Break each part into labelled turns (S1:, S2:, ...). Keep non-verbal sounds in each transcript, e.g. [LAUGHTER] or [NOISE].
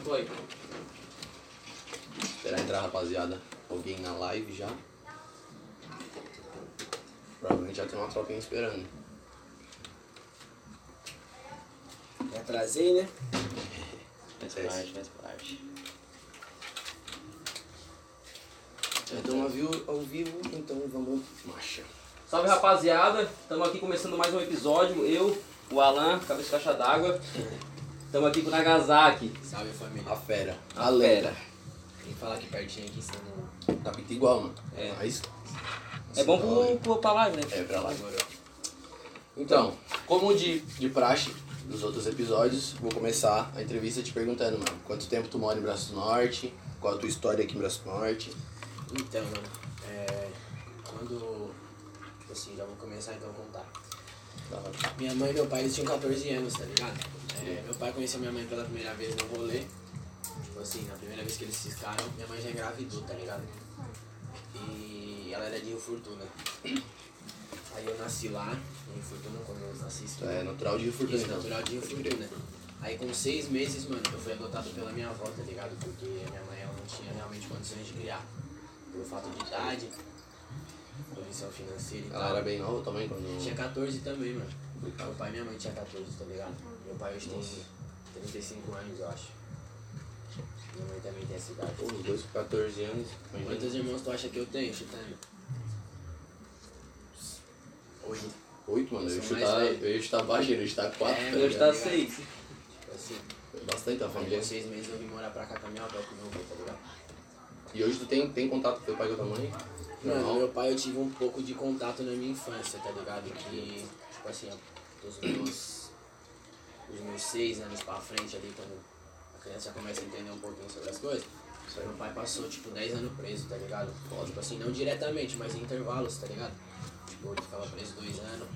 S1: isso aí. Esperar entrar, rapaziada. Alguém na live já. Provavelmente já tem uma tropinha esperando.
S2: Me atrasei,
S1: [LAUGHS]
S2: né?
S3: Faz
S1: Acontece.
S3: parte, faz parte.
S1: Então, ao vivo, ao vivo, então vamos. Marcha.
S4: Salve rapaziada, estamos aqui começando mais um episódio. Eu, o Alan, cabeça de caixa d'água. Estamos aqui com o Nagasaki.
S2: Salve família.
S1: A fera.
S4: A lera.
S2: Quem falar aqui pertinho aqui, você não.
S1: Tá pinta igual, mano.
S4: É.
S1: Mas.
S4: É bom pro, pro, pra live, né?
S1: É, pra lá. Então, como de, de praxe dos outros episódios, vou começar a entrevista te perguntando, mano, quanto tempo tu mora em Braço do Norte, qual a tua história aqui em Braço do Norte.
S2: Então, mano, é, quando. Tipo assim, já vou começar então a contar. Minha mãe e meu pai eles tinham 14 anos, tá ligado? É, meu pai conheceu minha mãe pela primeira vez no rolê. Tipo assim, na primeira vez que eles se ficaram, minha mãe já engravidou, tá ligado? E ela era de Rio Fortuna. Aí eu nasci lá, em Rio Fortuna, quando eu nasci,
S1: Tu é natural de Fortuna,
S2: Isso,
S1: então.
S2: natural de
S1: Pode crer.
S2: fortuna. Aí com seis meses, mano, eu fui adotado pela minha avó, tá ligado? Porque a minha mãe ela não tinha realmente condições de criar. Pelo fato de idade, condição financeira e
S1: Ela
S2: tal.
S1: Ah, era bem nova também
S2: Tinha
S1: quando...
S2: 14 também, mano. Meu pai e minha mãe tinha 14, tá ligado? Meu pai hoje tem 35 anos, eu acho. Minha mãe também tem essa idade.
S1: Pô, os dois com 14 anos. imagina.
S2: Quantos irmãos tu acha que eu tenho, chutando? Oito.
S1: Oito, mano. Eu ia
S2: São mais
S1: chutar,
S2: velhos.
S1: eu ia chutar baixo, ele ia chutar quatro.
S2: É,
S1: tá
S4: Eu está
S1: ligado?
S4: seis.
S2: Tipo assim,
S1: Bastante a família.
S2: com seis meses eu vim morar pra cá com a minha avó, com meu avô, tá ligado?
S1: E hoje tu tem, tem contato com teu pai e com tua mãe?
S2: Mano,
S1: Normal?
S2: meu pai eu tive um pouco de contato na minha infância, tá ligado? Que, tipo assim, dos meus, dos meus seis anos pra frente ali, quando a criança já começa a entender um pouquinho sobre as coisas, meu pai passou, tipo, 10 anos preso, tá ligado? Tipo assim, não diretamente, mas em intervalos, tá ligado? Tipo, ele ficava preso dois anos,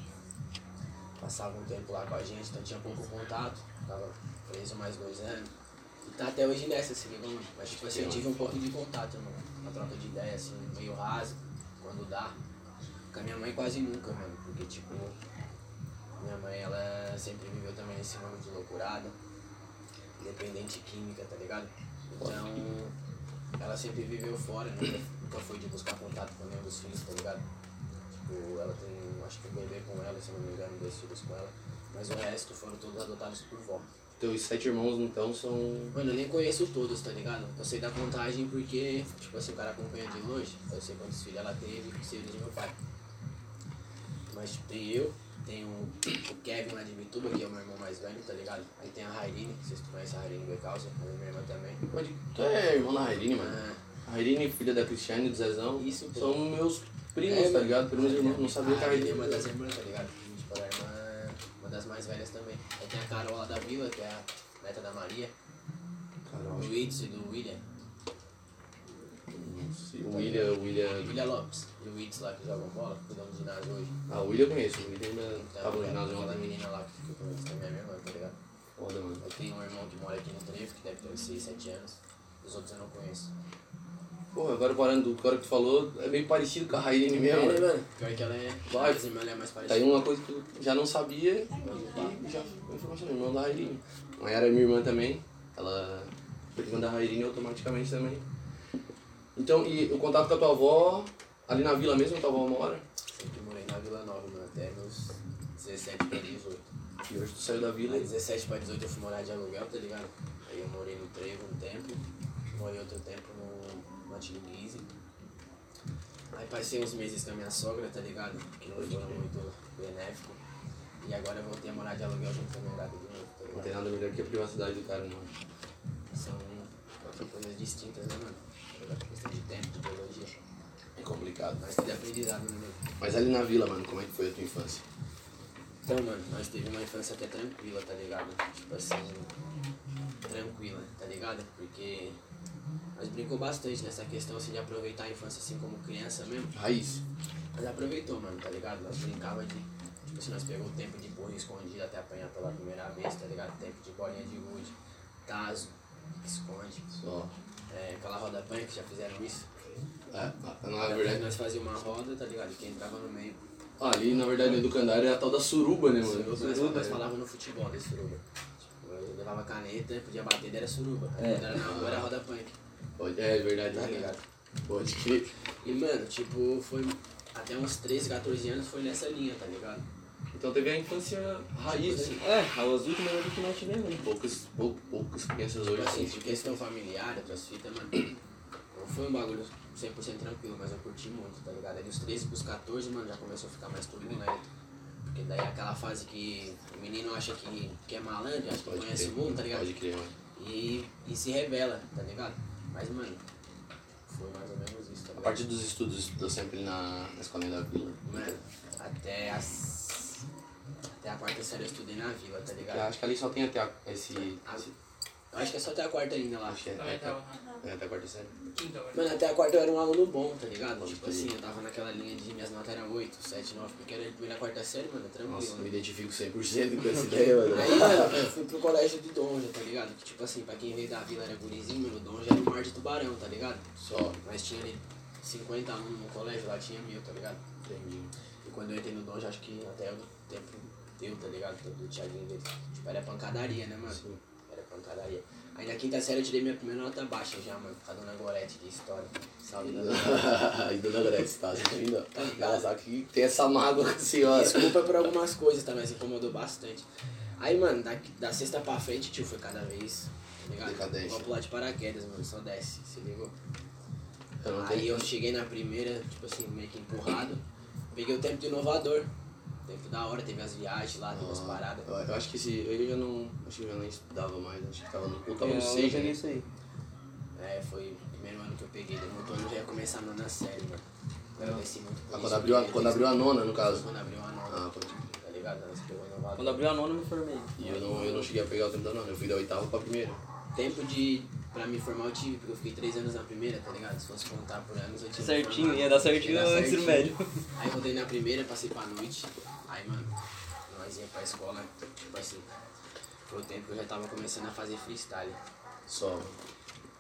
S2: passava um tempo lá com a gente, então tinha pouco contato, ficava preso mais dois anos. E tá até hoje nessa, se liga, mano. Mas tipo assim, eu tive um pouco de contato, mano. Uma troca de ideia, assim, meio rasa, quando dá. Com a minha mãe quase nunca, mano. Porque tipo, minha mãe ela sempre viveu também esse mundo de loucurada, dependente química, tá ligado? Então, ela sempre viveu fora, nunca, nunca foi de buscar contato com nenhum dos filhos, tá ligado? Tipo, ela tem, acho que um bebê com ela, se eu não me engano, dois filhos com ela. Mas o resto foram todos adotados por vó.
S1: Teus sete irmãos, então, são...
S2: Mano, eu nem conheço todos, tá ligado? Eu sei da contagem porque, tipo assim, o cara acompanha de longe. Eu sei quantos filhos ela teve, que seria de meu pai. Mas tipo, tem eu, tem o, o Kevin lá de Bituba, que é o meu irmão mais velho, tá ligado? Aí tem a Rairine, que vocês conhecem a Rairine Becalça, é minha irmã também.
S1: Pode- Tu é irmão da Irene, mano?
S2: Ah,
S1: A Irene, filha da Cristiane e do Zezão,
S2: Isso, pô.
S1: são meus primos,
S2: É,
S1: tá
S2: mano.
S1: ligado? Primos irmãos, não sabia que
S2: a
S1: a
S2: Rairine é
S1: Irene assim.
S2: uma das irmãs, tá ligado? Tipo, ela é irmã, uma das mais velhas também. Aí tem a Carola da Vila, que é a neta da Maria,
S1: Carol, acho
S2: do Itz e do William.
S1: que não sei. tá O William, o William...
S2: William Lopes e o Itz lá que jogam bola, que dão ginásio hoje.
S1: Ah, o William eu conheço, o William ainda
S2: Então,
S1: tava no
S2: é,
S1: ginásio
S2: aquela
S1: ontem.
S2: menina lá que eu conheço também é minha irmã, tá ligado?
S1: Foda, mano.
S2: Eu tenho um irmão que mora aqui no Trevo, que deve ter uns 6, 7 anos. Os outros eu não conheço.
S1: Pô, agora parando do cara que tu falou, é meio parecido com a Irene mesmo, mano.
S2: Pior que ela é.
S1: Vai.
S2: As irmãs ela é mais
S1: Tá aí
S2: parecida.
S1: uma coisa que eu já não sabia e já foi informação, irmão da Irene. Mas era minha irmã também, ela foi irmã da Irene automaticamente também. Então, e o contato com a tua avó, ali na vila mesmo, tua avó mora?
S2: Sempre morei na Vila Nova, mano, até meus 17 pra 18.
S1: E hoje tu saiu da vila
S2: Aí,
S1: e
S2: 17 pra 18 eu fui morar de aluguel, tá ligado? Aí eu morei no Trevo um tempo. Morei outro tempo no Matilho Guise. Aí passei uns meses com a minha sogra, tá ligado? Que não foram muito benéfico. E agora eu voltei a morar de aluguel junto com a minha gata de novo, tá
S1: não
S2: ligado?
S1: tem nada melhor que a privacidade do cara, não.
S2: São coisas distintas, né, mano? Questão de tempo, de biologia.
S1: É complicado.
S2: Nós teve aprendizado, né, mano?
S1: Mas ali na vila, mano, como é que foi a tua infância?
S2: Então, mano, nós teve uma infância até tranquila, tá ligado? Tipo assim, tranquila, tá ligado? Porque nós brincou bastante nessa questão, assim, de aproveitar a infância, assim, como criança mesmo.
S1: Raiz.
S2: Mas aproveitou, mano, tá ligado? Nós brincava de. Tipo assim, nós pegou o tempo de burro escondido até apanhar pela primeira vez, tá ligado? Tempo de bolinha de gude, taso, esconde.
S1: Só.
S2: É, aquela roda punk, já fizeram isso?
S1: É, na
S2: Verdade,
S1: verdade.
S2: nós fazíamos uma roda, tá ligado? Quem entrava no meio.
S1: Ali, na verdade, no do Candário é a tal da suruba, né, mano?
S2: Nós, nós falávamos no futebol desse jogo. Tipo, eu eu levava caneta, podia bater, daí era suruba.
S4: É.
S2: Quando era na rua, era roda punk,
S1: Pode- É verdade,
S2: tá ligado?
S1: Pode crer.
S2: E, mano, tipo, foi até uns 13, 14 anos foi nessa linha, tá ligado?
S1: Então teve a infância raiz, né?
S4: É, as últimas vezes que nós tivemos. né?
S1: Poucas, pou, poucas crianças
S2: Tipo
S1: hoje
S2: assim,
S1: assim,
S2: de questão familiar, outras fitas, mano. Não foi um bagulho 100% tranquilo, mas eu curti muito, tá ligado? Aí dos 13 pros 14, mano, já começou a ficar mais turbulento. Porque daí é aquela fase que o menino acha que, que é malandro, acha que
S1: Pode
S2: conhece
S1: crer.
S2: o mundo, tá ligado?
S1: Pode crer, mano.
S2: E, e se revela, tá ligado? Mas, mano, foi mais ou menos isso,
S1: A
S2: tá ligado?
S1: partir dos estudos, estudou sempre na, na escolinha da vila.
S2: Mano, até as. Até a quarta série eu estudei na vila, tá
S1: Eu
S2: ligado?
S1: acho que ali só tem até a- esse. esse
S2: Eu acho que é só até a quarta ainda lá.
S1: acho que é,
S5: Não,
S1: é, até,
S5: então,
S1: é até a quarta série.
S5: quinta,
S2: Então, Mano, até a quarta eu era um aluno bom, tá ligado?
S1: Pode
S2: Tipo
S1: crer.
S2: assim, eu tava naquela linha de minhas notas eram 8, 7, 9, porque era de primeira a quarta série, mano, tranquilo.
S1: Nossa, eu me
S2: né?
S1: identifico 100% com essa ideia, [LAUGHS] mano.
S2: Aí, mano, eu fui pro colégio do Donja, tá ligado? Que, tipo assim, pra quem veio da vila era gurizinho, mano, o Donja era o mar de tubarão, tá ligado?
S1: Só, [LAUGHS]
S2: Mas tinha ali 50 alunos no colégio, lá tinha mil, tá ligado?
S1: entendi.
S2: E quando eu entrei no Donja, acho que até o tempo deu, tá ligado? Do do Thiaguinho dele. Tipo, era pancadaria, né, mano?
S1: Sim.
S2: Era pancadaria. Aí na quinta série eu tirei minha primeira nota baixa já, mano, com a dona Gorete de história. Salve,
S1: [LAUGHS]
S2: dona Gorete.
S1: e dona Gorete, você tá assistindo? Ela sabe que tem essa mágoa com a senhora.
S2: Desculpa por algumas coisas, tá? Mas incomodou bastante. Aí, mano, da, da sexta pra frente, tio, foi cada vez. Tá ligado?
S1: Decadência.
S2: Igual pular de paraquedas, mano, só desce, se ligou?
S1: Eu não
S2: Aí
S1: tenho-
S2: eu cheguei na primeira, tipo assim, meio que empurrado. Peguei o tempo de inovador. Tempo da hora, teve as viagens lá, teve as
S1: Ah,
S2: paradas.
S1: Eu, eu acho que esse, eu já não. Acho que eu já não estudava mais. Acho que tava no. Ou tava
S4: É, eu
S1: no 6,
S4: já
S1: né?
S4: vi isso aí.
S2: É, foi o primeiro ano que eu peguei. Daí no outro ano eu já ia começar a nona série, mano. Eu desci muito por
S1: Ah,
S2: isso,
S1: quando, abriu a,
S2: porque
S1: quando abriu a nona, no
S2: foi
S1: caso.
S2: Quando abriu a nona,
S1: Ah, pode crer.
S2: tá ligado? Nós pegou inovador.
S4: Quando abriu a nona, eu me formei.
S1: E eu não, eu não cheguei a pegar o tempo da nona. Eu fui da oitava pra primeira.
S2: Tempo de. pra me formar eu tive, porque eu fiquei três anos na primeira, tá ligado? Se fosse contar por anos eu tinha. me
S4: Certinho,
S2: formado.
S4: ia dar certinho
S2: Ia dar
S4: no ensino médio.
S2: Aí rodei na primeira, passei pra noite. Aí, mano, nós ia pra escola, tipo assim. Foi o tempo que eu já tava começando a fazer freestyle.
S1: Só.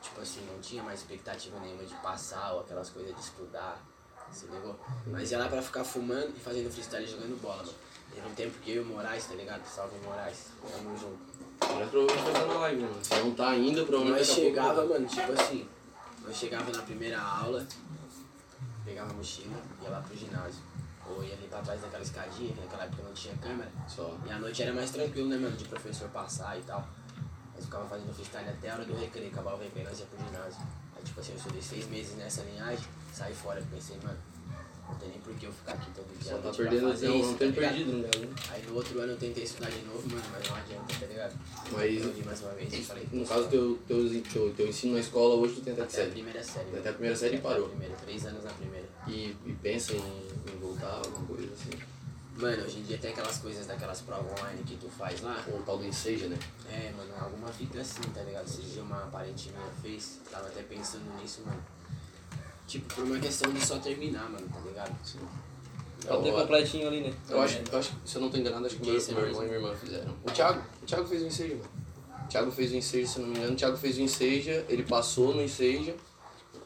S2: Tipo assim, não tinha mais expectativa nenhuma de passar ou aquelas coisas de estudar, se ligou? Mas ia lá pra ficar fumando e fazendo freestyle e jogando bola, mano. Teve um tempo que eu e o Moraes, tá ligado? Salve Moraes, tamo junto.
S1: Mas provavelmente vai estar na live, mano. Se não tá ainda, provavelmente.
S2: Nós
S1: daqui a pouco
S2: chegava,
S1: tá.
S2: mano, tipo assim, nós chegava na primeira aula, pegava a mochila, ia lá pro ginásio. Ou ia ali pra trás daquela escadinha, que naquela época não tinha câmera.
S1: Só.
S2: E à noite era mais tranquilo, né, mano, de professor passar e tal. Nós ficava fazendo freestyle até a hora do recreio, acabava o recreio, nós ia pro ginásio. Aí, tipo assim, eu estudei seis meses nessa linhagem, saí fora, pensei, mano, não tem nem por que eu ficar aqui todo dia. à
S1: Só tá
S2: noite pra
S1: perdendo
S2: fazer
S1: não,
S2: isso,
S1: não
S2: tá
S1: tem
S2: ligado?
S1: perdido, né? galera?
S2: Aí no outro ano eu tentei estudar de novo, mano, mas não adianta, tá ligado?
S1: Mas-
S2: Eu vi mais uma vez e falei,
S1: No caso, teu, teu, teu, teu ensino na escola hoje tu tem até que
S2: até a
S1: série.
S2: primeira série.
S1: Até a primeira série
S2: Até a
S1: parou.
S2: primeira, três anos na primeira.
S1: E, e pensa em, em voltar, alguma coisa assim.
S2: Mano, hoje em dia tem aquelas coisas daquelas provas online que tu faz lá.
S1: Ou o tal do enseja, né?
S2: É, mano, alguma fita assim, tá ligado? Esse dia uma parente minha fez, tava até pensando nisso, mano. Tipo, por uma questão de só terminar, mano, tá ligado?
S4: Pra ter
S1: Eu-
S4: completinho ali, né?
S1: Eu acho, eu acho que, se eu não tô enganado, acho que
S2: Quem
S1: meu,
S2: são
S1: meu
S2: eles?
S1: irmão e minha irmã fizeram. O Thiago, o Thiago fez o ensejo, mano. O Thiago fez o ensejo, se eu não me engano. O Thiago fez o enseja, ele passou no enseja,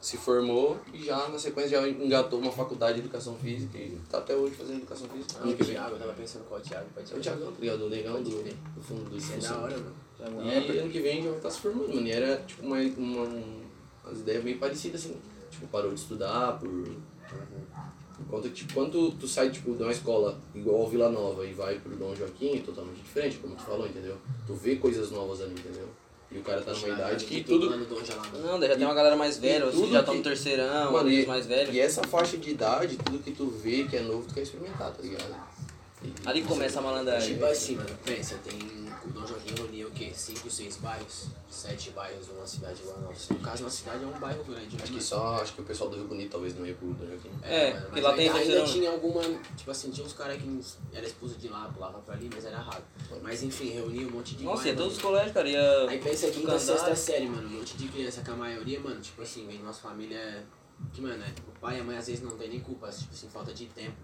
S1: se formou e já na sequência já engatou uma faculdade de educação física e tá até hoje fazendo educação física.
S2: Ah, o Thiago, eu tava pensando qual o Thiago, pode
S1: É o Thiagão, tá ligado? O negão do, do fundo do
S2: Isso é da hora, mano.
S4: tá
S2: é
S1: E ano que vem já vai estar se formando, mano. E era tipo uma, uma, umas ideias meio parecidas, assim. Tipo, parou de estudar por, Uhum. Enquanto, tipo, quando tu, tu sai tipo, de uma escola igual ao Vila Nova e vai pro Dom Joaquim, é totalmente diferente, como tu falou, entendeu? Tu vê coisas novas ali, entendeu? E o cara tá numa idade que tudo.
S2: Mano, Dom Jalá, mano.
S4: Não, daí já tem uma galera mais velha, os que
S1: tudo
S4: já estão
S1: que-
S4: no terceirão,
S1: Mano,
S4: os
S1: e,
S4: mais velhos.
S1: é. e essa faixa de idade, tudo que tu vê que é novo, tu quer experimentar, tá ligado? E-
S4: Ali começa a
S1: é.
S4: malandragem.
S2: Tipo assim, mano, pensa, tem o Dom Joaquim reunia o quê? Cinco, seis bairros? Sete bairros numa cidade igual a nossa. No caso, uma cidade é um bairro grande, né?
S1: Acho que só. Acho que o pessoal do Rio Bonito talvez não ia pro Dom Joaquim.
S4: É,
S2: mano,
S4: e
S2: mas
S4: lá tem
S2: ainda, ainda
S4: terceirão.
S2: tinha alguma. Tipo assim, tinha uns caras que era expulso de lá, pulava pra ali, mas era raro. Mas enfim, reunia um monte de.
S4: Nossa,
S2: pai,
S4: ia todos
S2: mano.
S4: os colégios, cara. é Ia...
S2: Aí pensa aqui na
S4: Tucandá.
S2: sexta série, mano, um monte de criança que a maioria, mano, tipo assim, vem de nossa família que, mano, é, o pai e a mãe às vezes não tem nem culpa, tipo assim, falta de tempo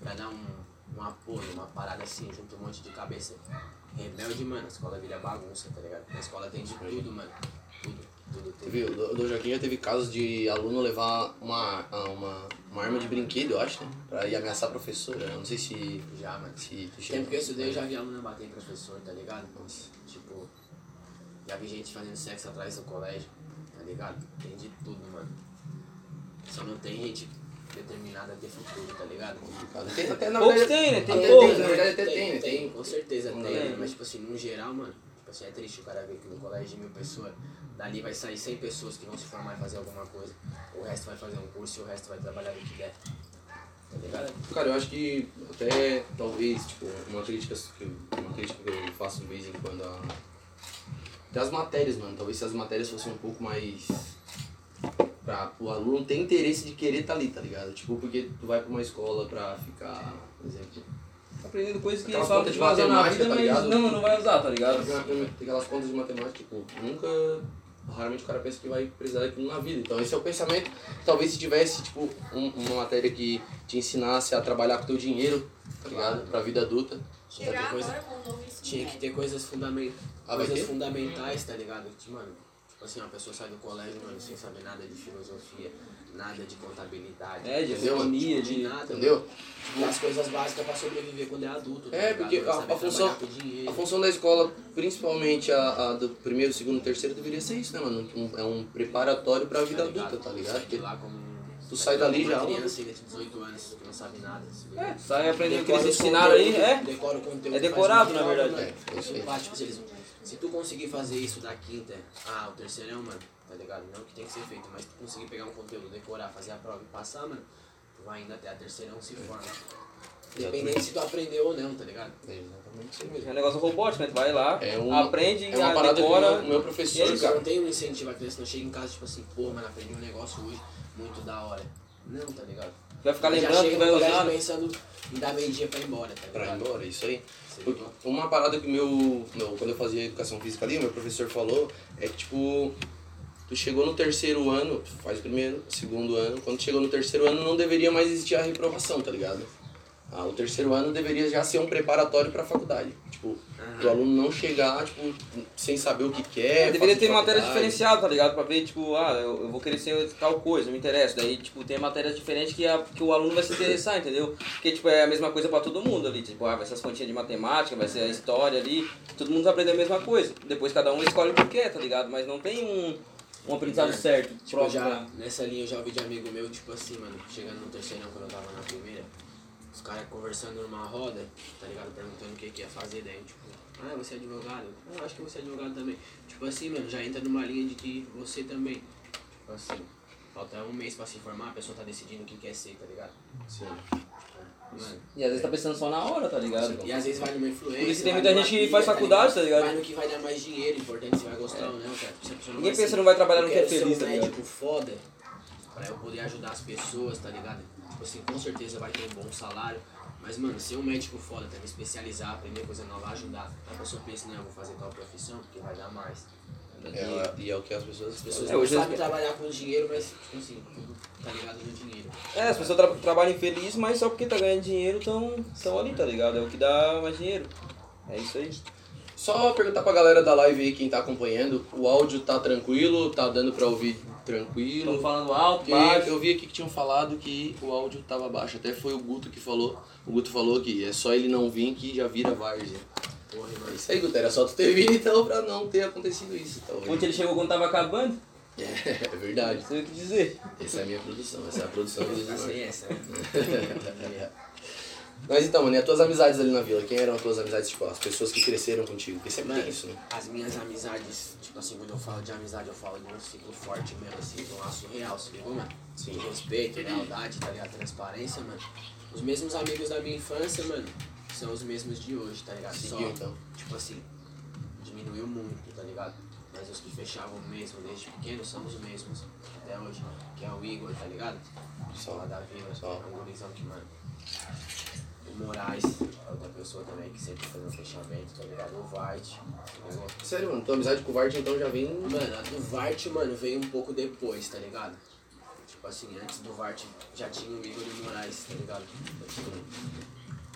S2: pra dar um, um apoio, uma parada assim, junto um monte de cabeça. Rebelde, mano, a escola vira bagunça, tá ligado? A escola tem de tudo, mano. Tudo, tudo,
S1: Tu
S2: tudo.
S1: viu? O Dom Joaquim já teve casos de aluno levar uma, uma, uma arma de brinquedo, eu acho, né? Pra ir ameaçar a professora. Eu não sei se.
S2: Já, mano.
S1: se tu é
S2: Tempo que eu estudei, eu
S1: já
S2: já vi aluna bater em professor, tá ligado? Tipo, Já vi gente fazendo sexo atrás do colégio, tá ligado? Tem de tudo, mano. Só não tem gente determinada a ter futuro, tá ligado?
S1: Tem, até na
S4: Poucos
S1: verdade.
S4: tem, né? Tem
S1: até
S4: poucos,
S1: na
S4: né?
S1: verdade até tem, né? Tem.
S2: Com certeza
S1: Tem.
S2: tem, mas tipo assim, no geral, mano, tipo assim, é triste o cara ver que no colégio de mil pessoas, dali vai sair 100 pessoas que vão se formar e fazer alguma coisa. O resto vai fazer um curso e o resto vai trabalhar no que der. Tá ligado?
S1: Cara, eu acho que até talvez, tipo, uma crítica que eu, uma crítica que eu faço de vez em quando a. Até as matérias, mano. Talvez se as matérias fossem um pouco mais. Pra o aluno ter interesse de querer estar ali, tá ligado? Tipo, porque tu vai pra uma escola pra ficar, por exemplo.
S4: Aprendendo coisas que
S1: Aquelas
S4: só
S1: contas
S4: vai
S1: de
S4: usar na
S1: matemática,
S4: vida,
S1: tá
S4: mas
S1: ligado?
S4: não, não vai usar, tá ligado?
S1: Tem aquelas contas de matemática, tipo, nunca. Raramente o cara pensa que vai precisar daquilo na vida. Então esse é o pensamento. Talvez se tivesse, tipo, um- uma matéria que te ensinasse a trabalhar com teu dinheiro, tá ligado? Pra vida adulta.
S2: Tinha que ter,
S6: Chegar
S2: coisa,
S6: agora com o novo ensino
S2: tinha que
S6: médio.
S2: ter coisas, fundament,
S1: Ah, vai
S2: coisas
S1: ter?
S2: fundamentais, tá ligado? Que, Mano, tipo assim, uma pessoa sai do colégio, mano, sem saber nada de filosofia, nada de contabilidade.
S4: É, de
S1: Entendeu?
S4: economia,
S2: de
S4: de...
S2: nada,
S1: Entendeu?
S2: Tipo, as coisas básicas pra sobreviver quando é adulto. tá
S1: É,
S2: ligado?
S1: porque a-
S2: Saber
S1: a função-
S2: trabalhar com dinheiro. tá
S1: A função da escola, principalmente a, a do primeiro, segundo, terceiro, deveria ser isso, né, mano? Um- é um preparatório pra vida adulta, tá ligado?
S2: Porque
S1: Porque
S2: lá como.
S1: tu sai dali já, é um
S2: Uma
S1: ó.
S2: criança ainda de 18 anos que não sabe nada. tá se liga.
S4: É, sai aprendendo o que
S2: Decora
S4: eles
S2: o
S4: ensinaram aí,
S2: conteúdo,
S4: é.
S2: Decora o conteúdo.
S4: É
S2: faz
S4: decorado,
S2: um
S4: na
S2: jogo,
S4: verdade.
S2: mano.
S1: É, é isso aí.
S2: Pá, tipo, se eles- Se tu conseguir fazer isso da quinta, ah, o terceirão, mano, tá ligado? Não que tem que ser feito, mas tu conseguir pegar um conteúdo, decorar, fazer a prova e passar, mano, tu vai indo até a terceirão se forma. Independente se tu aprendeu ou não, tá ligado?
S1: É exatamente isso aí
S4: É
S1: mesmo.
S4: um negócio robótico, né? Tu vai lá,
S1: É uma-
S4: aprende,
S1: é uma
S4: a-
S1: parada que o
S4: decora...
S1: meu- o meu professor,
S4: e é isso.
S1: cara.
S2: não tem um incentivo a criança, não chega em casa tipo assim, pô, mano, aprendi um negócio hoje, muito da hora. Não, tá ligado?
S4: Vai ficar
S2: já
S4: lembrando que
S2: chega
S4: vai
S2: no colégio
S4: usar. né?
S2: pensando em dar meio dia pra ir embora, tá
S1: Pra ir
S2: ligado?
S1: embora, é isso aí.
S2: Você
S1: Porque
S2: ligou?
S1: Uma parada que meu, meu. Quando eu fazia educação física ali, o meu professor falou é que, tipo, tu chegou no terceiro ano, tu faz o primeiro, segundo ano, quando chegou no terceiro ano não deveria mais existir a reprovação, tá ligado? Ah, o terceiro ano deveria já ser um preparatório pra faculdade. Tipo, do aluno não chegar, tipo, sem saber o que quer.
S4: É, deveria
S1: fazer
S4: ter matéria
S1: faculdade.
S4: diferenciada, tá ligado? Pra ver, tipo, ah, eu, eu vou querer ser tal coisa, não me interessa. Daí, tipo, tem matérias diferentes que, a- que o aluno vai se interessar, entendeu? Porque, tipo, é a mesma coisa pra todo mundo ali. Tipo, ah, vai ser as continhas de matemática, vai ser a história ali. Todo mundo vai aprender a mesma coisa. Depois cada um escolhe o que quer, tá ligado? Mas não tem um, um aprendizado
S2: É,
S4: certo,
S2: Tipo,
S4: próprio. né?
S2: já,
S4: pra-
S2: nessa linha eu já ouvi de amigo meu, tipo assim, mano, chegando no terceiro ano, quando eu tava na primeira, os caras conversando numa roda, tá ligado? Perguntando o que que ia fazer, daí tipo, ah, você é advogado? Ah, eu acho que você é advogado também. Tipo assim, mano, já entra numa linha de que você também. Tipo assim, falta um mês pra se formar, a pessoa tá decidindo o que quer ser, tá ligado?
S1: Sim.
S2: Mano,
S4: E às vezes tá pensando só na hora, tá ligado?
S2: E às vezes vai numa influência.
S4: Por isso tem
S2: vai
S4: muita
S2: numa
S4: gente que
S2: pilha,
S4: faz
S2: tá
S4: faculdade, tá ligado? É.
S2: Vai no que vai dar mais dinheiro, importante se vai gostar ou não, cara. Se a pessoa
S4: Ninguém
S2: vai
S4: pensa
S2: ser-
S4: não vai trabalhar
S2: eu
S4: no que é
S2: quero ser
S4: feliz,
S2: um
S4: tá ligado?
S2: médico foda pra eu poder ajudar as pessoas, tá ligado? Tipo assim, com certeza vai ter um bom salário. Mas, mano, ser um médico foda, tá? Me especializar, aprender coisa nova, ajudar. A pessoa pensa, não, eu vou fazer tal profissão porque vai dar mais.
S1: É, e é o que as pessoas.
S2: As pessoas
S4: É,
S2: não
S4: hoje
S2: sabem
S4: as-
S2: trabalhar com dinheiro, mas, tipo assim, tudo tá ligado no dinheiro.
S4: É, as pessoas tra trabalham infeliz, mas só porque tá ganhando dinheiro tão, tão ali, tá ligado? É o que dá mais dinheiro. É isso aí.
S1: Só perguntar pra galera da live aí, quem tá acompanhando, o áudio tá tranquilo? Tá dando pra ouvir tranquilo?
S4: Estamos falando alto,
S1: Porque
S4: baixo.
S1: Tipo, eu vi aqui que tinham falado que o áudio tava baixo. Até foi o Guto que falou. O Guto falou que é só ele não vir que já vira várzea.
S2: Porra,
S1: É
S2: mano.
S1: isso aí, Guto. Era só tu ter [LAUGHS] vindo então pra não ter acontecido isso. Talvez.
S4: Ontem ele chegou quando tava acabando,
S1: [LAUGHS] É, é
S4: não
S1: verdade.
S4: sei o que dizer.
S1: Essa é a minha produção. Essa é a produção do
S2: Tá
S1: Eduardo.
S2: sem essa, né?
S1: [LAUGHS]
S4: [LAUGHS]
S1: Mas então, mano, e as tuas amizades ali na vila? Quem eram as tuas amizades? Tipo, as pessoas que cresceram contigo? Porque sempre
S2: Mano,
S1: tem isso, né?
S2: as minhas amizades, tipo assim, quando eu falo de amizade, eu falo de um ciclo forte mesmo, assim, de um laço real, se ligou, mano?
S1: Sim.
S2: Respeito, lealdade, tá ligado? Transparência, mano. Os mesmos amigos da minha infância, mano, são os mesmos de hoje, tá ligado? Só,
S1: Seguiu, então.
S2: tipo assim, diminuiu muito, tá ligado? Mas os que fechavam mesmo desde pequeno são os mesmos até hoje, que é o Igor, tá ligado?
S1: Só.
S2: Lá da vila,
S1: Só.
S2: é um gurizão que, mano. O Moraes, é outra pessoa também que sempre faz um fechamento, tá ligado? O Vart, tá ligado?
S1: Sério, mano, tua amizade com o Vart então já vem.
S2: Mano, a do Vart, mano, veio um pouco depois, tá ligado? Tipo assim, antes do Vart já tinha o Igor e o Moraes, tá ligado?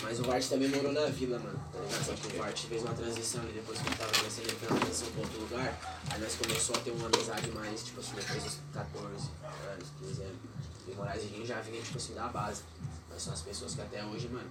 S2: Mas o Vart também morou na vila, mano, tá ligado? Só que o Vart fez uma transição ali depois que ele tava crescendo, ele foi uma transição pra outro lugar. Aí nós começou a ter uma amizade mais, tipo assim, depois dos 14 anos, 15 anos. E o Moraes e Rinho já vinha, tipo assim, da base. Mas são as pessoas que até hoje, mano,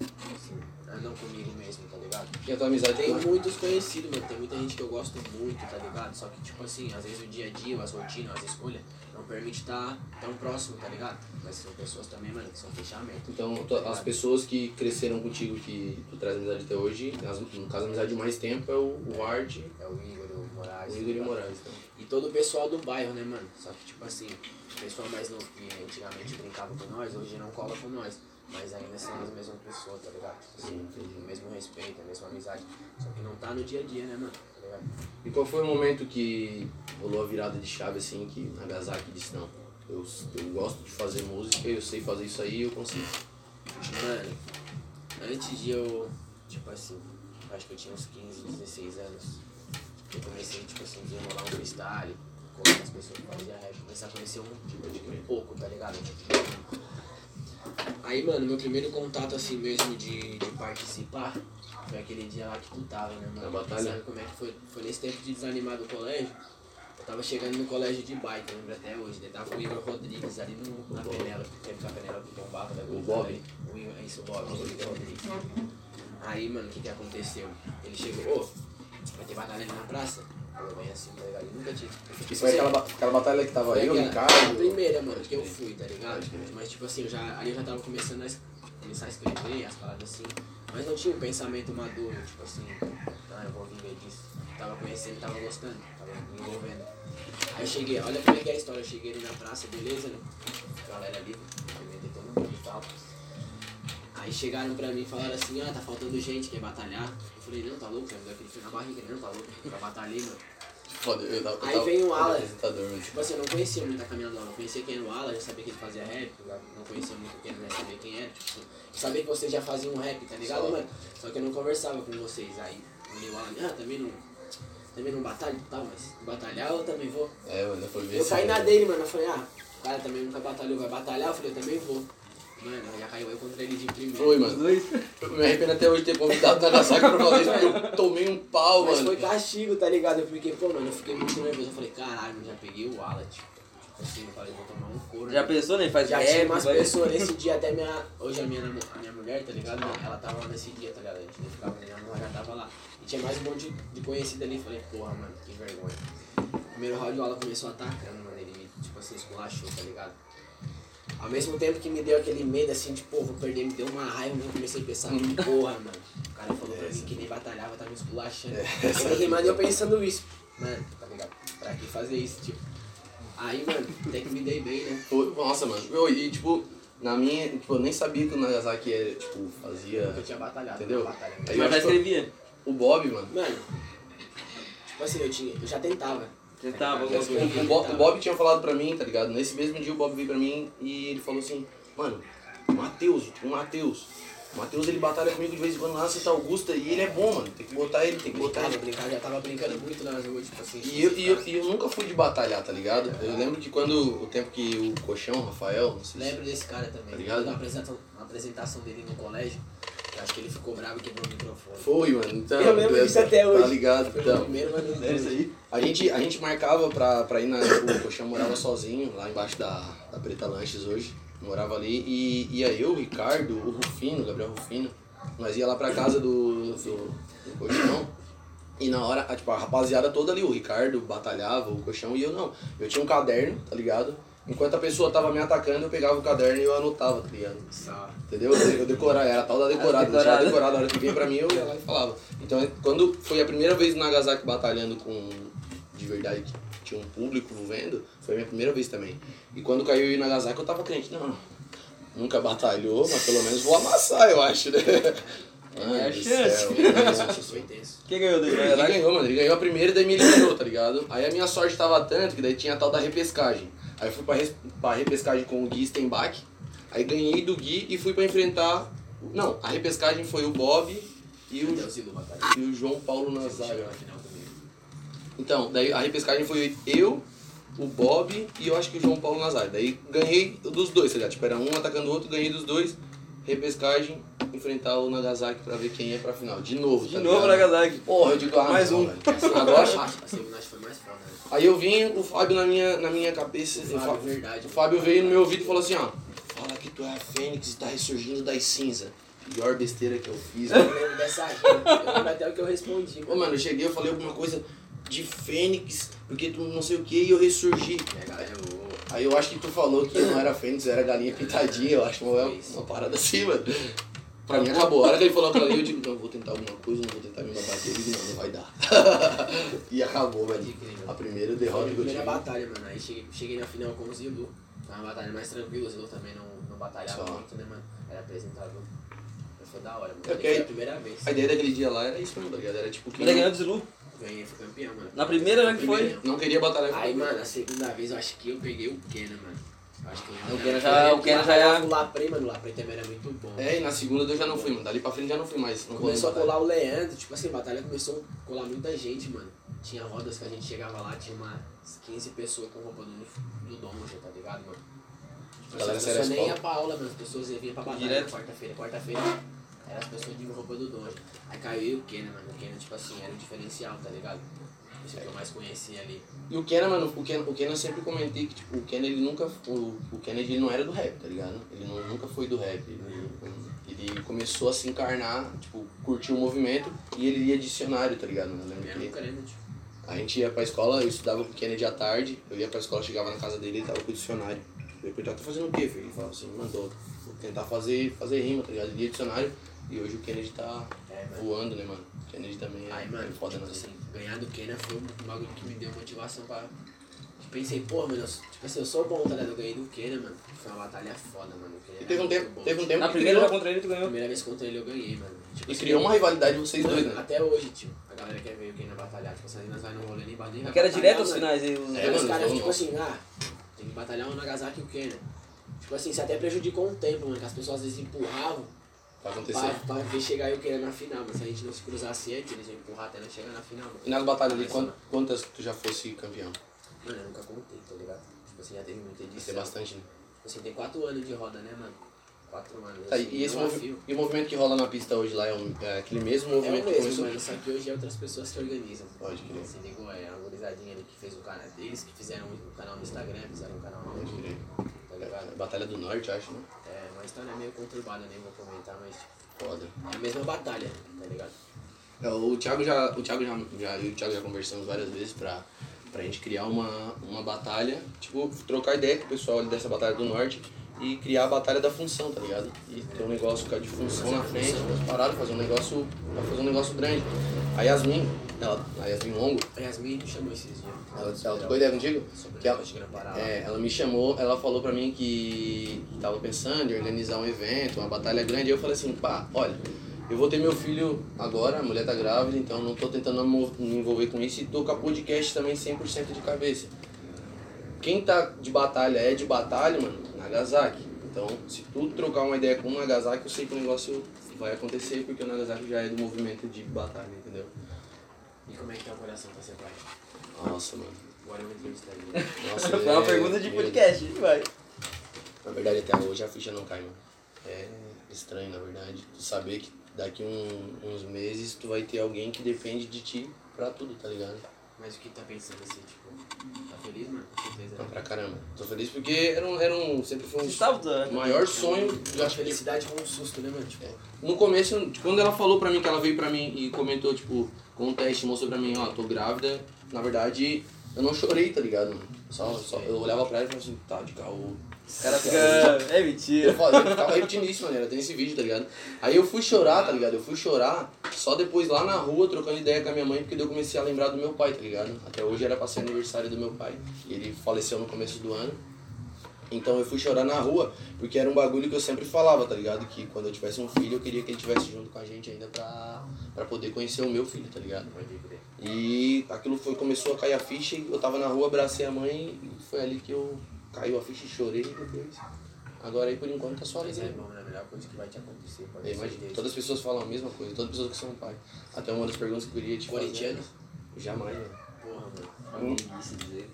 S2: assim, andam comigo mesmo, tá ligado?
S1: E a tua amizade
S2: Tem
S1: tem
S2: muitos conhecidos, mano. Tem muita gente que eu gosto muito, tá ligado? Só que, tipo assim, às vezes o dia a dia, as rotinas, as escolhas, não permite estar tão próximo, tá ligado? Mas são pessoas também, mano, que são fechamento.
S1: Então, tu- as pessoas que cresceram contigo, que tu traz amizade até hoje, as- no caso, a amizade de mais tempo é o o Art,
S2: É o Igor, o
S1: o
S2: Moraes. tá
S1: Igor e o
S2: ligado?
S1: Moraes. né?
S2: E todo o pessoal do bairro, né, mano? Só que, tipo assim, o pessoal mais novo que antigamente brincava com nós, hoje não cola com nós. Mas ainda são as mesmas pessoas, tá ligado? Assim, o mesmo respeito, a mesma amizade. Só que não tá no dia a dia, né, mano? Tá ligado?
S1: E qual foi o momento que rolou a virada de chave, assim, que Nagasaki disse, não, eu, eu gosto de fazer música, eu sei fazer isso aí, eu consigo.
S2: Mano, antes de eu, tipo assim, acho que eu tinha uns 15, 16 anos, eu comecei, tipo assim, a desenrolar um freestyle, conhecer as pessoas que faziam rap, começar a conhecer um, um pouco, tá ligado? Aí, mano, meu primeiro contato, assim, mesmo de, de participar, foi aquele dia lá que tu tava, né,
S1: Na
S2: mano?
S1: batalha?
S2: Sabe como é que foi? Foi nesse tempo de desanimar do colégio, eu tava chegando no colégio de bike, eu lembro até hoje, né? Tava com o Igor Rodrigues ali no, na Penélope, teve com a Penélope bombada, né?
S1: O Bob.
S2: O Igor, é isso, o Bob, o Igor Rodrigues. Aí, mano, o que que aconteceu? Ele chegou, ô, vai ter batalha ali na praça? Eu bem assim, tá ligado? Eu nunca tinha.
S1: Isso foi aquela, ba- aquela batalha que tava eu,
S2: Aquela- a
S1: Ricardo...
S2: primeira, mano, que eu fui, tá ligado?
S1: Pode crer.
S2: Mas tipo assim, eu já, ali eu já tava começando a es- começar a escrever as paradas assim. Mas não tinha um pensamento maduro, tipo assim, ah, eu vou viver disso. Tava conhecendo, tava gostando, tava me envolvendo. Aí eu cheguei, olha como é que é a história, eu cheguei ali na praça, beleza, né? Galera ali, cumprimentei todo mundo e tal. Aí chegaram pra mim e falaram assim, ah, tá faltando gente, quer batalhar. Eu falei, não, tá louco, já me deu aquele fio na barriga, não, tá louco, pra batalhar, mano.
S1: Foda, eu tava, eu
S2: Aí
S1: tava-
S2: vem o
S1: eu tava
S2: Alan.
S1: apresentador, né, mas-
S2: Tipo assim, eu não conhecia muito a Camila Laura, eu conhecia quem era o Alan, já sabia que ele fazia rap, eu não conhecia muito quem era, já sabia quem era, tipo assim, eu sabia que vocês já faziam um rap, tá ligado,
S1: Só.
S2: mano? Só que eu não conversava com vocês, aí eu li o Alan, ah, também não, também não batalho e tal, mas batalhar eu também vou.
S1: É, mano, foi ver
S2: Eu
S1: se-
S2: caí na dele, mano, eu falei, ah, o cara também nunca batalhou, vai batalhar, eu falei, eu também vou. Mano, já caiu eu contra ele de primeiro.
S1: Foi, mano.
S4: dois.
S1: Eu me arrependo até hoje de ter convidado o Nagasaki pra fazer isso, porque eu tomei um pau,
S2: Mas
S1: mano.
S2: foi castigo, tá ligado? Eu fiquei, pô, mano, eu fiquei muito nervoso. Eu falei, caralho, já peguei o Alan, tipo. Tipo assim, eu falei, vou tomar um couro.
S4: Já
S2: né?
S4: pensou, né? Faz
S2: Já
S4: rap,
S2: tinha umas
S4: vai-
S2: pessoas nesse dia, até minha. Hoje a minha, namo- a minha mulher, tá ligado? Ela tava lá nesse dia, tá ligado? A gente não ficava treinando, ela já tava lá. E tinha mais um monte de conhecido ali. Falei, porra, mano, que vergonha. Primeiro round o Alan começou atacando, mano. Ele me, tipo assim, esculachou, tá ligado? Ao mesmo tempo que me deu aquele medo, assim, de, pô, vou perder, me deu uma raiva, né? eu comecei a pensar, porra, mano. O cara falou pra mim que nem batalhava, tava me esculachando. Eu fiquei, mano, eu pensando isso. Mano, tá ligado? Pra que fazer isso, tipo? Aí, mano, até que me dei bem, né?
S1: Foi- Nossa, mano. Eu, e, tipo, na minha... Tipo, eu nem sabia que o Nagasaki, era, tipo, fazia...
S2: Porque eu tinha batalhado.
S1: Entendeu?
S2: na Batalha
S1: Aí
S2: mesmo.
S1: eu
S4: Mas já
S1: acho que-
S4: escrevia.
S1: O Bob, mano.
S2: Mano, tipo assim, eu, tinha, eu já tentava.
S4: Tentava,
S2: Tá ligado?
S4: alguma
S1: O, o Bo- o Bob tinha falado pra mim, tá ligado? Nesse mesmo dia o Bob veio pra mim e ele falou assim, mano, o Matheus, o Matheus. O Matheus ele batalha comigo de vez em quando lá na Santa Augusta e ele é bom, mano. Tem que botar ele, tem que botar
S2: Brincava,
S1: ele.
S2: brincava, já tava brincando muito nas ruas, tipo assim.
S1: E eu, e, eu, e eu nunca fui de batalhar, tá ligado? Eu lembro que quando o tempo que o Colchão, o Rafael, não sei se.
S2: assim, Lembro desse cara também.
S1: Tá ligado?
S2: Na apresentação, na apresentação dele no colégio, eu acho que ele ficou bravo e quebrou o microfone.
S1: Foi, mano. Então,
S2: Eu lembro disso até
S1: Tá
S2: hoje.
S1: ligado?
S2: Foi o
S1: Então,
S2: primeiro, mas não deu.
S1: A gente, a gente marcava pra, pra ir na. O Coxão morava sozinho, lá embaixo da, da Preta Lanches hoje. Morava ali. E ia eu, o Ricardo, o Rufino, o Gabriel Rufino. Nós ia lá pra casa do, do, do Coxão. E na hora, a, tipo, a rapaziada toda ali, o Ricardo batalhava, o Coxão e eu não. Eu tinha um caderno, tá ligado? Enquanto a pessoa tava me atacando, eu pegava o caderno e eu anotava, tá ligado?
S2: Só.
S1: Entendeu? Eu eu decorava, era a tal da decorada, não tinha
S4: decorada.
S1: decorada. A hora que vinha pra mim, eu ia lá e falava. Então, quando foi a primeira vez no Nagasaki batalhando com. de verdade, que tinha um público vendo, foi a minha primeira vez também. E quando caiu o Nagasaki, eu tava crente, não, nunca batalhou, mas pelo menos vou amassar, eu acho, né? Mano
S4: É a
S1: do
S4: chance.
S1: céu.
S2: Isso foi tenso.
S4: Quem ganhou do
S1: Ele ganhou, mano. Ele ganhou a primeira e daí me eliminou, tá ligado? Aí a minha sorte tava tanto que daí tinha a tal da repescagem. Aí eu fui pra, res- pra repescagem com o Gui Stenbach. Aí ganhei do Gui e fui pra enfrentar. Não, a repescagem foi o Bob e
S2: Até o
S1: o,
S2: Zilu batalha.
S1: e o João Paulo na zaga.
S2: Chegou na final comigo.
S1: Então, daí a repescagem foi eu, o Bob e eu acho que o João Paulo Nazário. Daí ganhei dos dois, tá ligado? Tipo, era um atacando o outro, ganhei dos dois. Repescagem, enfrentar o Nagasaki pra ver quem ia pra final. De novo,
S4: De
S1: tá
S4: novo,
S1: ligado?
S4: Nagasaki.
S1: Porra, eu digo, ah,
S4: Mais
S1: não,
S4: um.
S1: velho.
S2: Agora
S1: Agora,
S2: a segunda acho que foi mais foda, né?
S1: Aí eu vim, o Fábio na minha, na minha cabeça.
S2: O Fábio, verdade.
S1: o Fábio veio no meu ouvido e falou assim, ó. Fala que tu é a Fênix e tá ressurgindo das cinzas. pior besteira que eu
S2: [LAUGHS]
S1: fiz.
S2: Eu lembro dessa rima. Eu lembro até o que eu respondi.
S1: Ô, mano, eu cheguei, eu falei alguma coisa de Fênix, porque tu não sei o que, e eu ressurgi.
S2: Minha É, galera, eu...
S1: Aí eu acho que tu falou que não era Fênix, era galinha pintadinha, eu acho uma, uma parada assim, mano. Pra mim acabou. A hora que ele falou aquilo ali, eu digo, não, vou tentar alguma coisa, não vou tentar me bater, eu digo, não, não vai dar. [LAUGHS] e acabou, velho. A primeira derrota
S2: Foi a
S1: que eu
S2: primeira
S1: tive.
S2: batalha, mano. Aí cheguei, cheguei na final com o Zilu. Foi uma batalha mais tranquila, o Zilu também não, não batalhava
S1: Só.
S2: muito, né, mano? Era apresentador. Mas Foi da hora, mano.
S1: É porque
S2: Foi
S1: aí-
S2: a primeira vez.
S1: A ideia daquele dia lá era isso mesmo, tá ligado? Era tipo, quem
S4: Ele ganhou do Zilu.
S2: Ganhei, fui campeão, mano.
S4: Na primeira, né, que foi?
S2: Primeira.
S1: não queria batalhar com
S2: Aí,
S1: ele.
S2: mano, a segunda vez eu acho que eu peguei o Kena, mano. Eu Acho que
S4: O Kena já- o Kena já era-
S2: O Laprey, mano, o Laprey também era muito bom.
S1: É, e na segunda eu já não fui, mano. Dali pra frente já não fui mais. Não
S2: Começou a
S1: vou lembrar.
S2: colar o Leandro, tipo assim, a batalha começou a colar muita gente, mano. Tinha rodas que a gente chegava lá, tinha umas 15 pessoas com roupa do, do Donja, tá ligado, mano? Tipo, assim,
S1: Galera,
S2: as
S1: sério,
S2: pessoas nem
S1: escola.
S2: iam pra aula, mano. As pessoas iam vir pra batalha
S4: Direto.
S2: na quarta-feira. Quarta-feira eram as pessoas de roupa do Donja. Aí caiu o Kena, mano. O Kena, tipo assim, era o diferencial, tá ligado? Isso que eu mais conhecia ali.
S1: E o Kenan, mano, o Kenan, o Kenan eu sempre comentei que, tipo, o Kenan, ele nunca... O, o Kenan, ele não era do rap, tá ligado? Ele nu- nunca foi do rap. Ele, ele começou a se encarnar, tipo, curtiu o movimento e ele lia dicionário, tá ligado? Eu lembro
S2: Mesmo
S1: que
S2: querendo, tipo.
S1: a gente ia pra escola, eu estudava com o Kennedy à tarde, eu ia pra escola, chegava na casa dele, ele tava com o dicionário. Eu perguntava, tá fazendo o quê, filho? Ele falava assim, mandou, vou tentar fazer, fazer rima, tá ligado? Ele lia dicionário e hoje o Kennedy tá
S2: É, mano.
S1: voando, né, mano? O Kennedy também é,
S2: Aí, mano,
S1: é foda,
S2: tipo
S1: né?
S2: assim, ganhar do Kena foi um bagulho que me deu motivação pra. Pensei, pô, mano, eu sou- tipo assim, eu sou bom, tá ligado? Eu ganhei do Kena, mano. Foi uma batalha foda, mano. O Kena
S1: E teve um
S2: era
S1: tempo,
S2: muito é bom.
S1: teve um tempo
S4: Na
S1: que
S4: primeira já
S1: criou,
S4: contra ele, tu ganhou.
S2: Primeira vez contra ele eu ganhei, mano.
S1: e
S2: Tipo, assim,
S1: criou uma rivalidade de vocês
S2: mano,
S1: dois, né?
S2: Até hoje, tio. A galera quer ver o Kena batalhar. Tipo, essas meninas vai no rolê nem bater. vai
S4: Porque É era
S2: batalhar,
S4: direto aos
S2: Ah, mano.
S4: finais né? aí. os-
S1: É,
S2: Aí os
S1: mano,
S2: caras,
S1: então-
S2: tipo assim, ah, tem que batalhar o Nagasaki e o Kena. Tipo assim, isso até prejudicou um tempo, mano, que as pessoas às vezes empurravam
S1: Pra
S2: pra,
S1: acontecer.
S2: pra ver chegar eu querendo na final, mas se a gente não se cruzasse antes, eles iam empurrar até nós chegar na final. mano.
S1: E nas batalhas ali, quan- quantas tu já fosse campeão?
S2: Mano, eu nunca contei, tá ligado? Tipo assim, já teve muita
S1: Isso é
S2: edição. Tipo
S1: bastante, né?
S2: assim, tem 4 anos de roda, né, mano? 4 anos.
S1: Tá,
S2: assim,
S1: e, esse
S2: não a
S1: movi-
S2: fio.
S1: e o movimento que rola na pista hoje lá é, um- é aquele mesmo
S2: É o
S1: movimento que
S2: mesmo,
S1: começou?
S2: mano, só que hoje é outras pessoas que organizam.
S1: Pode crer.
S2: Assim, ligou, é a organizadinha ali que fez o canal deles, que fizeram um canal no Instagram, fizeram um canal no
S1: Pode
S2: YouTube,
S1: crer.
S2: tá
S1: É,
S2: ligado?
S1: Batalha do Norte, acho, né?
S2: É, uma história meio conturbada, nem vou comentar, mas tipo,
S1: Foda.
S2: é a mesma batalha, tá ligado?
S1: É, O Thiago já, o Thiago já, já, eu e o Thiago já conversamos várias vezes pra, pra gente criar uma, uma batalha, tipo, trocar ideia com o pessoal ali dessa Batalha do Norte e criar a Batalha da Função, tá ligado? E ter um negócio cara, de função na frente, umas paradas, fazer um negócio, pra fazer um negócio grande. A Yasmin, ela, a Yasmin Longo,
S2: A Yasmin me um chamou esses dias.
S1: ela, ela trocou ideia contigo?
S2: Sobre
S1: Que
S2: que
S1: ela,
S2: de Grampará.
S1: É, ela me chamou, ela falou pra mim que tava pensando em organizar um evento, uma batalha grande, e eu falei assim, pá, olha, eu vou ter meu filho agora, a mulher tá grávida, então não tô tentando mo- me envolver com isso e tô com a podcast também 100% de cabeça. Quem tá de batalha é de batalha, mano, Nagasaki. Então, se tu trocar uma ideia com o Nagasaki, eu sei que o negócio vai acontecer, porque o Nagasaki já é do movimento de batalha, entendeu?
S2: E como é que tá o coração pra ser pai?
S1: Nossa, mano.
S2: Agora eu vou entrevistar ele.
S1: Nossa,
S4: [LAUGHS] Foi uma
S1: é-
S4: pergunta de
S1: meu
S4: podcast, vai.
S1: Na verdade, até hoje a ficha não cai, mano. É estranho, na verdade. Tu saber que daqui um- uns meses tu vai ter alguém que depende de ti pra tudo, tá ligado?
S2: Mas o que tá pensando assim, tipo, tá feliz, mano? Com certeza.
S1: Não,
S2: né?
S1: pra caramba. Tô feliz porque era um, era um sempre foi
S4: Você tá
S1: um
S4: estava dando.
S1: o maior sonho.
S2: É
S1: Eu
S2: uma
S1: acho que
S2: felicidade com um susto, né, mano? Tipo,
S1: No começo, tipo, quando ela falou pra mim, que ela veio pra mim e comentou, tipo, com um teste, mostrou pra mim, ó, tô grávida. Na verdade, eu não chorei, tá ligado? mano? Só, só, eu olhava pra ela e falava assim, tá, de caô.
S4: O cara fica. É mentira.
S1: Eu falei, eu ficava repetindo isso, mano, era, tem esse vídeo, tá ligado? Aí eu fui chorar, tá ligado? Eu fui chorar só depois lá na rua, trocando ideia com a minha mãe, porque daí eu comecei a lembrar do meu pai, tá ligado? Até hoje era pra ser aniversário do meu pai. E ele faleceu no começo do ano. Então eu fui chorar na rua, porque era um bagulho que eu sempre falava, tá ligado? Que quando eu tivesse um filho, eu queria que ele tivesse junto com a gente ainda pra, pra poder conhecer o meu filho, tá ligado?
S2: pode crer.
S1: E aquilo foi, começou a cair a ficha, e eu tava na rua, abracei a mãe, e foi ali que eu caiu a ficha e chorei depois. Agora aí por enquanto tá só
S2: Mas é
S1: alegria.
S2: bom, né? A melhor coisa que vai te acontecer, pode
S1: Eu imagino.
S2: certeza.
S1: Todas as pessoas falam a mesma coisa, todas as pessoas que são pai. Até uma das perguntas que eu queria te fazer.
S2: Corintiano?
S1: Jamais, né?
S2: Porra, mano.
S4: Flamenguice dizer.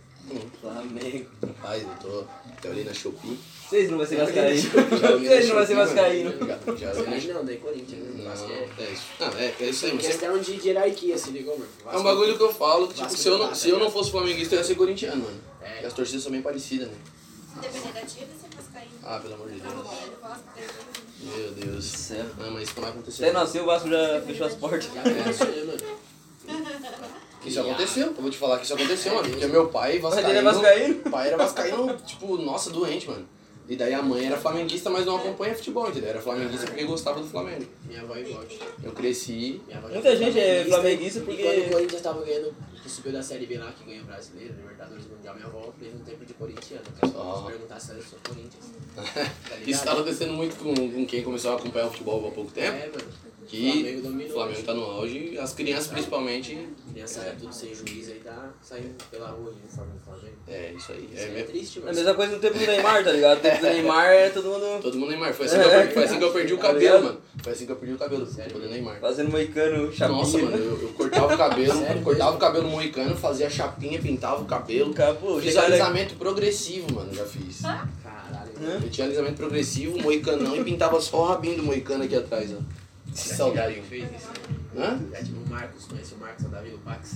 S4: Flamengo.
S1: Rapaz, eu tô, tô ali na
S2: [LAUGHS]
S1: Shopee.
S4: Vocês não vão ser vascaíno.
S1: Já olhei
S4: [LAUGHS]
S1: na
S4: Vocês não vão ser
S1: Shopee, mano.
S4: vascaíno.
S1: Já- Já olhei na
S2: Mas
S1: Shopee.
S2: não, daí Corinthians, né?
S1: Não,
S2: Vasco é-
S1: é isso. Não, é, é isso aí, mas
S2: Questão de hierarquia, se ligou, mano?
S1: É um bagulho que eu falo, tipo,
S2: Vasco
S1: se eu, não,
S2: tá,
S1: se eu
S2: né?
S1: não fosse flamenguista, eu ia ser corintiano, mano.
S2: É.
S1: E as torcidas são bem parecidas, né?
S6: Se depender da tia, você faz cair.
S1: Ah, pelo amor de Deus.
S6: Ele gosta, um ele-
S1: Meu Deus.
S4: Certo.
S1: Não, mas isso não vai acontecer.
S4: Até nasceu, o Vasco já fechou as portas.
S2: Já aconteceu, mano.
S1: Isso aconteceu, eu vou te falar que isso aconteceu, mano. Porque meu pai
S4: Mas
S1: vascaíno.
S4: ele é vascaíno.
S1: O pai era vascaíno, tipo, nossa, doente, mano. E daí a mãe era flamenguista, mas não acompanha futebol, entendeu? Era flamenguista porque gostava do Flamengo.
S2: Minha avó e volte.
S1: Eu cresci.
S2: Minha avó
S4: Muita gente é flamenguista
S2: E
S4: porque-
S2: quando o Corinthians tava ganhando, que subiu da Série B lá, que ganhou o Brasileiro, Libertadores Mundial, minha avó teve um tempo de corintiano. O pessoal
S1: Ó.
S2: quis perguntar se ela sou
S1: [LAUGHS]
S2: Corinthians. Tá ligado?
S1: Isso tá acontecendo muito com, com quem começou a acompanhar o futebol há pouco tempo.
S2: É, mano.
S1: Que
S2: Flamengo dominou.
S1: o Flamengo tá no auge, as
S4: né?
S1: crianças principalmente.
S2: Criança é tudo sem juiz aí, tá saindo pela rua de uniforme do Flamengo.
S1: É, isso aí.
S2: Isso
S1: É
S2: é
S1: mesmo.
S2: triste,
S4: É
S2: mano.
S4: a mesma coisa no tempo do Neymar, tá ligado? No tempo do Neymar, todo mundo
S1: Todo mundo Neymar. Foi assim que eu perdi, foi assim que eu
S4: [LAUGHS] Tá
S1: perdi o cabelo, mano. Foi assim que eu perdi o cabelo,
S2: Sério?
S1: pelo Neymar.
S4: fazendo moicano, chapinha.
S1: Nossa, mano, eu, eu cortava o cabelo,
S2: Sério?
S1: cortava o cabelo moicano, fazia chapinha, pintava o cabelo.
S4: Acabou,
S1: Fiz
S4: já-
S1: alisamento progressivo, mano, já fiz.
S2: Ah? Caralho. né?
S4: Hã?
S1: Eu tinha alisamento progressivo, moicanão e pintava só o rabinho do moicano aqui atrás, ó. Que saudade.
S2: Já fez isso.
S1: Hã?
S2: Já tive É tipo o Marcos, conhece o Marcos, o Davi, o Pax.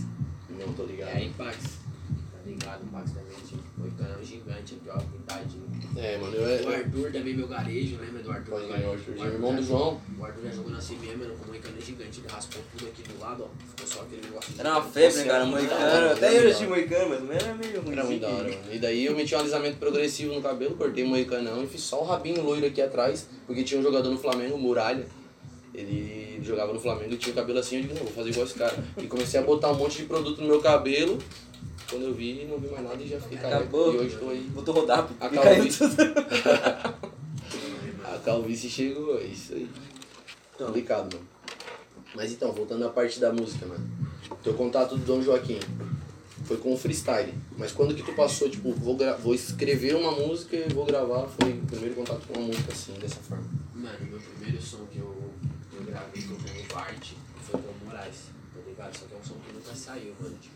S1: Não tô
S2: É
S1: ligado.
S2: aí, Pax. Tá ligado, o Pax também tipo, tinha oito anos um gigante, aqui, ó, pintadinho.
S1: É, mano, eu
S2: O
S1: é.
S2: Arthur também, meu garejo, lembra do Arthur?
S1: Pode ganhar o Arthur,
S2: O
S1: irmão
S2: já
S1: do
S2: jogou-
S1: João.
S2: O Arthur já jogou na CBM, mano, com o moicano gigante, ele raspou tudo aqui do lado, ó. Ficou só aquele negócio.
S4: Era uma febre, né, cara? Moicano. Até eu já tinha moicano, mas também era meio ruim.
S1: Era muito da hora, mano. E daí eu meti um alisamento progressivo no cabelo, cortei o moicanão e fiz só o rabinho loiro aqui atrás, porque tinha um jogador no Flamengo, Muralha. Ele jogava no Flamengo e tinha o cabelo assim, eu digo, não, vou fazer igual esse cara. E comecei a botar um monte de produto no meu cabelo. Quando eu vi, não vi mais nada e já fiquei careca.
S4: Acabou.
S1: E hoje tô aí.
S4: Botou rodar, pô.
S1: A
S4: E caiu
S1: calvície.
S4: tudo.
S1: [LAUGHS] A calvície chegou, é isso aí.
S4: Então.
S1: Complicado, mano. Mas então, voltando à parte da música, mano. Teu contato do Dom Joaquim foi com o freestyle. Mas quando que tu passou, tipo, vou, gra- vou escrever uma música e vou gravar? Foi o primeiro contato com uma música assim, dessa forma.
S2: Mano, meu primeiro som que eu, que eu gravei, que eu ganhei parte, foi com o Moraes, tá ligado? Só que é um som que nunca saiu, mano. Tipo,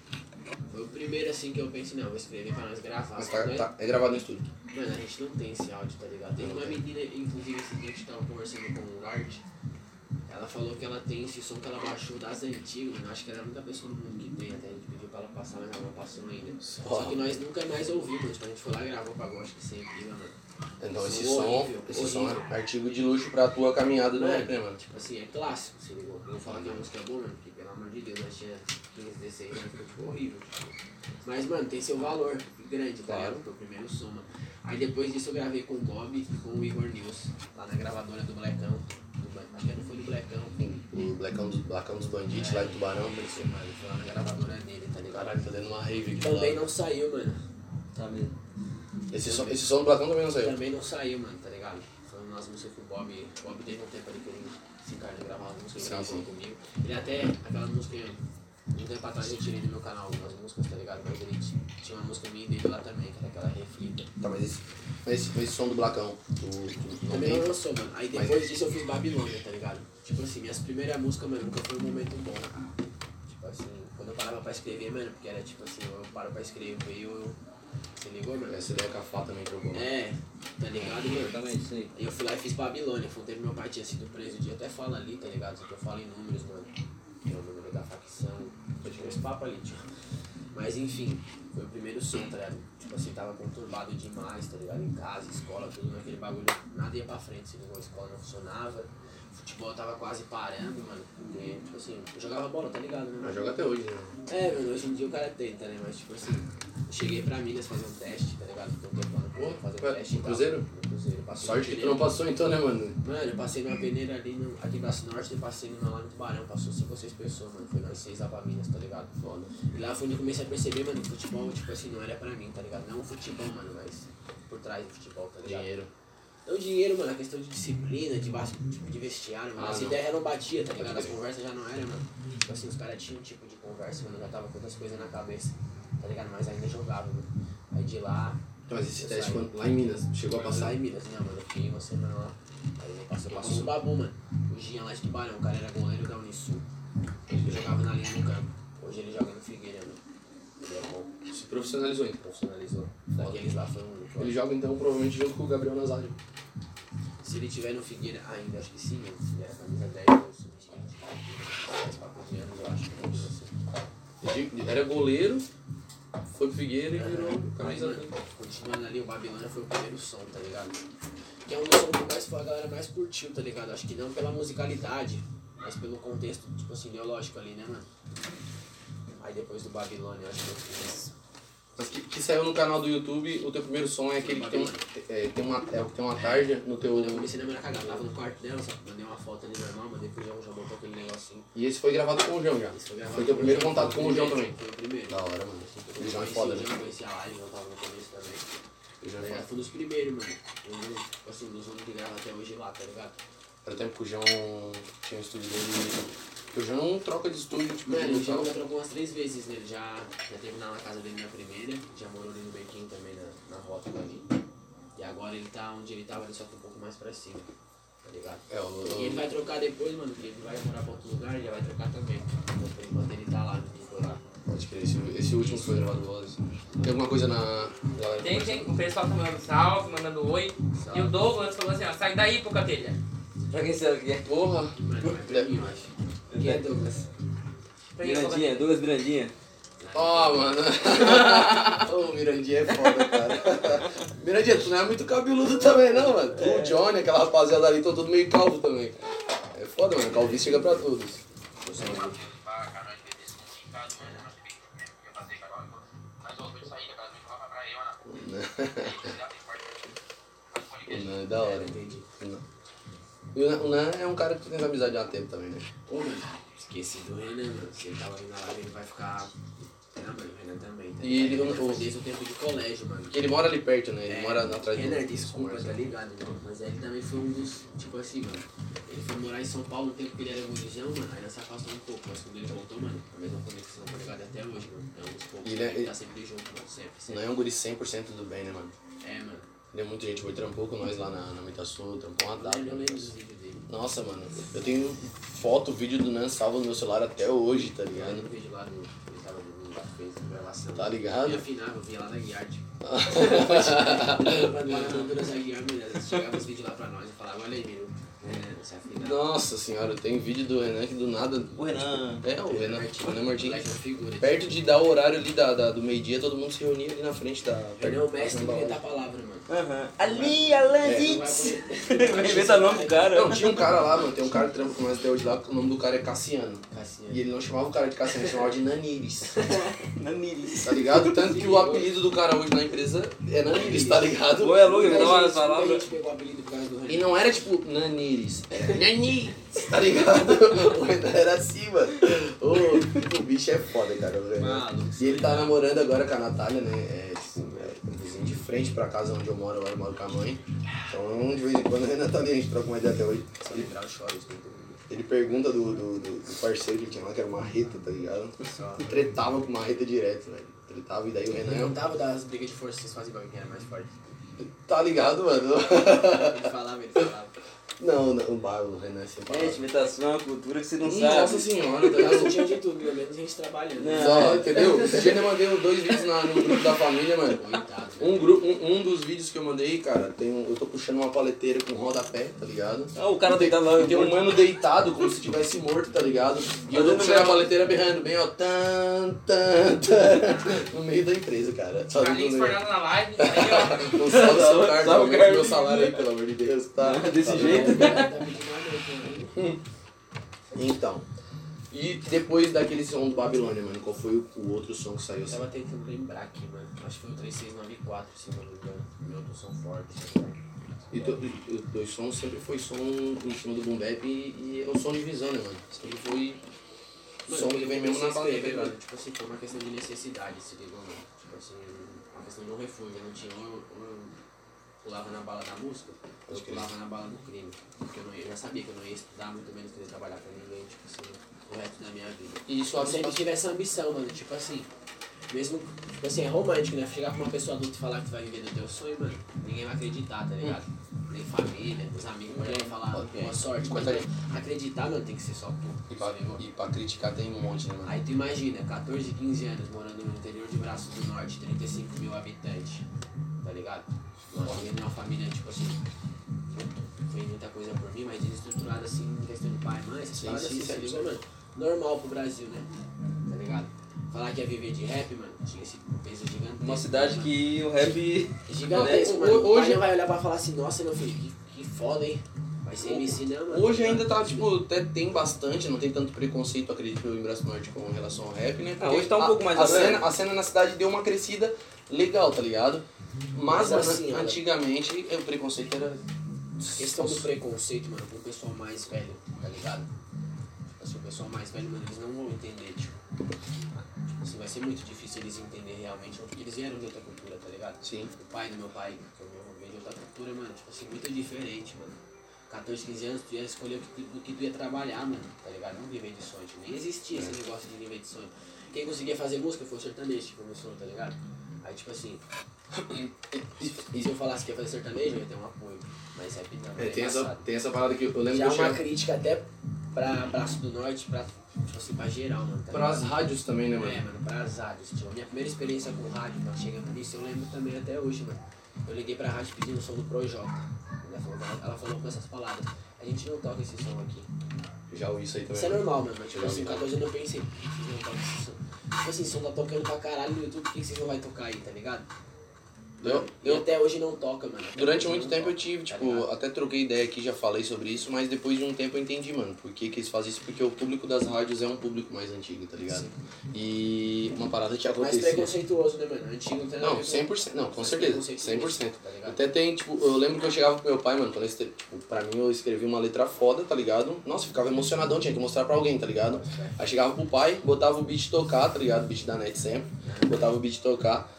S2: foi o primeiro assim que eu pensei, não, eu vou escrever pra nós gravar.
S1: Mas
S2: só que
S1: tá,
S2: nós-
S1: tá- é gravado no estúdio.
S2: Mano, a gente não tem esse áudio, tá ligado? Teve uma menina, inclusive, esse dia que tava conversando com o Lord. Ela falou que ela tem esse som que ela baixou das antigas, mano. Acho que ela é a única pessoa no mundo que tem, até a gente pediu pra ela passar, mas ela não passou ainda. Só que nós nunca mais ouvimos, tipo, a gente foi lá e gravou pra Gosto que sempre, mano.
S1: Então esse
S2: Horrível,
S1: som, esse som
S2: horrível.
S1: é artigo de luxo pra tua caminhada do
S2: Mano,
S1: rap, né, mano?
S2: Tipo assim, é clássico, se ligou? Eu vou falar que a música é boa, mano, porque pelo amor de Deus, nós tinha 15, 16 anos, ficou tipo, horrível. tipo. Mas, mano, tem seu valor grande, tá
S1: Claro.
S2: ligado? Foi o primeiro som, mano. Aí depois disso eu gravei com o Gob e com o Igor News, lá na gravadora do Blackão. Do Bla- Acho que não foi do Blackão.
S1: O Blackão dos, Blackão dos Bandidos lá em Tubarão, tá
S2: Não sei, mano, foi lá na gravadora dele, tá ligado?
S1: caralho, fazendo uma rave aqui do
S2: Também
S1: lado.
S2: não saiu, mano.
S4: Tá mesmo.
S1: Esse som, esse som do Blackão também não saiu.
S2: Também não saiu, mano, tá ligado? Foi umas músicas que o Bob. O Bob teve um tempo ali que ele se encarnou de gravar as músicas,
S1: Sim,
S2: ele gravou
S1: sim.
S2: comigo. Ele até, aquela música, um tempo atrás eu tirei do meu canal algumas músicas, tá ligado? Mas ele t- tinha uma música minha e dele lá também, que era aquela reflita.
S1: Tá, mas esse, mas esse, mas esse som do Blacão, tu, tu não
S2: Também
S1: tem?
S2: não lançou, mano. Aí
S1: Mas-
S2: depois disso eu fiz Babilônia, tá ligado? Tipo assim, minhas primeiras músicas, mano, nunca foi um momento bom. Tipo assim, quando eu parava pra escrever, mano, porque era tipo assim, eu paro pra escrever e eu. Você ligou, mano?
S1: Essa ideia que a Fá também jogou. lá.
S2: É, tá ligado, mano?
S4: Exatamente, isso aí.
S2: Aí eu fui lá e fiz Babilônia, foi um tempo que meu pai tinha sido preso, o dia até fala ali, tá ligado? Só que eu falo em números, mano. Que é o número da facção, eu tinha esse papo ali, tio. Mas enfim, foi o primeiro som, tá ligado? Tipo assim, tava conturbado demais, tá ligado? Em casa, escola, tudo naquele bagulho, nada ia pra frente, se ligou? a escola não funcionava, futebol tava quase parando, mano. Porque, tipo assim, eu jogava bola, tá ligado, né?
S1: Mas joga até hoje, né?
S2: É, mano, hoje em dia o cara tenta, né? Mas tipo assim, eu cheguei pra Minas fazer um teste, tá ligado? Fiquei um tempo lá no Porto, fazer
S1: Ué,
S2: um teste e tal.
S1: Cruzeiro?
S2: No Cruzeiro, passei
S1: Sorte
S2: no
S1: que tu não
S2: peneiro.
S1: passou então, né, mano?
S2: Mano, eu passei numa peneira ali no, aqui em Braço Norte e passei numa lá no Tubarão, passou 5 ou 6 pessoas, mano. Foi nós 6 lá pra Minas, tá ligado? Foda. E lá foi onde eu comecei a perceber, mano, que futebol, tipo assim, não era pra mim, tá ligado? Não o futebol, mano, mas por trás do futebol, tá ligado?
S1: Dinheiro.
S2: Não o dinheiro, mano, a questão de disciplina, de, bas- tipo, de vestiário, mano.
S1: Ah,
S2: As
S1: não.
S2: ideias não batiam, tá ligado?
S1: Pode
S2: As
S1: crer.
S2: conversas já não eram, mano. Tipo assim, os caras tinham um tipo de conversa, mano, já tava com outras coisas na cabeça, tá ligado? Mas ainda jogava, mano. Aí de lá.
S1: Então, mas esse
S2: eu
S1: teste
S2: saí.
S1: quando, lá em Minas, chegou a
S2: Eu
S1: passar?
S2: saí em Minas, né, mano? Eu fiquei uma semana lá. Aí eu passei, passou o Babu, mano. O Gian lá de Tubarão, o cara era goleiro da Unisul. Ele jogava na linha no campo. Hoje ele joga no Figueira, mano. Ele é bom,
S1: Se profissionalizou então.
S2: profissionalizou. Daqueles lá foi um único.
S1: Ele joga então, provavelmente, junto com o Gabriel Nazário.
S2: Se ele tiver no Figueira ainda, acho que sim, né? Se ele era camisa 10 ou sub-20, 10, 14 anos, eu acho que é assim.
S1: Ele era goleiro, foi pro Figueira e virou camisa
S2: Mas,
S1: do-
S2: mano, continuando ali, o Babilônia foi o primeiro som, tá ligado? Que é um dos sons que mais, a galera mais curtiu, tá ligado? Acho que não pela musicalidade, mas pelo contexto, tipo assim, ideológico ali, né, mano? Aí depois do Babilônia, acho que eu fiz.
S1: Mas que, que saiu no canal do YouTube, o teu primeiro som é aquele que tem, um- é, tem uma, é, o que tem uma tarde no teu.
S2: Eu comecei na minha cagada, tava no quarto dela, só que mandei uma foto ali normal, mas depois já, já botou aquele negocinho.
S1: E esse foi gravado com o João já.
S2: Isso foi gravado.
S1: Foi teu primeiro contato com o João também.
S2: Foi o primeiro.
S1: Da hora, mano. O
S2: Eu
S1: João é
S2: conheci
S1: foda,
S2: o
S1: né?
S2: João, conheci a Alice, eu tava no começo também.
S1: O João
S2: Tá
S1: é
S2: ligado?
S1: foda.
S2: Foi um dos primeiros, mano. Um dos, tipo assim, dos homens que grava até hoje lá, tá ligado?
S1: Era o tempo que o João tinha um estúdio dele. tipo, O João troca de estúdio, tipo,
S2: Mano,
S1: de
S2: o João
S1: local.
S2: já trocou umas três vezes nele. Já, já teve na casa dele na primeira, já morou ali no Bequim também, na, na rota ali. E agora ele tá onde ele tava, ele só que um pouco mais pra cima, tá ligado?
S1: É, o,
S2: E ele vai trocar depois, mano, porque ele vai morar pra outro lugar e já vai trocar também. Então por enquanto ele tá lá, ele ficou lá.
S1: Pode crer, esse, esse último que foi gravado Wallace. Tem alguma coisa na. Galera,
S7: Tem, tem. O pessoal tá mandando salve, mandando oi. E o Douglas falou assim, ó, sai daí, Pocatelha.
S4: Pra quem sabe o que é?
S1: Porra!
S2: Mano, vai pra mim, eu acho.
S4: Quem é
S2: Douglas?
S7: Pra quem sabe.
S4: Mirandinha, duas Mirandinha.
S1: Ó,
S2: [LAUGHS]
S1: mano. Ô, o Mirandinha é foda, cara. Mirandinha, tu não é muito cabeludo também, não, mano. Tu,
S2: É.
S1: o Johnny, aquela rapaziada ali, tô todo meio calvo também. É foda, mano. Calvície chega pra todos.
S7: assim, "Ah, tá né,
S1: O Nan é da hora,
S2: Entendi.
S1: O Nan. E o Nan- o Nan é um cara que tu tens amizade há tempo também, né?
S2: Pô, mano, esqueci do Renan, mano. Se ele tava ali na live, ele vai ficar. Não, mano, o Renan também. Tá
S1: E
S2: ligado?
S1: ele-
S2: foi desde o tempo de colégio, mano.
S1: Porque ele mora ali perto, né? Ele
S2: É,
S1: mora atrás do. né?
S2: Renner, desculpa, tá ligado, mano? Mas ele também foi um dos. Tipo assim, mano. Ele foi morar em São Paulo no tempo que ele era gurizão, mano. Aí nós se afastou um pouco. Mas quando ele voltou, mano, a mesma conexão, tá ligado? Até hoje, mano. É um dos poucos.
S1: E ele
S2: Ele,
S1: é-
S2: tá sempre junto, mano. Sempre,
S1: Não
S2: sempre.
S1: é um guri 100% do bem, né, mano?
S2: É, mano.
S1: Deu muita gente, foi trampou com nós lá na, na Mitaçu, trampou uma
S2: Eu
S1: data.
S2: lembro, eu lembro dos vídeos dele. tá
S1: Nossa, mano, eu tenho foto, vídeo do Nan salvo no meu celular até hoje, tá
S2: Eu lembro
S1: ligado?
S2: do vídeo lá no. Ele tava no lugar fez a gravação.
S1: Tá
S2: Eu me
S1: ligado? [LAUGHS]
S2: afinava, eu via lá na tipo, Guiard. Quando lá na Honduras, a Guiard, mano, chegava os vídeos lá pra nós e falava: Olha aí, meu. É, se afinava.
S1: Nossa senhora, tem vídeo do Renan que do nada.
S4: O Renan.
S1: É, o Renan, o Renan
S2: Moleque é
S1: Martins.
S2: uma figura.
S1: Perto de dar o horário ali da, da- do meio-dia, todo mundo se reunia ali na frente da.
S2: Ele é o mestre
S1: da-
S2: em inventar palavra, mano.
S4: Aham. Ali, [LAUGHS] Alanzitz. Inventa nome do cara. né?
S1: Não, tinha um cara lá, mano, tem um cara que trampa com nós até hoje lá, que o nome do cara é Cassiano. E
S2: Cassinha.
S1: ele não chamava o cara de Cassiano, ele chamava de Naniris.
S4: Naniris.
S1: Tá ligado? Tanto que o apelido do cara hoje na empresa é Naniris, tá ligado?
S4: Oi, alô, eu vou dar uma
S2: A
S4: palavra.
S2: gente pegou o apelido por causa do
S1: E
S2: Renan.
S1: não era tipo Naniris, era Naniris, tá ligado? O Renan era assim, mano. Ô, o bicho é foda, cara. o Renan.
S2: Maluco.
S1: E ele tá namorando agora com a Natália, né? É, tipo, é vizinho de frente pra casa onde eu moro, agora eu moro com a mãe. Então, de vez em quando, o Renan tá ali, a gente troca uma ideia até hoje.
S2: Só
S1: Ele,
S2: lembrar, eu choro. isso tudo.
S1: ele pergunta do, do, do- do parceiro que ele tinha lá, que era o Marreta, tá ligado?
S2: Só.
S1: E tretava com o Marreta direto, velho. Tretava, e daí o
S2: Eu não
S1: Renan,
S2: tava das brigas de força que vocês fazem pra quem era mais [LAUGHS] forte.
S1: tá ligado, mano? [LAUGHS]
S2: Ele falava, ele falava.
S1: Não, não, o bar, o Renan é sem palavra.
S4: Gente, imitação é uma cultura que você não
S1: Nossa
S4: sabe.
S1: senhora, tá ligado?
S2: Nós tinha de tudo, pelo menos a gente trabalhando.
S4: Não.
S1: [LAUGHS] Só, entendeu? [LAUGHS] Esse dia eu mandei os dois vídeos na- no grupo da família, mano.
S2: Coitado.
S1: Um, grupo, um, um dos vídeos que eu mandei, cara, tem um, eu tô puxando uma paleteira com rodapé, tá ligado?
S4: Ah, o cara
S1: E tem,
S4: deitado lá,
S1: e tem um mano deitado como se tivesse morto, tá ligado? E eu tô puxando a paleteira berrando bem, ó. Tan, tan, tan, [LAUGHS] no meio da empresa, cara. Só
S7: Carlinhos
S1: digo no meio.
S7: Fernando na live,
S1: [LAUGHS]
S7: aí, ó.
S1: Não salve o seu
S4: Salve,
S1: cargo,
S4: salve,
S1: aumenta meu
S4: Carlinhos.
S1: salário aí, pelo amor de Deus, tá?
S4: Desse
S1: Tá
S4: jeito?
S2: Tá pedindo uma noite, né?
S1: Então. E depois daquele som do Babilônia, mano, qual foi o, o outro som que saiu
S2: Eu
S1: assim?
S2: tava tentando lembrar aqui, mano. Acho que foi o 3694, se eu não me engano. Meu, eu sou forte. sei lá.
S1: E to- e- e os dois sons sempre foi som em cima do boom bap e, e é o som de visão, né, mano? Sempre foi som que vem mesmo na baleia, tá
S4: né?
S1: ligado?
S2: Tipo assim, foi uma questão de necessidade, se ligou, mano? Tipo assim, uma questão de um refúgio. Eu não tinha, ou eu, ou eu pulava na bala da música, ou eu
S1: Pode crer.
S2: pulava na bala do crime. Porque eu, não, ia- eu já sabia que eu não ia estudar, muito menos querer trabalhar pra ninguém, tipo assim, o resto da minha vida. Tipo,
S1: E isso
S2: Só que
S1: abre
S2: sempre
S1: espaço.
S2: tive essa ambição, mano, tipo assim. Mesmo, tipo assim, é romântico, né? Chegar pra uma pessoa adulta e falar que tu vai viver do teu sonho, mano, ninguém vai acreditar, tá ligado? Nem família, os amigos, vai lá e falar,
S1: Ok.
S2: boa sorte. Mas
S1: Conta
S2: acreditar, mano, tem que ser só tu.
S1: E pra,
S2: se ligou?
S1: e pra criticar tem um monte, né, mano?
S2: Aí tu imagina, 14, 15 anos morando no interior de Braço do Norte, 35 mil habitantes, tá ligado? Morando numa família, tipo assim, foi muita coisa por mim, mas desestruturada assim, em questão de pai e mãe, essas
S1: Sim,
S2: paradas
S1: sim,
S2: assim,
S1: certo,
S2: se ligou,
S1: certo.
S2: mano? Normal pro Brasil, né? Tá ligado? Falar que ia viver de rap, mano, tinha esse peso gigante,
S4: Uma cidade que o rap.
S2: Gigantesco,
S1: Não,
S2: mano.
S1: ho- hoje-
S2: Hoje vai olhar pra falar assim, nossa, meu filho, que, que foda, hein? Vai ser MC, né, mano?
S1: Hoje ainda tá, tipo, até tem bastante, não tem tanto preconceito, acredito, em Braço Norte com relação ao rap,
S2: É,
S1: né? Porque
S4: hoje tá um
S1: a-
S4: pouco mais
S1: a
S4: aberto.
S1: cena, a cena na cidade deu uma crescida legal, tá ligado? Mas,
S2: Mas
S1: mano,
S2: assim, olha-
S1: antigamente é, o preconceito era.
S2: A questão do preconceito, mano, pro pessoal mais velho, tá ligado? Se o pessoal mais velho, mano, eles não vão entender, tipo. Assim, vai ser muito difícil eles entenderem realmente, porque eles vieram de outra cultura, tá ligado?
S1: Sim.
S2: O pai do meu pai, que é o meu avô, veio de outra cultura, mano, tipo assim, muito diferente, mano. 14, 15 anos, tu ia escolher o que, tu- o que tu ia trabalhar, mano, tá ligado? Não viver de sonho, tipo, nem existia
S1: É.
S2: esse negócio de viver de sonho. Quem conseguia fazer música foi o sertanejo, tipo, começou, tá ligado? Aí, tipo assim, [COUGHS] e se eu falasse que ia fazer sertanejo, eu ia ter um apoio, mas rap não,
S1: É,
S2: é
S1: tem, essa,
S2: embaçado.
S1: tem essa parada que eu lembro
S2: Já é
S1: que eu
S2: uma
S1: tinha.
S2: crítica até pra Braço do Norte, pra, tipo assim, pra geral, mano. Tá
S1: Pras
S2: ligado?
S1: rádios também, né,
S2: É,
S1: mano?
S2: mano, pras rádios. Tipo, a minha primeira experiência com rádio, mano, chegando nisso, eu lembro também até hoje, mano. Eu liguei pra rádio pedindo o som do Projota. Ela falou, ela falou com essas palavras. A gente não toca esse som aqui.
S1: Já ouvi isso aí
S2: Isso é
S1: também.
S2: normal, mano. Mas, tipo assim, com 14 anos eu pensei, por que vocês não tocam esse som? Tipo assim, o som tá tocando pra caralho no YouTube, por que vocês não vai tocar aí, tá ligado?
S1: Eu,
S2: E
S1: eu,
S2: até hoje não toca, mano. Até
S1: É. durante
S2: hoje
S1: muito
S2: não
S1: tempo eu
S2: toca,
S1: tive,
S2: tá
S1: tipo,
S2: ligado?
S1: até troquei ideia aqui, já falei sobre isso, mas depois de um tempo eu entendi, mano, por que, que eles fazem isso, porque o público das rádios é um público mais antigo, tá ligado? E uma parada que
S2: mais
S1: acontecia.
S2: preconceituoso, né, mano? Antigo tem nada a
S1: Não,
S2: ver com-
S1: 100%, não, com
S2: mais
S1: certeza,
S2: preconceituoso,
S1: 100%.
S2: Tá ligado?
S1: Até tem, tipo, eu lembro que eu chegava pro meu pai, mano, quando eu, escre- tipo, pra mim eu escrevi uma letra foda, tá ligado? Nossa, eu ficava emocionadão, tinha que mostrar pra alguém, tá ligado? Aí chegava pro pai, botava o beat tocar, tá ligado? Beat da net sempre, botava o beat tocar.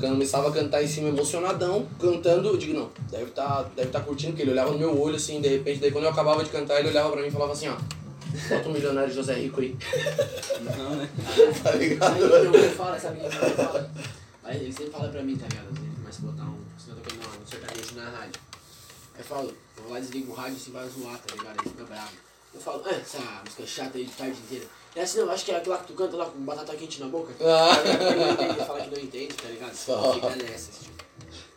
S1: Começava a cantar em cima emocionadamente cantando, eu digo, não, deve tá, deve tá curtindo, porque ele olhava no meu olho assim, de repente, daí quando eu acabava de cantar, ele olhava pra mim e falava assim, ó, bota um milionário José Rico aí. tá ligado?
S2: Aí meu irmão fala, sabe o que meu irmão fala? Aí ele sempre fala pra mim, tá ligado? Ele começa a botar um. Se eu tô tocando um sertanejo na rádio. Aí eu falo, eu vou lá, desligo o rádio e você vai zoar, tá ligado? Ele fica bravo. Eu falo, ah, essa música chata aí de tarde inteira. É assim, não, acho que é aquela que tu canta lá com batata quente na boca.
S1: Ah.
S2: Ele não entende, ele fala que não entende, tá ligado?
S1: Só.
S2: Fica nessa, esse tipo,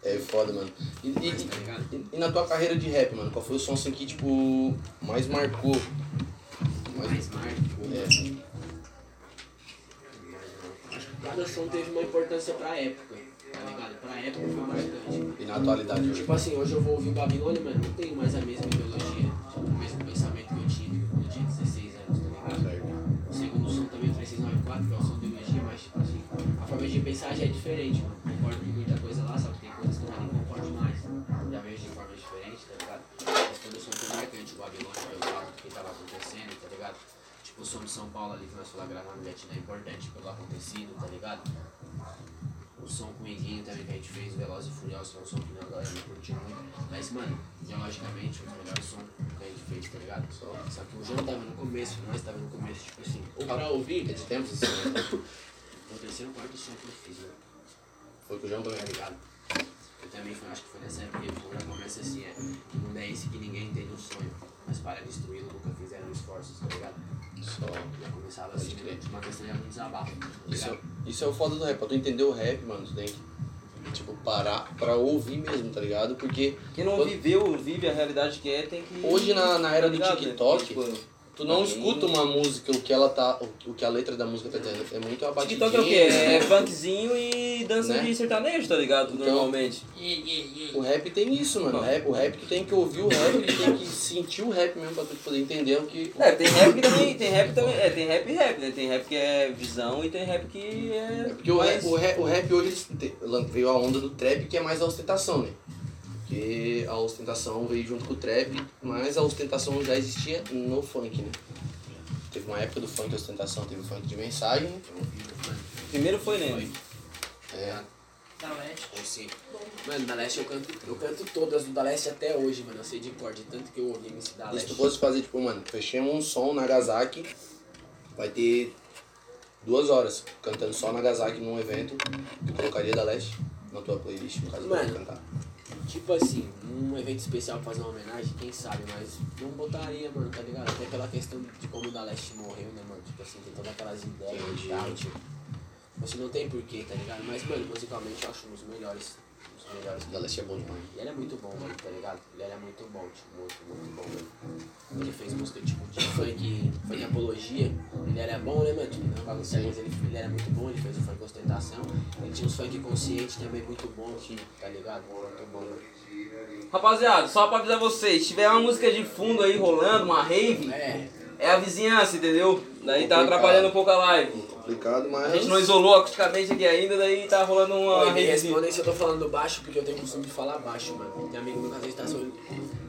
S1: É foda, mano. E, e-
S2: tá ligado?
S1: E, e na tua carreira de rap, mano, qual foi o som assim que, tipo, mais marcou? Mais...
S2: Mais marca.
S1: É,
S2: Cada som teve uma importância pra época, tá ligado? Pra época foi marcante.
S1: e na atualidade hoje.
S2: Tipo assim, hoje eu vou ouvir Babilônia, mano, não tenho mais a mesma ideologia, tipo, o mesmo pensamento que eu tive quando eu tinha 16 anos, tá
S1: Ah,
S2: ligado? O segundo som também, o 3694, que é o som do MG, mas tipo assim, a forma de pensar já é diferente, mano. Concordo com muita coisa lá, só que tem coisas que eu não concordo mais. Já vejo de forma diferente, tá ligado? Mas todo som foi marcante, o Babilônia, pelo fato do que tava acontecendo, tá ligado? Tipo, o som de São Paulo ali que nós falamos gravar no Vietnã é importante pelo acontecido, tá ligado? O som com o Iguinho também que a gente fez, o Veloz e Furioso, que é um som que não, a galera não curtiu muito. Mas, mano, ideologicamente, um foi o melhor som que a gente fez, tá ligado? Só, só que o João tava no começo, nós tava no começo, tipo assim, ou pra
S1: É
S2: ouvir,
S1: de tempos assim, né?
S2: foi É o terceiro ou quarto som que eu fiz, mano,
S1: Foi com o João também.
S2: tá ligado? Eu também foi, acho que foi nessa época que o programa começa assim, é, que mundo é esse que ninguém tem um sonho, mas para destruí-lo nunca fizeram esforços, tá ligado?
S1: Só.
S2: Já começava
S1: Pode
S2: assim,
S1: crer.
S2: uma questão de algum desabafo, tá ligado?
S1: Isso, é- isso é o foda do rap, pra tu entender o rap, mano, tu tem que, tipo, parar pra ouvir mesmo, tá ligado? Porque
S4: Quem não viveu, vive a realidade que é, tem que.
S1: Hoje, na- na era do
S4: Tá ligado, né?
S1: TikTok, tu não
S4: Sim.
S1: escuta uma música, o que ela tá, o- o que a letra da música tá dizendo. É muito abadidinha.
S4: TikTok é o quê? É funkzinho e dança
S1: Né?
S4: de sertanejo, tá ligado?
S1: Então-
S4: Normalmente.
S1: O rap tem isso, mano. O rap, o rap tu tem que ouvir o rap, tu tem que sentir o rap mesmo pra tu poder entender o que.
S4: É, tem rap que também, tem [LAUGHS] rap também, é, tem rap e rap, né? Tem rap que é visão e tem rap que é...
S1: É porque o, rap, o, rap, o rap hoje te- lan- veio a onda do trap que é mais a ostentação, né? Porque a ostentação veio junto com o trap, mas a ostentação já existia no funk, né? Teve uma época do funk de ostentação, teve o funk de mensagem. né?
S4: Primeiro foi, né?
S1: É,
S7: Da Leste.
S2: Eu sei. Mano, da Leste eu canto, eu canto todas do da Leste até hoje, mano. Eu sei de cor, de tanto que eu ouvi MC da
S1: e se
S2: Leste.
S1: tu fosse fazer, tipo, mano, fechemos um som Nagasaki, vai ter duas horas cantando só Nagasaki num evento, tu colocaria da leste na tua playlist, no caso, pra
S2: Mano.
S1: cantar.
S2: Tipo assim, num evento especial pra fazer uma homenagem, quem sabe, mas não botaria, mano, tá ligado? Até pela questão de como o da Leste morreu, né, mano? Tipo assim, tem todas aquelas ideias e tal, tipo. Você não tem porquê, tá ligado? Mas, mano, musicalmente eu acho um dos melhores. Um dos melhores.
S1: O Leste é bom demais.
S2: E ele é muito bom, mano, tá ligado? Ele é muito bom, tipo, muito, muito bom, mano. Ele fez música, tipo, de funk, funk apologia. Ele era bom, né, mano? Tipo, não bagunça, mas ele, ele era muito bom, ele fez o funk ostentação. Ele tinha uns funk consciente também muito bom, tá ligado? Muito bom, né? mano.
S4: Rapaziada, só pra avisar vocês, se tiver uma música de fundo aí rolando, uma rave,
S2: É,
S4: é a vizinhança, entendeu? Daí tá atrapalhando um pouco a live.
S1: Complicado, mas.
S4: A gente não isolou acusticamente aqui ainda, daí tá rolando uma
S2: Olha, me
S4: rave.
S2: respondem se eu tô falando baixo, porque eu tenho o costume de falar baixo, mano. Tem amigo meu que às vezes tá só...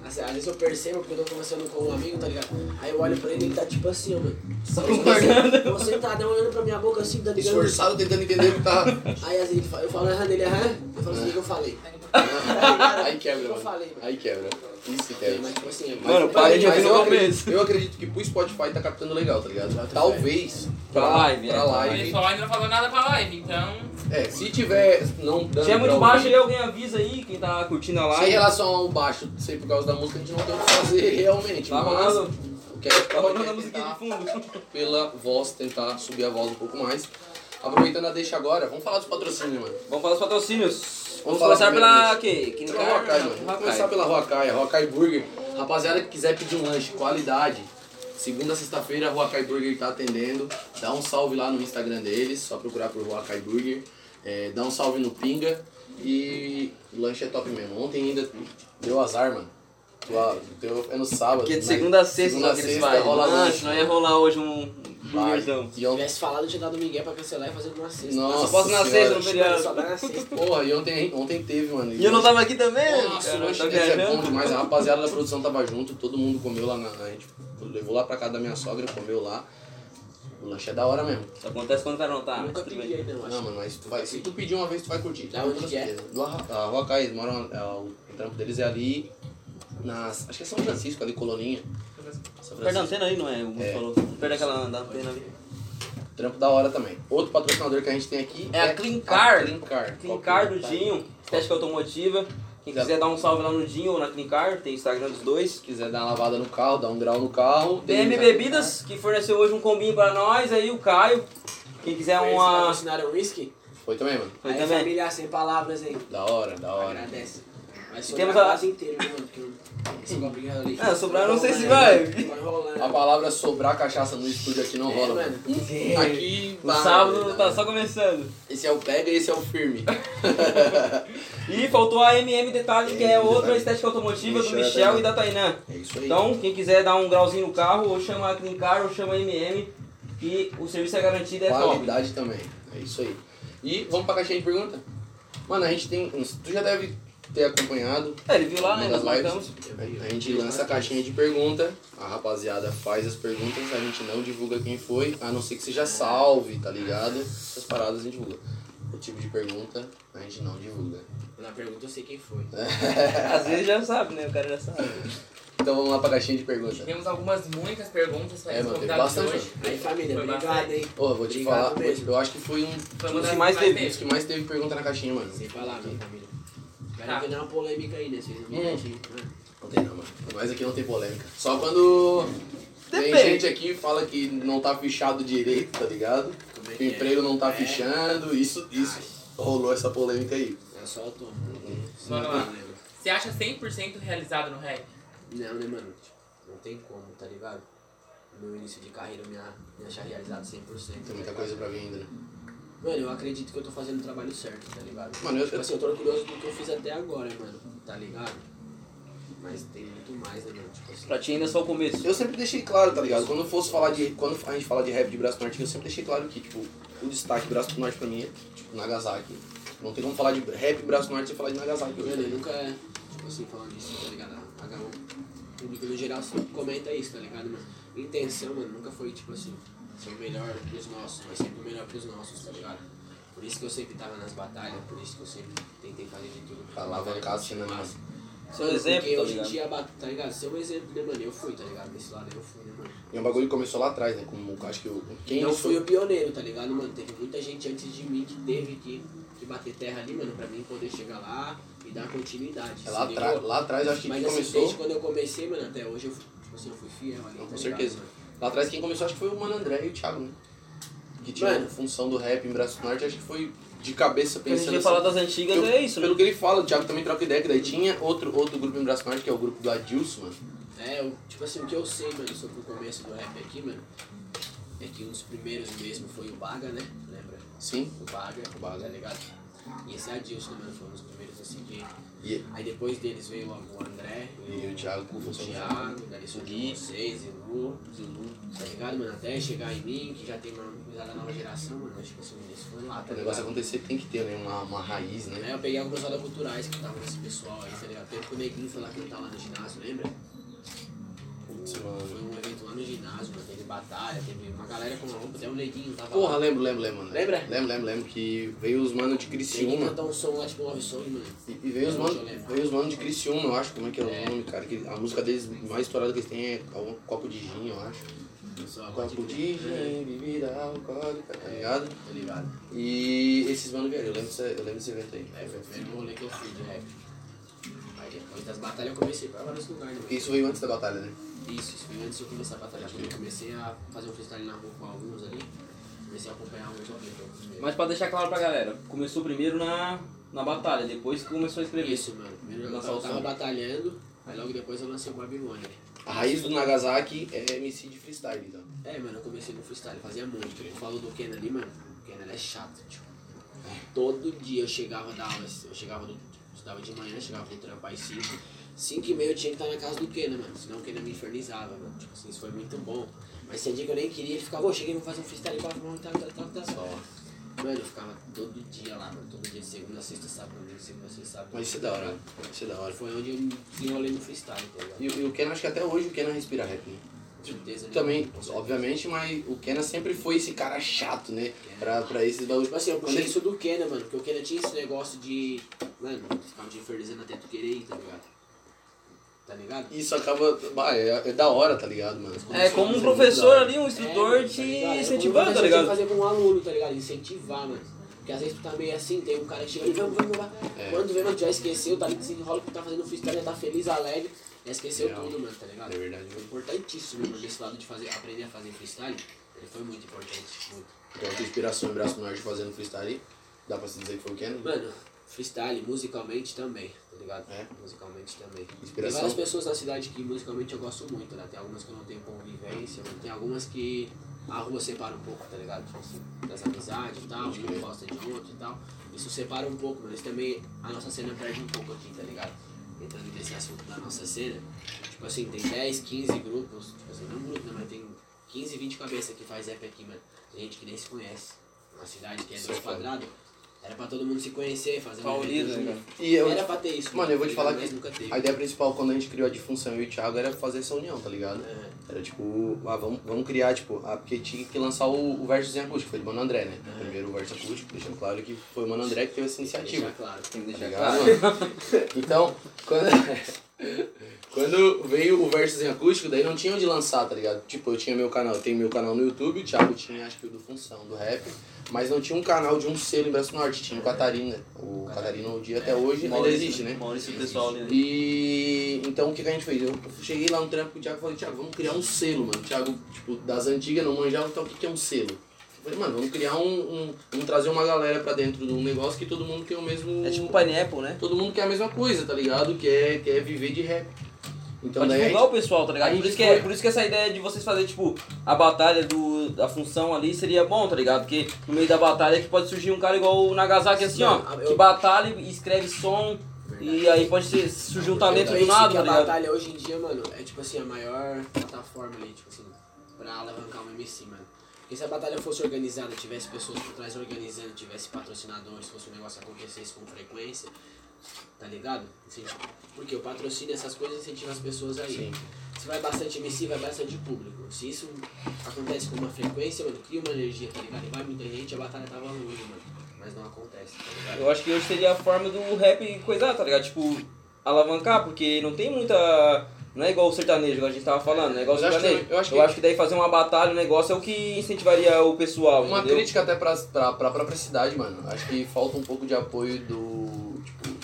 S2: Às às vezes eu percebo porque eu tô conversando com um amigo, tá ligado? Aí eu olho pra ele e ele tá tipo assim, ó, mano. Só
S1: concordando.
S2: Eu tá sentadão olhando pra minha boca assim, tá ligado?
S1: Esforçado tentando entender o que tá.
S2: Aí às vezes ele fala- eu falo errado, ele aham. Eu falo assim, o que eu falei?
S1: Aí quebra,
S2: Eu
S1: mano.
S2: falei, mano.
S1: Aí quebra. Isso que
S2: É,
S1: quebra.
S2: Mas tipo assim, é mais-
S4: Mano, parei de
S1: Mas
S4: ouvir no
S1: eu acredito-
S4: começo.
S1: Eu acredito que pro Spotify tá captando legal, tá ligado?
S2: Bota
S1: Talvez.
S4: Pra live,
S1: Pra
S4: é.
S7: O
S1: live.
S7: pessoal ainda não falou nada pra live, então.
S1: É, se tiver não dando.
S4: Se é muito
S1: pra
S4: baixo,
S1: ouvir-
S4: aí alguém avisa aí, quem tá curtindo a
S1: Sem
S4: live.
S1: relação ao baixo, sei por causa da música, a gente não tem o que fazer [LAUGHS] realmente.
S4: Tá
S1: mas
S4: rolando,
S1: o tipo, que a gente
S4: tá
S1: pode
S4: rolando a
S1: é
S4: musiquinha de
S1: tentar,
S4: fundo. [LAUGHS]
S1: pela voz, tentar subir a voz um pouco mais. Aproveitando a deixa agora, vamos falar dos patrocínios, mano.
S4: Vamos falar dos patrocínios. Vamos
S1: Vamos
S4: começar
S1: falar primeiro
S4: pela
S1: disso.
S4: que? Kim
S1: Pela Rocaia,
S4: Kardashian.
S1: mano. Vamos começar pela Rocaia, Rocaia Burger. Rapaziada que quiser pedir um lanche, qualidade, segunda, sexta-feira, Rocaia Burger tá atendendo. Dá um salve lá no Instagram deles, só procurar por Rocaia Burger. É, dá um salve no Pinga. E o lanche é top mesmo. Ontem ainda deu azar, mano. Deu, deu- é no sábado.
S4: Porque de
S1: mas
S4: segunda a sexta
S1: segunda
S4: só
S1: a
S4: que eles
S1: sexta
S4: fazem.
S1: rola
S4: Lanche,
S1: lanche.
S4: não ia rolar hoje um
S1: Vai.
S4: burgerzão.
S1: E
S2: Se
S1: ontem,
S2: tivesse falado, eu tinha dado o Miguel pra cancelar e fazer numa sexta.
S1: Nossa.
S4: Só posso na
S1: Senhora.
S4: sexta, no
S2: Mano, Só
S4: feriado.
S2: dá na sexta.
S1: porra, e ontem, ontem teve, mano.
S4: E eu não tava aqui também?
S1: Nossa,
S4: cara,
S1: o lanche
S4: tá
S1: deles é
S4: viajando.
S1: bom demais. A rapaziada da produção tava junto, todo mundo comeu lá na. A gente levou lá pra casa da minha sogra, comeu lá. O lanche é da hora mesmo.
S4: Só acontece quando o cara não tá. mas
S2: Nunca
S4: tudo
S2: pedi
S4: bem.
S2: aí, não,
S1: Não,
S2: acho.
S1: mano, mas tu vai, se tu pedir uma vez, tu vai curtir.
S2: Da onde que é?
S1: Do Arra- a Rua Caís, moram, é, o trampo deles é ali nas. Acho que é São Francisco, ali, Coloninha.
S4: Perto
S1: São
S4: da
S1: Francisco.
S4: antena aí, não é? O Mundo
S1: É.
S4: falou. Perto daquela da antena ali.
S1: Trampo da hora também. Outro patrocinador que a gente tem aqui
S4: É a Clean Car.
S1: a Clean Car. é?
S4: Clean tá. Car do Dinho, estética automotiva. Quem quiser dar um salve lá no Dinho ou na Clean Car, tem Instagram dos dois.
S1: Se quiser dar uma lavada no carro, dar um grau no carro. tem-
S4: BM Bebidas, que forneceu hoje um combinho pra nós, aí o Caio. Quem quiser
S2: Eles
S4: É uma.
S2: patrocinaram o whisky?
S1: Foi também, mano.
S4: Foi
S2: aí
S4: também.
S2: família, sem palavras, hein?
S1: Da hora, da hora.
S2: Agradece. Mas
S4: E
S2: sobrar
S4: temos
S2: temos
S4: a-
S2: a casa inteira, né, mano? Porque eu- se comprar ali. Tá
S4: Ah, sobrar eu não sei se vai.
S2: Vai rolando. É,
S1: A palavra sobrar cachaça no estúdio aqui não rola, mano. Aqui,
S4: O
S1: bah,
S4: É, sábado
S1: verdade.
S4: tá só começando.
S1: Esse é o pega e esse é o firme.
S4: E faltou a MM Detalhe, que é
S1: MM
S4: outra
S1: Detalhe.
S4: estética automotiva do
S1: Michel e
S4: Michel
S1: da
S4: é
S1: Tainá.
S4: e da Tainan.
S1: É isso aí.
S4: Então, quem quiser dar um grauzinho no carro, ou chama a Clean Car, ou chama a MM, que o serviço é garantido, é top.
S1: Qualidade também. É isso aí. E vamos pra caixinha de pergunta? Mano, a gente tem. Tu já deve ter acompanhado.
S4: É, ele viu lá, né?
S1: né,
S4: Nós
S1: das lives.
S4: marcamos.
S1: A gente lança a caixinha de pergunta, a rapaziada faz as perguntas, a gente não divulga quem foi, a não ser que seja salve, tá ligado? Essas paradas a gente divulga. O tipo de pergunta a gente não divulga. [LAUGHS]
S2: Na pergunta eu sei quem foi.
S4: Às vezes já sabe, né? O cara já sabe.
S1: Então vamos lá pra caixinha de pergunta.
S7: Tivemos algumas, muitas perguntas pra
S1: É,
S7: esse
S1: mano, teve
S7: convidado de
S1: bastante,
S7: hoje.
S2: Aí, família,
S7: Foi
S2: obrigado,
S7: bastante.
S2: hein?
S1: Ô, eu vou te
S2: Obrigado
S1: falar,
S2: mesmo.
S1: eu acho que foi um
S7: Foi
S4: Os
S7: uma
S4: que
S7: das
S4: mais teve,
S1: Os que mais teve pergunta na caixinha, mano.
S2: Sem palavras, hein, família. Vai
S7: Tá. É.
S2: tá. uma polêmica aí, né? Vocês não
S1: Hum.
S2: hum.
S1: Não tem não, mano. Mas aqui não tem polêmica. Só quando
S4: Depende.
S1: tem gente aqui que fala que não tá fichado direito, tá ligado?
S2: Como é
S1: Que
S2: que
S1: o emprego não tá
S2: É.
S1: fichando, isso, isso. Rolou essa polêmica aí.
S2: é? É só o tom.
S7: Bora lá.
S2: Não, né?
S7: Você acha 100% realizado no rap?
S2: Não, né, mano? Não tem como, tá ligado? No meu início de carreira, eu me, a- me achar realizado 100%.
S1: Tem muita coisa pra vir ainda, né?
S2: Mano, eu acredito que eu tô fazendo o trabalho certo, tá ligado?
S1: Mano, eu-
S2: tipo assim, eu tô orgulhoso do que eu fiz até agora, mano, tá ligado? Mas tem muito mais, né, mano? Tipo assim,
S4: Pra ti ainda é só o começo.
S1: Eu sempre deixei claro, tá ligado? Quando eu fosse falar de. Quando a gente fala de rap de Braço Norte, eu sempre deixei claro que, tipo, o destaque Braço do Norte pra mim é, tipo, Nagasaki. Não tem como falar de rap Braço Norte sem falar de Nagasaki hoje,
S2: mano, eu
S1: né?
S2: nunca, tipo assim, falando disso, tá ligado? A H1, o público no geral sempre comenta isso, tá ligado? Mas a intenção, mano, nunca foi, tipo assim, ser o melhor pros nossos, mas sempre o melhor pros nossos, tá ligado? Por isso que eu sempre tava nas batalhas, por isso que eu sempre tentei fazer de tudo. pra
S1: Falava
S2: batalha,
S1: Cássio, né,
S2: mas-
S1: mano?
S4: Seu exemplo,
S2: Porque
S4: tá
S2: hoje em
S4: ligado?
S2: dia, a bat- tá ligado? Seu exemplo, né, mano? Eu fui, tá ligado? Desse lado eu fui, né, mano?
S1: E o bagulho começou lá atrás, né? Como acho que eu. Quem
S2: não
S1: eu
S2: fui
S1: sou.
S2: o pioneiro, tá ligado, mano? Teve muita gente antes de mim que teve que, que bater terra ali, mano, pra mim poder chegar lá e dar continuidade.
S1: É lá,
S2: se
S1: atrás,
S2: ligou?
S1: lá atrás eu acho que
S2: Mas
S1: quem
S2: assim,
S1: começou.
S2: desde quando eu comecei, mano, até hoje eu fui, tipo assim, eu fui fiel ali.
S1: Não,
S2: tá
S1: com
S2: ligado,
S1: certeza.
S2: mano?
S1: Lá atrás quem começou acho que foi o Mano André e o Thiago, né? que tinha
S2: Mano.
S1: função do rap em Braço Norte, acho que foi de cabeça
S4: Porque a gente
S1: pensando.
S4: ia
S1: assim,
S4: falar das antigas,
S1: Pelo-
S4: é isso, né?
S1: Pelo que ele fala, o Thiago também troca ideia, que daí tinha outro, outro grupo em Braço Norte, que é o grupo do Adilson, mano.
S2: É, eu- tipo assim, o que eu sei, mano, sobre o começo do rap aqui, mano, é que um dos primeiros mesmo foi o Baga, né? Lembra?
S1: Sim.
S2: O Baga,
S1: O Baga.
S2: tá ligado? E esse Adilson, mano, foi um dos primeiros assim que.
S1: E, é,
S2: Aí depois deles veio o André,
S1: e o Thiago com né?
S2: o
S1: função do rap.
S2: Thiago, né, daí surgiu vocês, Zilu, Zilu, tá ligado, mano? Até chegar em mim, que já tem uma gurizada da nova geração, mano, acho que assim, isso foi lá, tá
S1: O negócio é
S2: ligado?
S1: acontecer tem que ter né, uma, uma raiz, né?
S2: Aí eu peguei a cruzada culturais que tava nesse pessoal aí, tá ligado? Teve que o Neguinho foi lá cantar lá no ginásio, lembra?
S1: Putz, mano.
S2: Foi um evento lá no ginásio, mano. Teve batalha, teve uma galera com roupa, até o neguinho tava
S1: Porra,
S2: lá.
S1: lembro, lembro, lembro, mano.
S2: Lembra?
S1: Lembro, lembro, lembro que veio os manos de
S2: Tem que
S1: Criciúma.
S2: cantar um som lá, tipo, nove sons, mano.
S1: E, e veio, os
S2: Deixa
S1: mano,
S2: eu lembrar.
S1: veio os mano de Criciúma, eu acho, como é que é o
S2: É.
S1: nome, cara? Que a música deles mais estourada que eles têm é um copo de gin, eu acho.
S2: Só né?
S1: Copo de gin, bebida alcoólica, tá ligado?
S2: Tá ligado?
S1: E esses mano vieram, eu lembro, desse- eu lembro desse evento aí.
S2: É, foi o primeiro rolê que eu fui de rap. Aí depois das batalhas eu comecei pra vários lugares, mano.
S1: Porque isso veio antes da batalha, né?
S2: Isso, isso foi antes de eu começar a batalhar. Quando eu comecei a fazer um freestyle na rua com alguns ali, comecei a acompanhar um né? alguns alguém.
S4: Mas pra deixar claro pra galera, começou primeiro na, na batalha, depois que começou a escrever.
S2: Isso, mano. Primeiro eu
S4: Lançar o
S2: tava,
S4: som.
S2: batalhando, aí logo depois eu lancei o Babilônia.
S1: A raiz do Nagasaki é MC de freestyle, então.
S2: É, mano, eu comecei no freestyle, fazia muito. Tipo, falou do Ken ali, mano. O Ken ele é chato, tipo. Todo dia eu chegava da aula, eu chegava do. Estudava de manhã, chegava do trampar às 5. 5 e meia eu tinha que estar na casa do Ken, né, mano? Senão o Ken me infernizava, mano. Tipo assim, isso foi muito bom. Mas tinha dia que eu nem queria, ele ficava, ô, cheguei, vou fazer um freestyle, bora, vamos, tá, tá, tá, tá. Mano, eu ficava todo dia lá, mano. Todo dia, segunda, sexta, sábado, domingo, segunda, sexta, sábado.
S1: Mas isso é da hora, né? isso é da hora.
S2: Foi onde eu me desenrolei no freestyle, tá ligado?
S1: E, e o Ken, acho que até hoje o Ken respira rap, né?
S2: Com certeza, né?
S1: Também,
S2: Com certeza.
S1: obviamente, mas o Kenan sempre foi esse cara chato, né? Pra, pra esses bagulhos.
S2: Tipo assim, eu
S1: Quando
S2: puxei
S1: ele-
S2: isso do Kenan, mano, porque o Kenan tinha esse negócio de. Mano, ficava te infernizando até tu querer ir, tá ligado? Tá ligado?
S1: Isso acaba. bah, é, é da hora, tá ligado, mano?
S4: É como um
S1: Isso
S4: professor
S1: muito
S4: ali, um instrutor
S2: É,
S4: te
S2: tá ligado? É
S4: incentivando, tá
S2: como você tem que
S4: ligado?
S2: fazer com um aluno, tá ligado? Incentivar, mano. Porque às vezes tu tá meio assim, tem um cara que chega ali, vamos, vamos, vamos.
S1: É.
S2: Quando vê, mano, tu já esqueceu, tá ali desenrola que tá fazendo freestyle, já tá feliz, alegre, já esqueceu
S1: Real.
S2: tudo, mano, tá ligado?
S1: É verdade,
S2: Foi importantíssimo, mano, desse lado de fazer, aprender a fazer freestyle, ele foi muito importante, muito.
S1: da hora. Então, a tua inspiração em Braço Norte fazendo freestyle, dá pra se dizer que foi o Kenan?
S2: Mano, freestyle, musicalmente também, tá ligado?
S1: É?
S2: Musicalmente também. Tem
S1: Inspiração?
S2: várias pessoas na cidade que musicalmente eu gosto muito, né? Tem algumas que eu não tenho convivência, mas tem algumas que a rua separa um pouco, tá ligado? Tipo assim, das amizades e tal,
S1: Pode
S2: um
S1: crer.
S2: gosta de outro e tal. Isso separa um pouco, mas também a nossa cena perde um pouco aqui, tá ligado? Entrando nesse assunto da nossa cena, tipo assim, tem 10, 15 grupos, tipo assim, não grupo, né? Mas tem 15, 20 cabeças que faz rap aqui, mano. Tem gente que nem se conhece. Uma cidade que é
S1: Isso
S2: dois
S1: é foda.
S2: quadrados, era pra todo mundo se conhecer, fazer um
S4: Paulista,
S2: evento junto.
S4: né,
S1: E eu,
S2: Era pra ter isso. tá
S1: Mano, eu vou te falar
S2: Mas
S1: que
S2: nunca teve.
S1: a ideia principal quando a gente criou a difunção eu e o Thiago era fazer essa união, tá ligado?
S2: É.
S1: Era tipo, ah, vamos, vamos criar, tipo, ah, porque tinha que lançar o, o verso em acústico, foi do Mano André, né? O primeiro verso acústico, deixando claro que foi o Mano André que teve essa iniciativa.
S2: Deixar claro.
S4: Tem que
S1: Tá
S4: deixar [LAUGHS]
S1: ligado,
S4: claro.
S1: mano? Então, quando, [LAUGHS] quando veio o Versus em acústico, daí não tinha onde lançar, tá ligado? Tipo, eu tinha meu canal, eu tenho meu canal no YouTube, o Thiago tinha, acho que o do Função, do Rap, mas não tinha um canal de um selo em Braço Norte, tinha o Catarina. O Catarina, o dia até hoje, ainda existe, né?
S4: Maurício e o pessoal ali, né?
S1: E então o que, que a gente fez? Eu cheguei lá no trampo com o Thiago e falei, Thiago, vamos criar um selo, mano. Thiago, tipo, das antigas não manjava, então o que, que é um selo? Eu falei, mano, vamos criar um, um. Vamos trazer uma galera pra dentro de um negócio que todo mundo tem o mesmo.
S4: É tipo um pineapple, né?
S1: Todo mundo quer a mesma coisa, tá ligado? Quer, quer viver de rap. Então
S4: pra
S1: daí a
S4: divulgar
S1: gente,
S4: o pessoal, tá
S1: a
S4: ligado? Por
S1: gente
S4: isso, que é,
S1: foi-
S4: por isso que essa ideia de vocês fazer, tipo, a batalha do, da função ali seria bom, tá ligado? Porque no meio da batalha que pode surgir um cara igual o Nagasaki, assim, ó,
S2: Não, eu-
S4: que batalha e escreve som, e aí pode ser- surgir um talento
S2: Então,
S4: do
S2: isso
S4: nada,
S2: que
S4: tá
S2: a
S4: ligado?
S2: batalha hoje em dia, mano, é tipo assim, a maior plataforma ali, tipo assim, pra alavancar um MC, mano. Porque se a batalha fosse organizada, tivesse pessoas por trás organizando, tivesse patrocinadores, fosse um negócio que acontecesse com frequência, tá ligado? Assim, Porque o patrocínio, essas coisas, incentiva as pessoas aí.
S1: Sim.
S2: Se vai bastante MC, vai bastante público. Se isso acontece com uma frequência, mano, cria uma energia, tá ligado? E vai muita gente, a batalha tava longe, mano. Mas não acontece, tá ligado?
S4: Eu acho que hoje seria a forma do rap coisar, tá ligado? Tipo, alavancar, porque não tem muita. Não é igual o sertanejo, igual a gente tava falando, né? Igual o
S1: Eu acho que-
S4: sertanejo.
S1: eu acho que-
S4: daí fazer uma batalha, um negócio é o que incentivaria o pessoal,
S1: uma
S4: entendeu?
S1: crítica até pra, pra, pra própria cidade, mano. Acho que falta um pouco de apoio do. Tipo,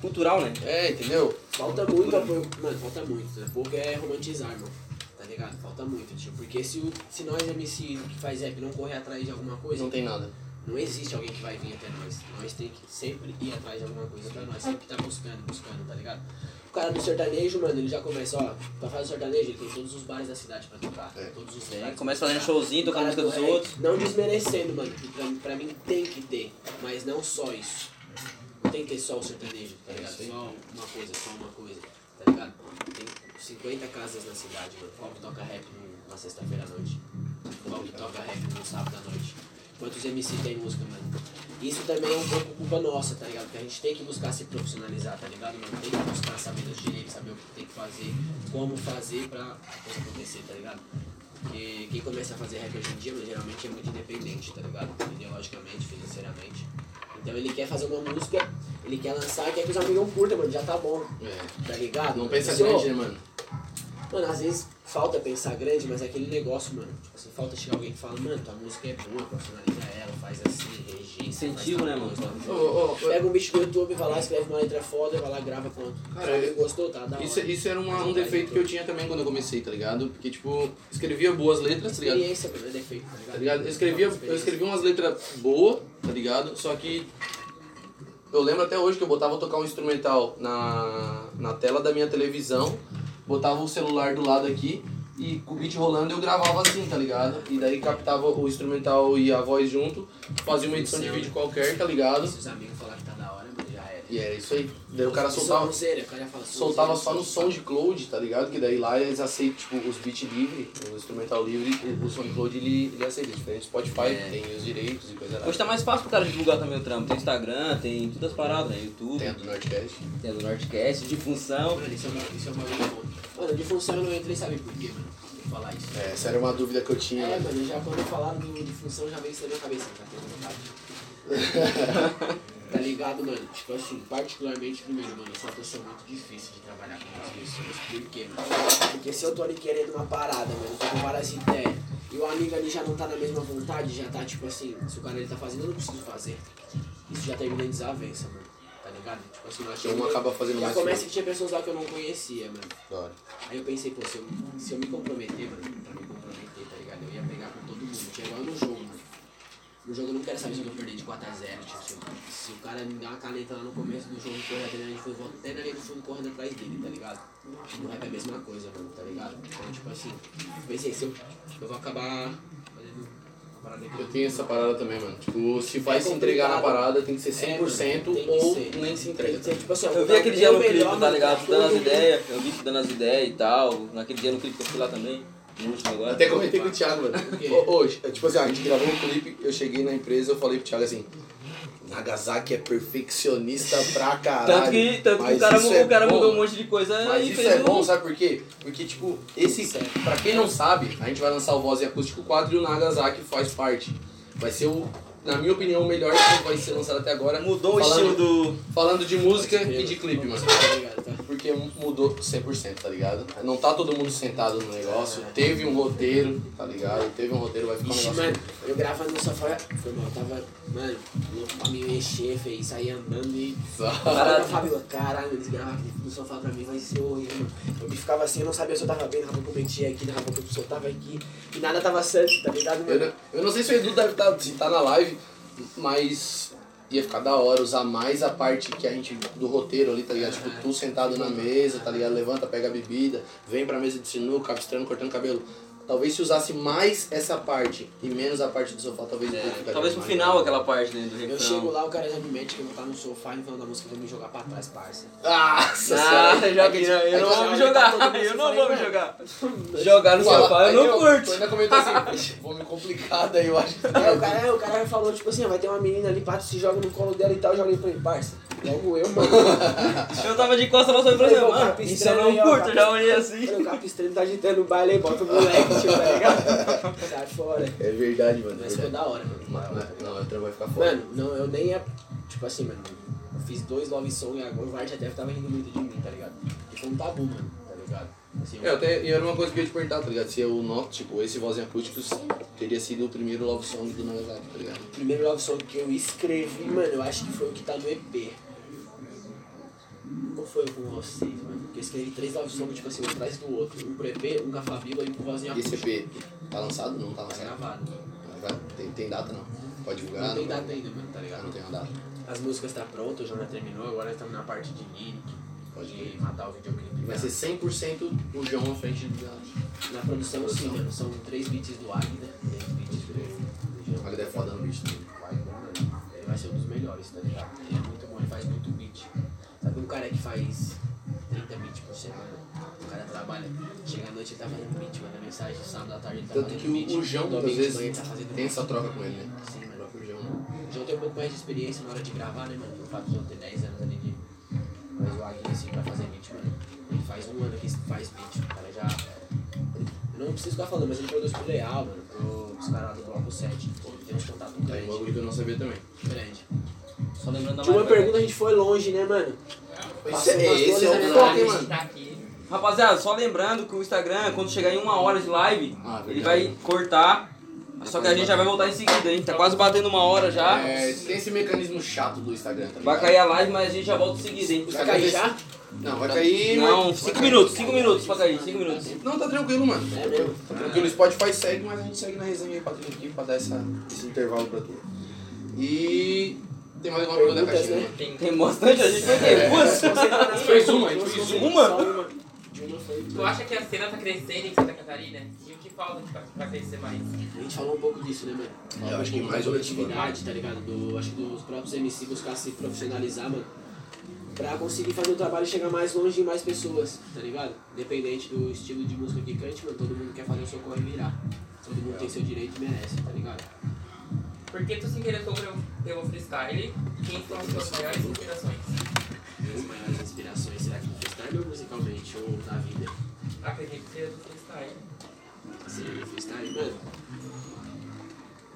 S4: Cultural, né?
S1: é, entendeu?
S2: Falta muito apoio. Mano, falta muito, né? Pouco é romantizar, mano. Tá ligado? Falta muito, tio. Porque se, o- se nós, MC, que faz rap, não correr atrás de alguma coisa,
S1: Não tem nada.
S2: não existe alguém que vai vir até nós. Nós tem que sempre ir atrás de alguma coisa pra nós. Sempre tá buscando, buscando, tá ligado? O cara do sertanejo, mano, ele já começa, ó, pra fazer sertanejo, ele tem todos os bares da cidade pra tocar.
S1: É.
S2: Todos os
S4: É,
S2: bares.
S4: começa fazendo showzinho,
S2: O
S4: tocando
S2: cara
S4: música
S2: do
S4: dos
S2: rap,
S4: outros.
S2: Não desmerecendo, mano, que pra, pra mim tem que ter, mas não só isso. Não tem que ter só o sertanejo, tá ligado? Só uma coisa, só uma coisa, tá ligado? Tem 50 casas na cidade, mano. Qual que toca rap num- na sexta-feira à noite? Qual que toca rap no sábado à noite? Quantos MC tem música, mano? Isso também é um pouco culpa nossa, tá ligado? Porque a gente tem que buscar se profissionalizar, tá ligado? Mano, tem que buscar saber dos direitos, saber o que tem que fazer, como fazer pra a coisa acontecer, tá ligado? Porque quem começa a fazer rap hoje em dia, mano, geralmente é muito independente, tá ligado? Ideologicamente, financeiramente. Então ele quer fazer uma música, ele quer lançar, quer que os amigos curtam, mano, já tá bom,
S1: É.
S2: tá ligado?
S1: Não pensa
S2: Assim, ó,
S1: grande, né, mano?
S2: Mano, às vezes falta pensar grande, mas é aquele negócio, mano. Tipo assim, falta chegar alguém que fala, mano, tua música é boa, profissionaliza ela, faz assim, registra.
S4: Incentivo,
S2: faz
S4: né,
S2: tal
S4: mano?
S2: coisa,
S1: Ô, ô, ô,
S2: Pega um bicho do YouTube, vai lá, escreve uma letra foda, vai lá, grava quanto.
S1: Cara,
S2: Se alguém
S1: eu-
S2: gostou, tá? Da hora.
S1: Isso, isso era uma-
S2: Mas
S1: um
S2: não vai,
S1: defeito que eu tinha também quando eu comecei, tá ligado? Porque, tipo, escrevia boas letras, tá ligado?
S2: Experiência, mano, é defeito, tá ligado?
S1: tá ligado? Eu escrevia, eu escrevia umas letras boas, tá ligado? Só que eu lembro até hoje que eu botava tocar um instrumental na, na tela da minha televisão, botava o celular do lado aqui e com o beat rolando eu gravava assim, tá ligado? E daí captava o instrumental e a voz junto, fazia uma edição de vídeo qualquer, tá ligado?
S2: Se os amigos falarem que tá da hora, mano, já era.
S1: E era isso aí. Daí o cara
S2: Isso é
S1: soltava,
S2: sonzeira, o cara fala
S1: soltava
S2: sonzeira,
S1: só no som de cloud, tá ligado? Que daí lá eles aceitam, tipo, os beats livre, o instrumental livre, o- o som de cloud ele, ele aceita, diferente do Spotify,
S4: É.
S1: que tem os direitos e coisa
S4: Hoje
S1: errada.
S4: tá mais fácil pro cara divulgar também o trampo. Tem Instagram, tem todas as paradas, né? YouTube,
S1: Tem a do Nordcast.
S4: tem a do Nordcast, de função.
S2: Mano, isso é uma, isso é uma bagulho bom. Mano, de função eu não entrei, sabe por quê, mano? Vou falar isso.
S1: É, essa era uma dúvida que eu tinha. né?
S2: É, mano, já quando falaram do, de função já veio isso na minha cabeça, tá tendo vontade.
S1: [LAUGHS]
S2: tá ligado, mano? Tipo assim, particularmente primeiro, mano, eu sou uma pessoa muito difícil de trabalhar com as pessoas. Por quê, mano? Porque se eu tô ali querendo uma parada, mano, eu tô com várias ideias, e o amigo ali já não tá na mesma vontade, já tá tipo assim, se o cara ele tá fazendo, eu não preciso fazer. Isso já termina em desavença, mano. Tá ligado? Tipo assim, eu achei.
S1: Um acaba fazendo
S2: já
S1: mais que o
S2: começa
S1: outro.
S2: que tinha pessoas lá que eu não conhecia, mano.
S1: Da hora.
S2: Aí eu pensei, pô, se eu, se eu me comprometer, mano, pra me comprometer, tá ligado? Eu ia pegar com todo mundo, que é igual no jogo, mano. No jogo eu não quero saber se eu vou perder de 4x0, tipo, se, eu- se o cara me dá uma caneta lá no começo do jogo, correr até na linha de fundo, eu volto até na linha de fundo correndo atrás dele, tá ligado? No rap é a mesma coisa, mano, tá ligado? Então, tipo assim, eu pensei, se eu, eu vou acabar fazendo uma parada aqui.
S1: Eu tenho essa parada também, mano. Tipo, se vai
S2: É
S1: se entregar na
S2: complicado.
S1: parada, tem que ser
S2: É,
S1: 100%
S2: mano, tem que
S1: ou
S2: ser.
S1: nem se
S2: Tem
S1: entrega. tá
S2: que ser, tipo assim, ó,
S4: Eu
S2: vou
S4: vi
S2: dar
S4: aquele
S2: o
S4: dia
S2: meu
S4: no clipe,
S2: melhor,
S4: tá
S1: né?
S2: mano, pra
S4: ligado? Dando as
S2: todo mundo.
S4: ideias, eu vi tu dando as ideias e tal. Naquele dia no clipe que eu fui lá também, no último agora.
S1: Até comentei com o Thiago, mano.
S2: quê?
S1: Ô, Hoje, é, tipo assim, a gente gravou um clipe, eu cheguei na empresa, eu falei pro Thiago assim. Nagasaki é perfeccionista pra caralho.
S4: Tanto que, tanto que
S1: mas
S4: o cara,
S1: isso
S4: mudou,
S1: é
S4: o cara
S1: bom,
S4: mudou um
S1: mano.
S4: monte de coisa
S1: Mas
S4: e
S1: isso
S4: fez
S1: é
S4: um- é.
S1: bom, sabe por quê? Porque, tipo, esse. Pra quem não sabe, a gente vai lançar o Voz e Acústico 4 e o Nagasaki faz parte. Vai ser o, na minha opinião, o melhor que vai ser lançado até agora.
S4: Mudou o
S1: falando-
S4: estilo do.
S1: Falando de música e de clipe, mano.
S2: Tá ligado, tá?
S1: Porque mudou 100%, tá ligado? Não tá todo mundo sentado no negócio. Teve um roteiro, tá ligado? Teve um roteiro, vai ficar um
S2: Ixi,
S1: negócio.
S2: mano, eu gravando no sofá, foi mal, eu tava, mano, louco pra me mexer, fez, saí andando e. Falei pra Fábio, caralho, eles gravaram no sofá pra mim, vai ser horrível. mano." Eu me ficava assim, eu não sabia se eu tava bem, daqui a pouco eu mentia aqui, daqui a pouco eu soltava aqui, e nada tava certo, tá ligado,
S1: Eu
S2: mano?
S1: não, eu não sei se o Edu deve estar se tá na live, mas ia ficar da hora usar mais a parte que a gente do roteiro ali, tá ligado? Tipo, tu sentado na mesa, tá ligado? Levanta, pega a bebida, vem pra mesa de sinuca, abstrando, cortando cabelo. Talvez se usasse mais essa parte e menos a parte do sofá, talvez o clipe ficaria
S4: É, Talvez pro
S1: mais
S4: final
S1: legal.
S4: aquela parte né, do
S1: Então.
S2: Eu chego
S4: refrão.
S2: lá, o cara já me mete que eu vou estar no sofá e no final da música eu vou me jogar pra trás,
S1: [LAUGHS]
S2: parça.
S1: Nossa
S4: Ah,
S1: senhora.
S4: já vi,
S1: é
S4: eu
S1: tipo,
S4: não vou me jogar, [LAUGHS] eu não vou me jogar. Jogar no sofá eu
S1: Aí
S4: não
S1: Tu
S4: curto.
S1: ainda comentou assim, "Ixi, vou me complicar daí, eu acho que tu
S2: Aí É, o
S1: vai-
S2: cara, o cara falou, tipo assim, ó, vai ter uma menina ali, pato, se joga no colo dela e tal, eu joguei pra ele, parça. Logo eu,
S1: [LAUGHS]
S2: mano.
S4: Eu tava de costas pra sua
S2: Falei,
S4: impressão,
S2: pô,
S4: mano.
S2: capistrano
S4: Isso eu
S2: aí,
S4: não
S2: ó,
S4: curto,
S2: capistrano.
S4: já olhei assim.
S2: Mano, o capistrano tá agitando o baile aí, bota o moleque, tio, tá ligado?
S1: [LAUGHS]
S2: Sai fora.
S1: É verdade, mano. é
S2: Mas ficou
S1: verdade.
S2: da hora, mano.
S1: Mas- mas- Não, outra vai ficar foda.
S2: Mano, não, eu nem é. Tipo assim, mano, eu fiz dois love song e agora o Vart até tava rindo muito de mim, tá ligado? E foi um tabu, mano, tá ligado? Assim,
S1: É, até, e era uma coisa que eu ia te perguntar, tá ligado? Se o nosso, tipo, esse Voz em Acústicos teria sido o primeiro love song do Nagasaki, tá ligado?
S2: O primeiro love song que eu escrevi, mano, eu acho que foi o que tá no EP. O foi com vocês, mano? Porque eu escrevi três love songs, tipo assim, um atrás do outro. Um pro EP, um com a Fabíola e um com o Vozinho
S1: E esse EP tá lançado? Não tá
S2: Tá
S1: lançado?
S2: gravado.
S1: Tá? Tem, tem data não? Pode divulgar?
S2: Não tem data ainda, mano, tá
S1: Ah, não
S2: ligado?
S1: tem uma data.
S2: As músicas tá pronta, o Jonah terminou, agora estamos na parte de lyric,
S1: Pode
S2: de
S1: ir.
S2: matar o videoclipe.
S1: Vai ser 100% o João à frente da...
S2: Na produção sim, mano. São três beats do Agda, três beats do do Jonah.
S1: Olha, ele é foda no bicho. dele.
S2: Vai, mano.
S1: né?
S2: Ele vai ser um dos melhores, tá ligado? Ele é muito bom, ele faz muito beat. Sabe um cara que faz 30 beats por semana? O cara trabalha, chega à noite ele tá fazendo beat, manda mensagem, sábado à tarde ele tá
S1: Tanto
S2: fazendo
S1: que
S2: beat.
S1: o, o João,
S2: domingo
S1: às
S2: de manhã,
S1: vezes,
S2: ele tá fazendo
S1: tem
S2: beat.
S1: essa troca com ele, né?
S2: Sim,
S1: O
S2: mano.
S1: próprio João.
S2: O João tem um pouco mais de experiência na hora de gravar, né, mano? Pelo fato do João ter 10 anos ali de. Mas o Agni, assim, vai fazer beat, mano. Ele faz um ano que faz beat. O cara já. Eu não preciso ficar falando, mas ele produz pro Leal, mano. Pro... Os caras lá do Bloco 7. Pô, ele tem uns contatos
S1: Tá aí um
S2: grandes.
S1: bagulho Tá que eu não sabia também.
S2: Grande.
S4: Só lembrando da
S2: De uma
S4: Marvel.
S2: pergunta a gente foi longe, né, mano?
S1: Esse, é, esse é o
S7: Tá,
S1: toque,
S7: a gente
S1: mano.
S7: tá aqui.
S4: Rapaziada, só lembrando que o Instagram, quando chegar em uma hora de live,
S1: Ah,
S4: ele
S1: verdade.
S4: vai cortar. Só que a gente já vai voltar em seguida, hein? Tá quase batendo uma hora já.
S1: É, tem esse mecanismo chato do Instagram também.
S4: Vai cair a live, mas a gente já volta em seguida, hein?
S1: Vai cair já? Não, vai cair.
S4: Não,
S1: mas-
S4: 5 minutos, 5 minutos pra cair, 5 minutos.
S1: Não, tá tranquilo, mano. Tá tranquilo. Tá tranquilo. O Spotify segue, mas a gente segue na resenha aí pra, aqui, pra dar essa, esse intervalo pra tu. E. Tem mais alguma pergunta da
S2: Perguntas,
S1: caixinha?
S2: né?
S1: mano?
S4: Tem É. bastante, a gente vai ter duas.
S1: A gente fez uma, a gente fez uma.
S4: Uma?
S2: De uma foi.
S7: Tu acha que a cena tá crescendo em Santa Catarina? E o que falta pra, pra crescer mais?
S2: A gente falou um pouco disso, né, mano?
S1: É, Eu acho que
S2: Um pouco
S1: mais
S2: da
S1: ou menos,
S2: coletividade, tá ligado? Do, acho que dos próprios MC buscar se profissionalizar, mano. Pra conseguir fazer o trabalho chegar mais longe e mais pessoas, tá ligado? Independente do estilo de música que cante, mano, todo mundo quer fazer o seu corre virar. Todo mundo tem seu direito e merece, tá ligado?
S7: Por que tu se interessou pelo, pelo freestyle? Quem são as tuas maiores inspirações?
S2: Minhas maiores inspirações, será que no freestyle ou musicalmente, ou na vida?
S7: Acredito que seja do freestyle.
S2: Sim, freestyle, mano.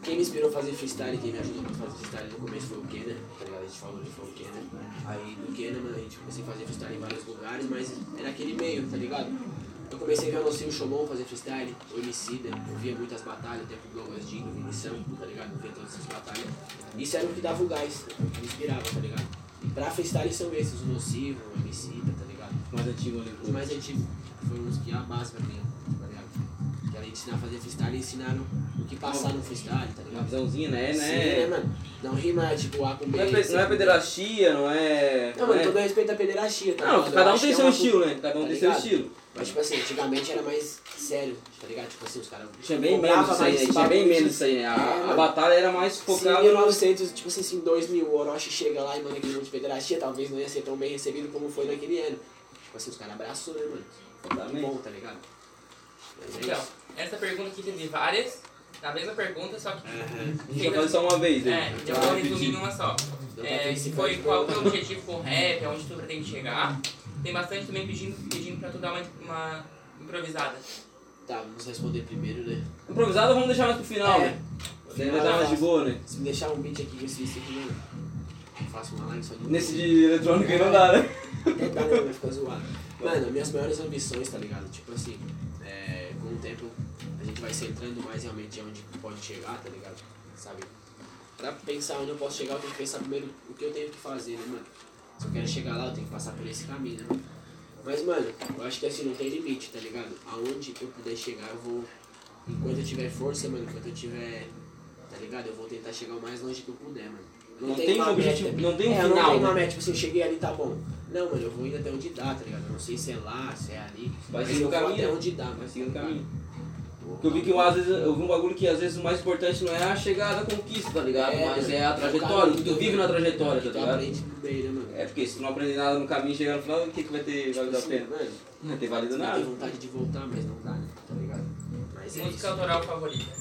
S2: Quem me inspirou a fazer freestyle, quem me ajudou a fazer freestyle no começo foi o Kenner, tá ligado? A gente falou de foi o Kenner. Aí do Kenner, mano, a gente comecei a fazer freestyle em vários lugares, mas era aquele meio, tá ligado? Eu comecei a ver o Silvio Chomon fazer freestyle, o Emicida, eu via muitas batalhas, até com o Douglas Dino, Vinição, tá ligado? Eu via todas essas batalhas. Isso era o que dava o gás, o que me inspirava, tá ligado? E pra freestyle são esses, o Nocivo, o Emicida, tá ligado?
S4: Mais antigo ali.
S2: Os mais antigos foram os que é a base pra mim, tá ligado? Que além de ensinar a fazer freestyle, ensinaram o que passar no freestyle, tá
S4: Uma
S2: ligado?
S4: visãozinha, né?
S2: Sim,
S4: Não
S2: né,
S4: é,
S2: mano? Não rima tipo A com B.
S4: não é, pe- não é pederastia, não é.
S2: Não,
S4: não
S2: mano,
S4: é-
S2: todo respeito à pederastia, tá
S4: Não,
S2: ligado? Eu
S4: cada um
S2: acho
S4: tem
S2: que é
S4: seu
S2: uma
S4: estilo, né? Cada um
S2: tá
S4: tem seu
S2: ligado?
S4: estilo.
S2: Mas, tipo assim, antigamente era mais sério, tá ligado? Tipo assim, os caras.
S4: Tinha bem menos isso aí, né? Tinha bem menos isso aí, né?
S2: É,
S4: A, a
S2: mano.
S4: batalha era mais
S2: Em
S4: focada.
S2: 1900, tipo assim, se em 2000 o Orochi chega lá e manda aquele monte de pederastia, talvez não ia ser tão bem recebido como foi naquele ano. Tipo assim, os caras abraçou, né, mano?
S4: Exatamente.
S2: Bom, tá ligado? Mas é
S7: Então,
S2: isso.
S7: essa pergunta aqui tem várias. A mesma pergunta, só que.
S2: Aham.
S7: Uhum.
S4: A gente vai fazer só uma vez, né?
S7: É, eu vou resumir numa só.
S2: Dá pra
S7: É,
S2: ter esse
S7: que foi
S2: cara.
S7: qual que é o objetivo com o rap, aonde tu pretende chegar. Tem bastante também pedindo, pedindo pra tu dar uma, uma improvisada.
S2: Tá, vamos responder primeiro, né?
S4: Improvisada vamos deixar mais pro final,
S2: É.
S4: né? Daí vai dar mais de boa, né?
S2: Se me deixar um beat aqui com esse aqui, mano, eu faço uma live só de
S4: Nesse de eletrônica aí não dá, né?
S2: Até dá, né? Vai ficar zoado. Mano, minhas maiores ambições, tá ligado? Tipo assim, é, com o tempo a gente vai se entrando mais realmente onde pode chegar, tá ligado? Sabe? Pra pensar onde eu posso chegar, eu tenho que pensar primeiro o que eu tenho que fazer, né, mano? Se eu quero chegar lá, eu tenho que passar por esse caminho, né, mano? Mas, mano, eu acho que assim, não tem limite, tá ligado? Aonde eu puder chegar, eu vou. Enquanto eu tiver força, mano, enquanto eu tiver. Tá ligado? Eu vou tentar chegar o mais longe que eu puder, mano.
S4: Não tem
S2: uma
S4: um objetivo,
S2: meta.
S4: não tem um
S2: É,
S4: final,
S2: Não tem uma
S4: né?
S2: meta, tipo assim, cheguei ali, tá bom. Não, mano, eu vou indo até onde dá, tá ligado? Eu não sei se é lá, se é ali.
S4: Vai
S2: mas
S4: seguir
S2: eu
S4: o
S2: vou
S4: caminho.
S2: até onde dá,
S4: Vai
S2: mas tá
S4: seguir o caminho. Porque eu vi que às vezes eu vi um bagulho que às vezes o mais importante não é a chegada, a conquista, tá ligado?
S2: É,
S4: Mas
S2: mano.
S4: é a trajetória, tu vive na trajetória, tá
S2: Tu
S4: ligado?
S2: aprende tudo bem, né, mano?
S4: É porque se tu não aprender nada no caminho, chegar no final, o que, que vai ter valido a
S2: Assim,
S4: pena?
S2: Mano,
S4: Não vai ter valido
S2: eu tenho
S4: nada.
S2: vontade de voltar, mas não dá, né? Tá ligado? Mas é
S7: Música
S2: isso.
S7: autoral favorita.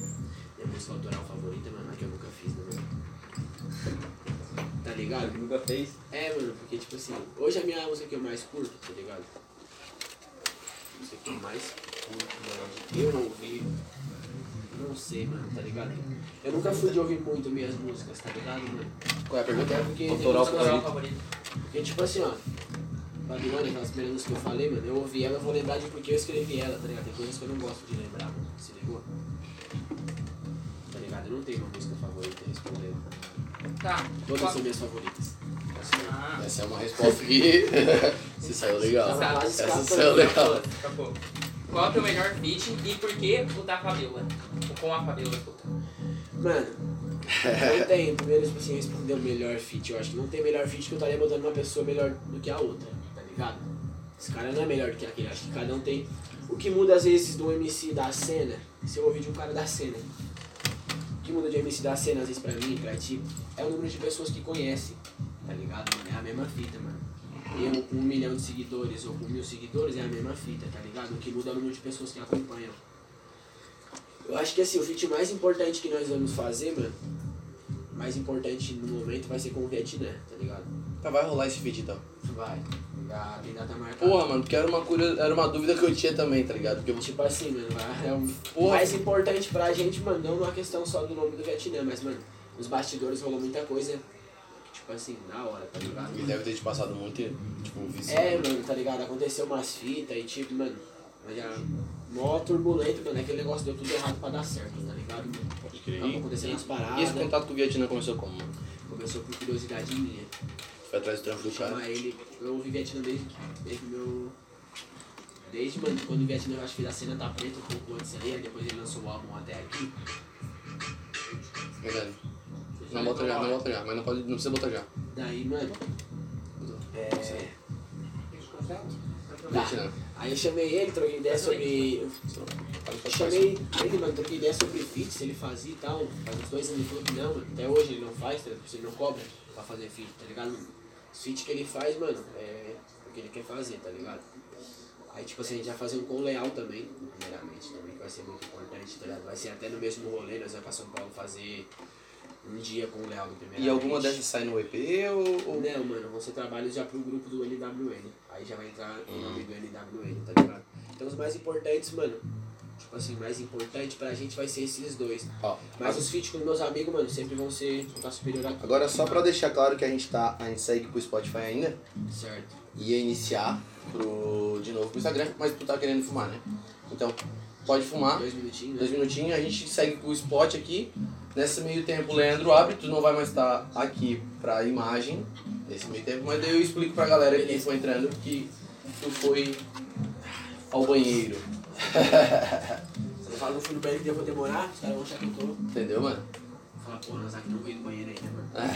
S2: Minha música autoral favorita, mano, é que eu nunca fiz, né, mano? Tá ligado?
S4: Nunca fez.
S2: É, mano, porque tipo assim, hoje a minha música que eu mais curto, tá ligado? A música que eu mais curto, mano, que eu ouvi, não sei, mano, tá ligado? Eu nunca fui de ouvir muito minhas músicas, tá ligado, mano?
S1: Qual é a pergunta?
S2: Até porque,
S4: Autoral
S7: Música autoral favorita.
S2: porque tipo assim, ó, Babilônia, aquelas primeiras músicas que eu falei, mano, eu ouvi ela, eu vou lembrar de porque eu escrevi ela, tá ligado? Tem coisas que eu não gosto de lembrar, mano, se ligou? Tá ligado? Eu não tenho uma música favorita respondendo.
S7: Tá.
S2: Todas
S7: Qual,
S2: são minhas favoritas.
S7: Ah,
S1: Essa é uma resposta que. Você saiu legal.
S7: Exato.
S1: Essa
S2: tá
S1: saiu legal.
S7: acabou. Qual é o teu melhor feat e por que o da Fabiola? O com a Fabiola, desculpa.
S2: Mano, não tem. Primeiro, tipo assim, responder o melhor fit. Eu acho que não tem melhor fit que eu estaria botando uma pessoa melhor do que a outra, tá ligado? Esse cara não é melhor do que aquele. Acho que cada um tem. O que muda às vezes do MC da cena, se eu ouvir de um cara da cena. O que muda de MC da cena, às vezes, pra mim, pra ti, é o número de pessoas que conhece, tá ligado? mano? É a mesma fita, mano. Eu com um milhão de seguidores ou com mil seguidores é a mesma fita, tá ligado? O que muda é o número de pessoas que acompanham. Eu acho que assim, o feat mais importante que nós vamos fazer, mano, mais importante no momento vai ser com o Vietnã, tá ligado?
S1: [LAUGHS] Tá, vai rolar esse vídeo então.
S2: Vai. Já tem data marcada.
S1: Porra, mano, porque era uma, curio- era uma dúvida que eu tinha também, tá ligado? Porque eu
S2: Tipo assim, mano, vai- é o
S1: Porra.
S2: mais importante pra gente, mano, não uma questão só do nome do Vietnã, mas, mano, nos bastidores rolou muita coisa, tipo assim, na hora, tá ligado?
S1: Ele deve ter te passado muito, tipo, viciado.
S2: É, mano, tá ligado? Aconteceu umas fitas e tipo, mano, mas já mó turbulento, mano, aquele negócio deu tudo errado pra dar certo, tá ligado? mano?
S1: Pode crer.
S2: Tava acontecendo umas
S1: E esse
S2: paradas,
S1: contato com o Vietnã começou como? mano?
S2: começou por curiosidade minha.
S1: Foi atrás do trampo do cara?
S2: chamar ele. Eu ouvi Vietnã desde, desde meu. Desde mano, quando o Vietnã eu acho que fez a cena tá preta um pouco antes ali, aí depois ele lançou o álbum até aqui.
S1: Verdade. Não bota já, não bota já, mas não, pode, não precisa botar já.
S2: Daí, mano. É. Tá.
S1: Vietnã.
S2: Aí eu chamei ele, troquei ideia sobre. Eu chamei ele, mano, troquei ideia sobre fit, se ele fazia e tal. Faz uns dois anos ele falou que não, mano. Até hoje ele não faz, tá? ele não cobra pra fazer fit, tá ligado? Os fit que ele faz, mano, é o que ele quer fazer, tá ligado? Aí, tipo assim, a gente vai fazer um com o Leal também, primeiramente, também, que vai ser muito importante, tá ligado? Vai ser até no mesmo rolê, nós vamos pra São Paulo fazer um dia com o Leal no primeiro
S1: E alguma dessas sai no EP ou. ou...
S2: não, Né, mano, você trabalha é já pro grupo do NWN. Aí já vai entrar o nome do NWN, tá ligado? Então os mais importantes, mano. Tipo assim, mais importante pra gente vai ser esses dois.
S1: Ó,
S2: Mas os feats com meus amigos, mano, sempre vão ser vão tá superior a
S1: Agora, só pra deixar claro que a gente tá, a gente segue pro Spotify ainda,
S2: certo.
S1: ia iniciar pro, de novo pro Instagram, mas tu tá querendo fumar, né? Então, pode fumar,
S2: Dois minutinhos,
S1: dois
S2: né?
S1: minutinhos, a gente segue pro spot aqui. Nesse meio tempo, o Leandro abre, tu não vai mais estar aqui pra imagem, nesse meio tempo, mas daí eu explico pra galera que foi entrando que tu foi ao banheiro, [LAUGHS]
S2: Você fala que eu fui no banheiro que eu vou demorar, os caras vão achar que eu tô.
S1: entendeu, mano?
S2: Fala, pô, nós aqui não veio do banheiro ainda, mano.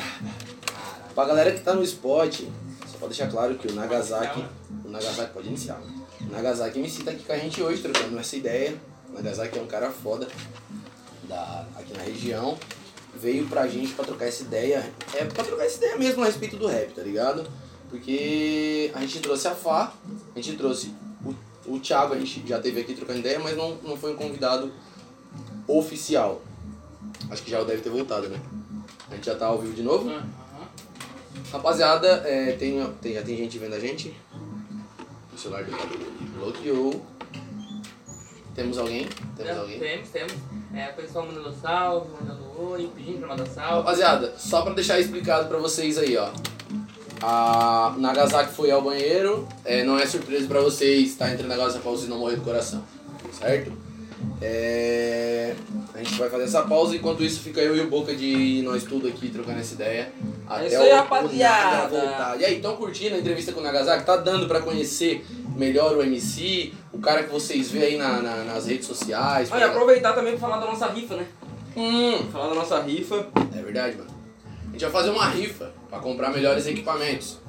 S1: Pra galera que tá no spot, só pra deixar claro que o Nagasaki. O Nagasaki pode iniciar. mano. O Nagasaki MC tá aqui com a gente hoje, trocando essa ideia. O Nagasaki é um cara foda da, aqui na região. Veio pra gente pra trocar essa ideia. É pra trocar essa ideia mesmo a respeito do rap, tá ligado? Porque a gente trouxe a Fá, a gente trouxe o, o Thiago, a gente já teve aqui trocando ideia, mas não, não foi um convidado oficial. Acho que já deve ter voltado, né? A gente já tá ao vivo de novo.
S7: Aham.
S1: Rapaziada, é, tem, tem- já tem gente vendo a gente? O celular do bloqueou. Temos alguém? Temos
S7: Temos,
S1: alguém?
S7: temos, temos. É, o pessoal mandando salve, mandando oi, pedindo pra mandar salve.
S1: Rapaziada, só pra deixar explicado pra vocês aí, ó. A Nagasaki foi ao banheiro. É, não é surpresa pra vocês, tá? Entrando agora essa pausa e não morrer do coração, certo? É, a gente vai fazer essa pausa. Enquanto isso, fica eu e o Boca de nós tudo aqui trocando essa ideia. Até
S4: É isso aí,
S1: o- o
S4: rapaziada.
S1: Naga voltar. E aí, estão curtindo a entrevista com o Nagasaki? Tá dando pra conhecer melhor o MC, o cara que vocês vê aí na- na- nas redes sociais?
S4: Ah, e aproveitar também pra falar da nossa rifa, né?
S1: Hum,
S4: Falar da nossa rifa.
S1: é verdade, mano. A gente vai fazer uma rifa pra comprar melhores equipamentos.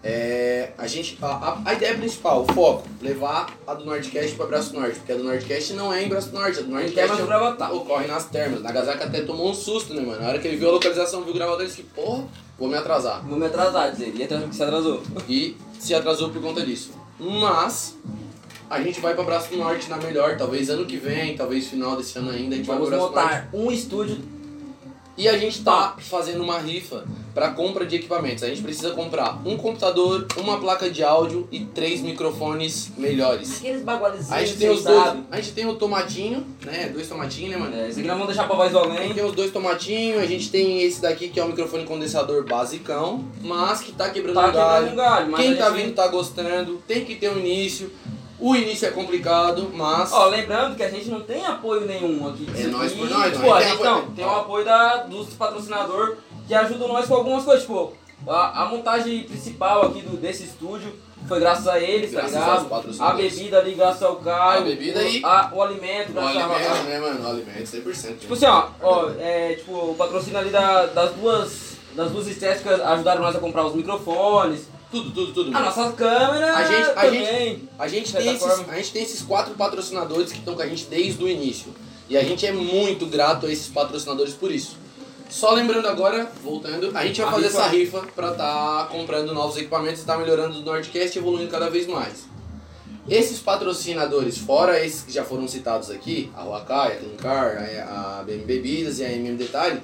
S1: É, a gente a, a- a ideia principal, o foco, levar a do Nordcast pra Braço Norte, porque a do Nordcast não é em Braço Norte, a do Nordcast é-
S4: termas do Gravatá.
S1: ocorre nas termas. Nagasaki até tomou um susto, né, mano? Na hora que ele viu a localização, viu o gravador, ele disse que, porra, vou me atrasar.
S4: Vou me atrasar, dizer. E até que se atrasou.
S1: E se atrasou por conta disso. Mas a gente vai pra Braço Norte na melhor, talvez ano que vem, talvez final desse ano ainda, a gente
S4: Vamos
S1: vai pra Braço Norte.
S4: montar um estúdio.
S1: E a gente tá fazendo uma rifa para compra de equipamentos. A gente precisa comprar um computador, uma placa de áudio e três microfones melhores.
S4: Aqueles bagualizinhos,
S1: A gente tem os dois,
S4: sabe?
S1: a gente tem o tomatinho, né? Dois tomatinhos, né, mano?
S4: É, esse aqui nós vamos deixar pra voz do
S1: A gente
S4: além.
S1: tem os dois tomatinhos, a gente tem esse daqui que é o microfone condensador basicão, mas que tá quebrando
S4: Tá
S1: o galho.
S4: quebrando um galho, mas a
S1: Quem tá
S4: gente-
S1: vindo tá gostando, tem que ter um início. O início é complicado, mas.
S4: Ó, lembrando que a gente não tem apoio nenhum aqui.
S1: É
S4: Isso
S1: nós
S4: aqui,
S1: por nós,
S4: Pô,
S1: nós
S4: a
S1: tem
S4: gente
S1: apoio.
S4: não, tem o apoio da, dos patrocinador que ajudam nós com algumas coisas, tipo, A, a montagem principal aqui do, desse estúdio foi graças a eles,
S1: Graças
S4: tá
S1: aos
S4: ligado? A
S1: patrocinadores.
S4: bebida ali, graças ao Caio.
S1: A bebida e-
S4: a- o alimento,
S1: O
S4: graças ao
S1: alimento, né, mano? O alimento 100%.
S4: Tipo assim, ó, ó é, tipo, o patrocínio ali da- das duas. Das duas estéticas ajudaram nós a comprar os microfones,
S1: tudo, tudo, tudo.
S4: a
S1: mano.
S4: nossa câmera
S1: A gente- a
S4: É, também.
S1: A gente,
S4: Certa
S1: tem esses,
S4: forma.
S1: a gente tem esses quatro patrocinadores que estão com a gente desde o início. E a gente é muito grato a esses patrocinadores por isso. Só lembrando agora, voltando, a gente vai
S4: A
S1: fazer
S4: rifa.
S1: essa rifa pra tá comprando novos equipamentos, tá melhorando o Nordcast e evoluindo cada vez mais. Esses patrocinadores, fora esses que já foram citados aqui, a Huacai, a Clincar, a a BM Bebidas e a MM Detalhe,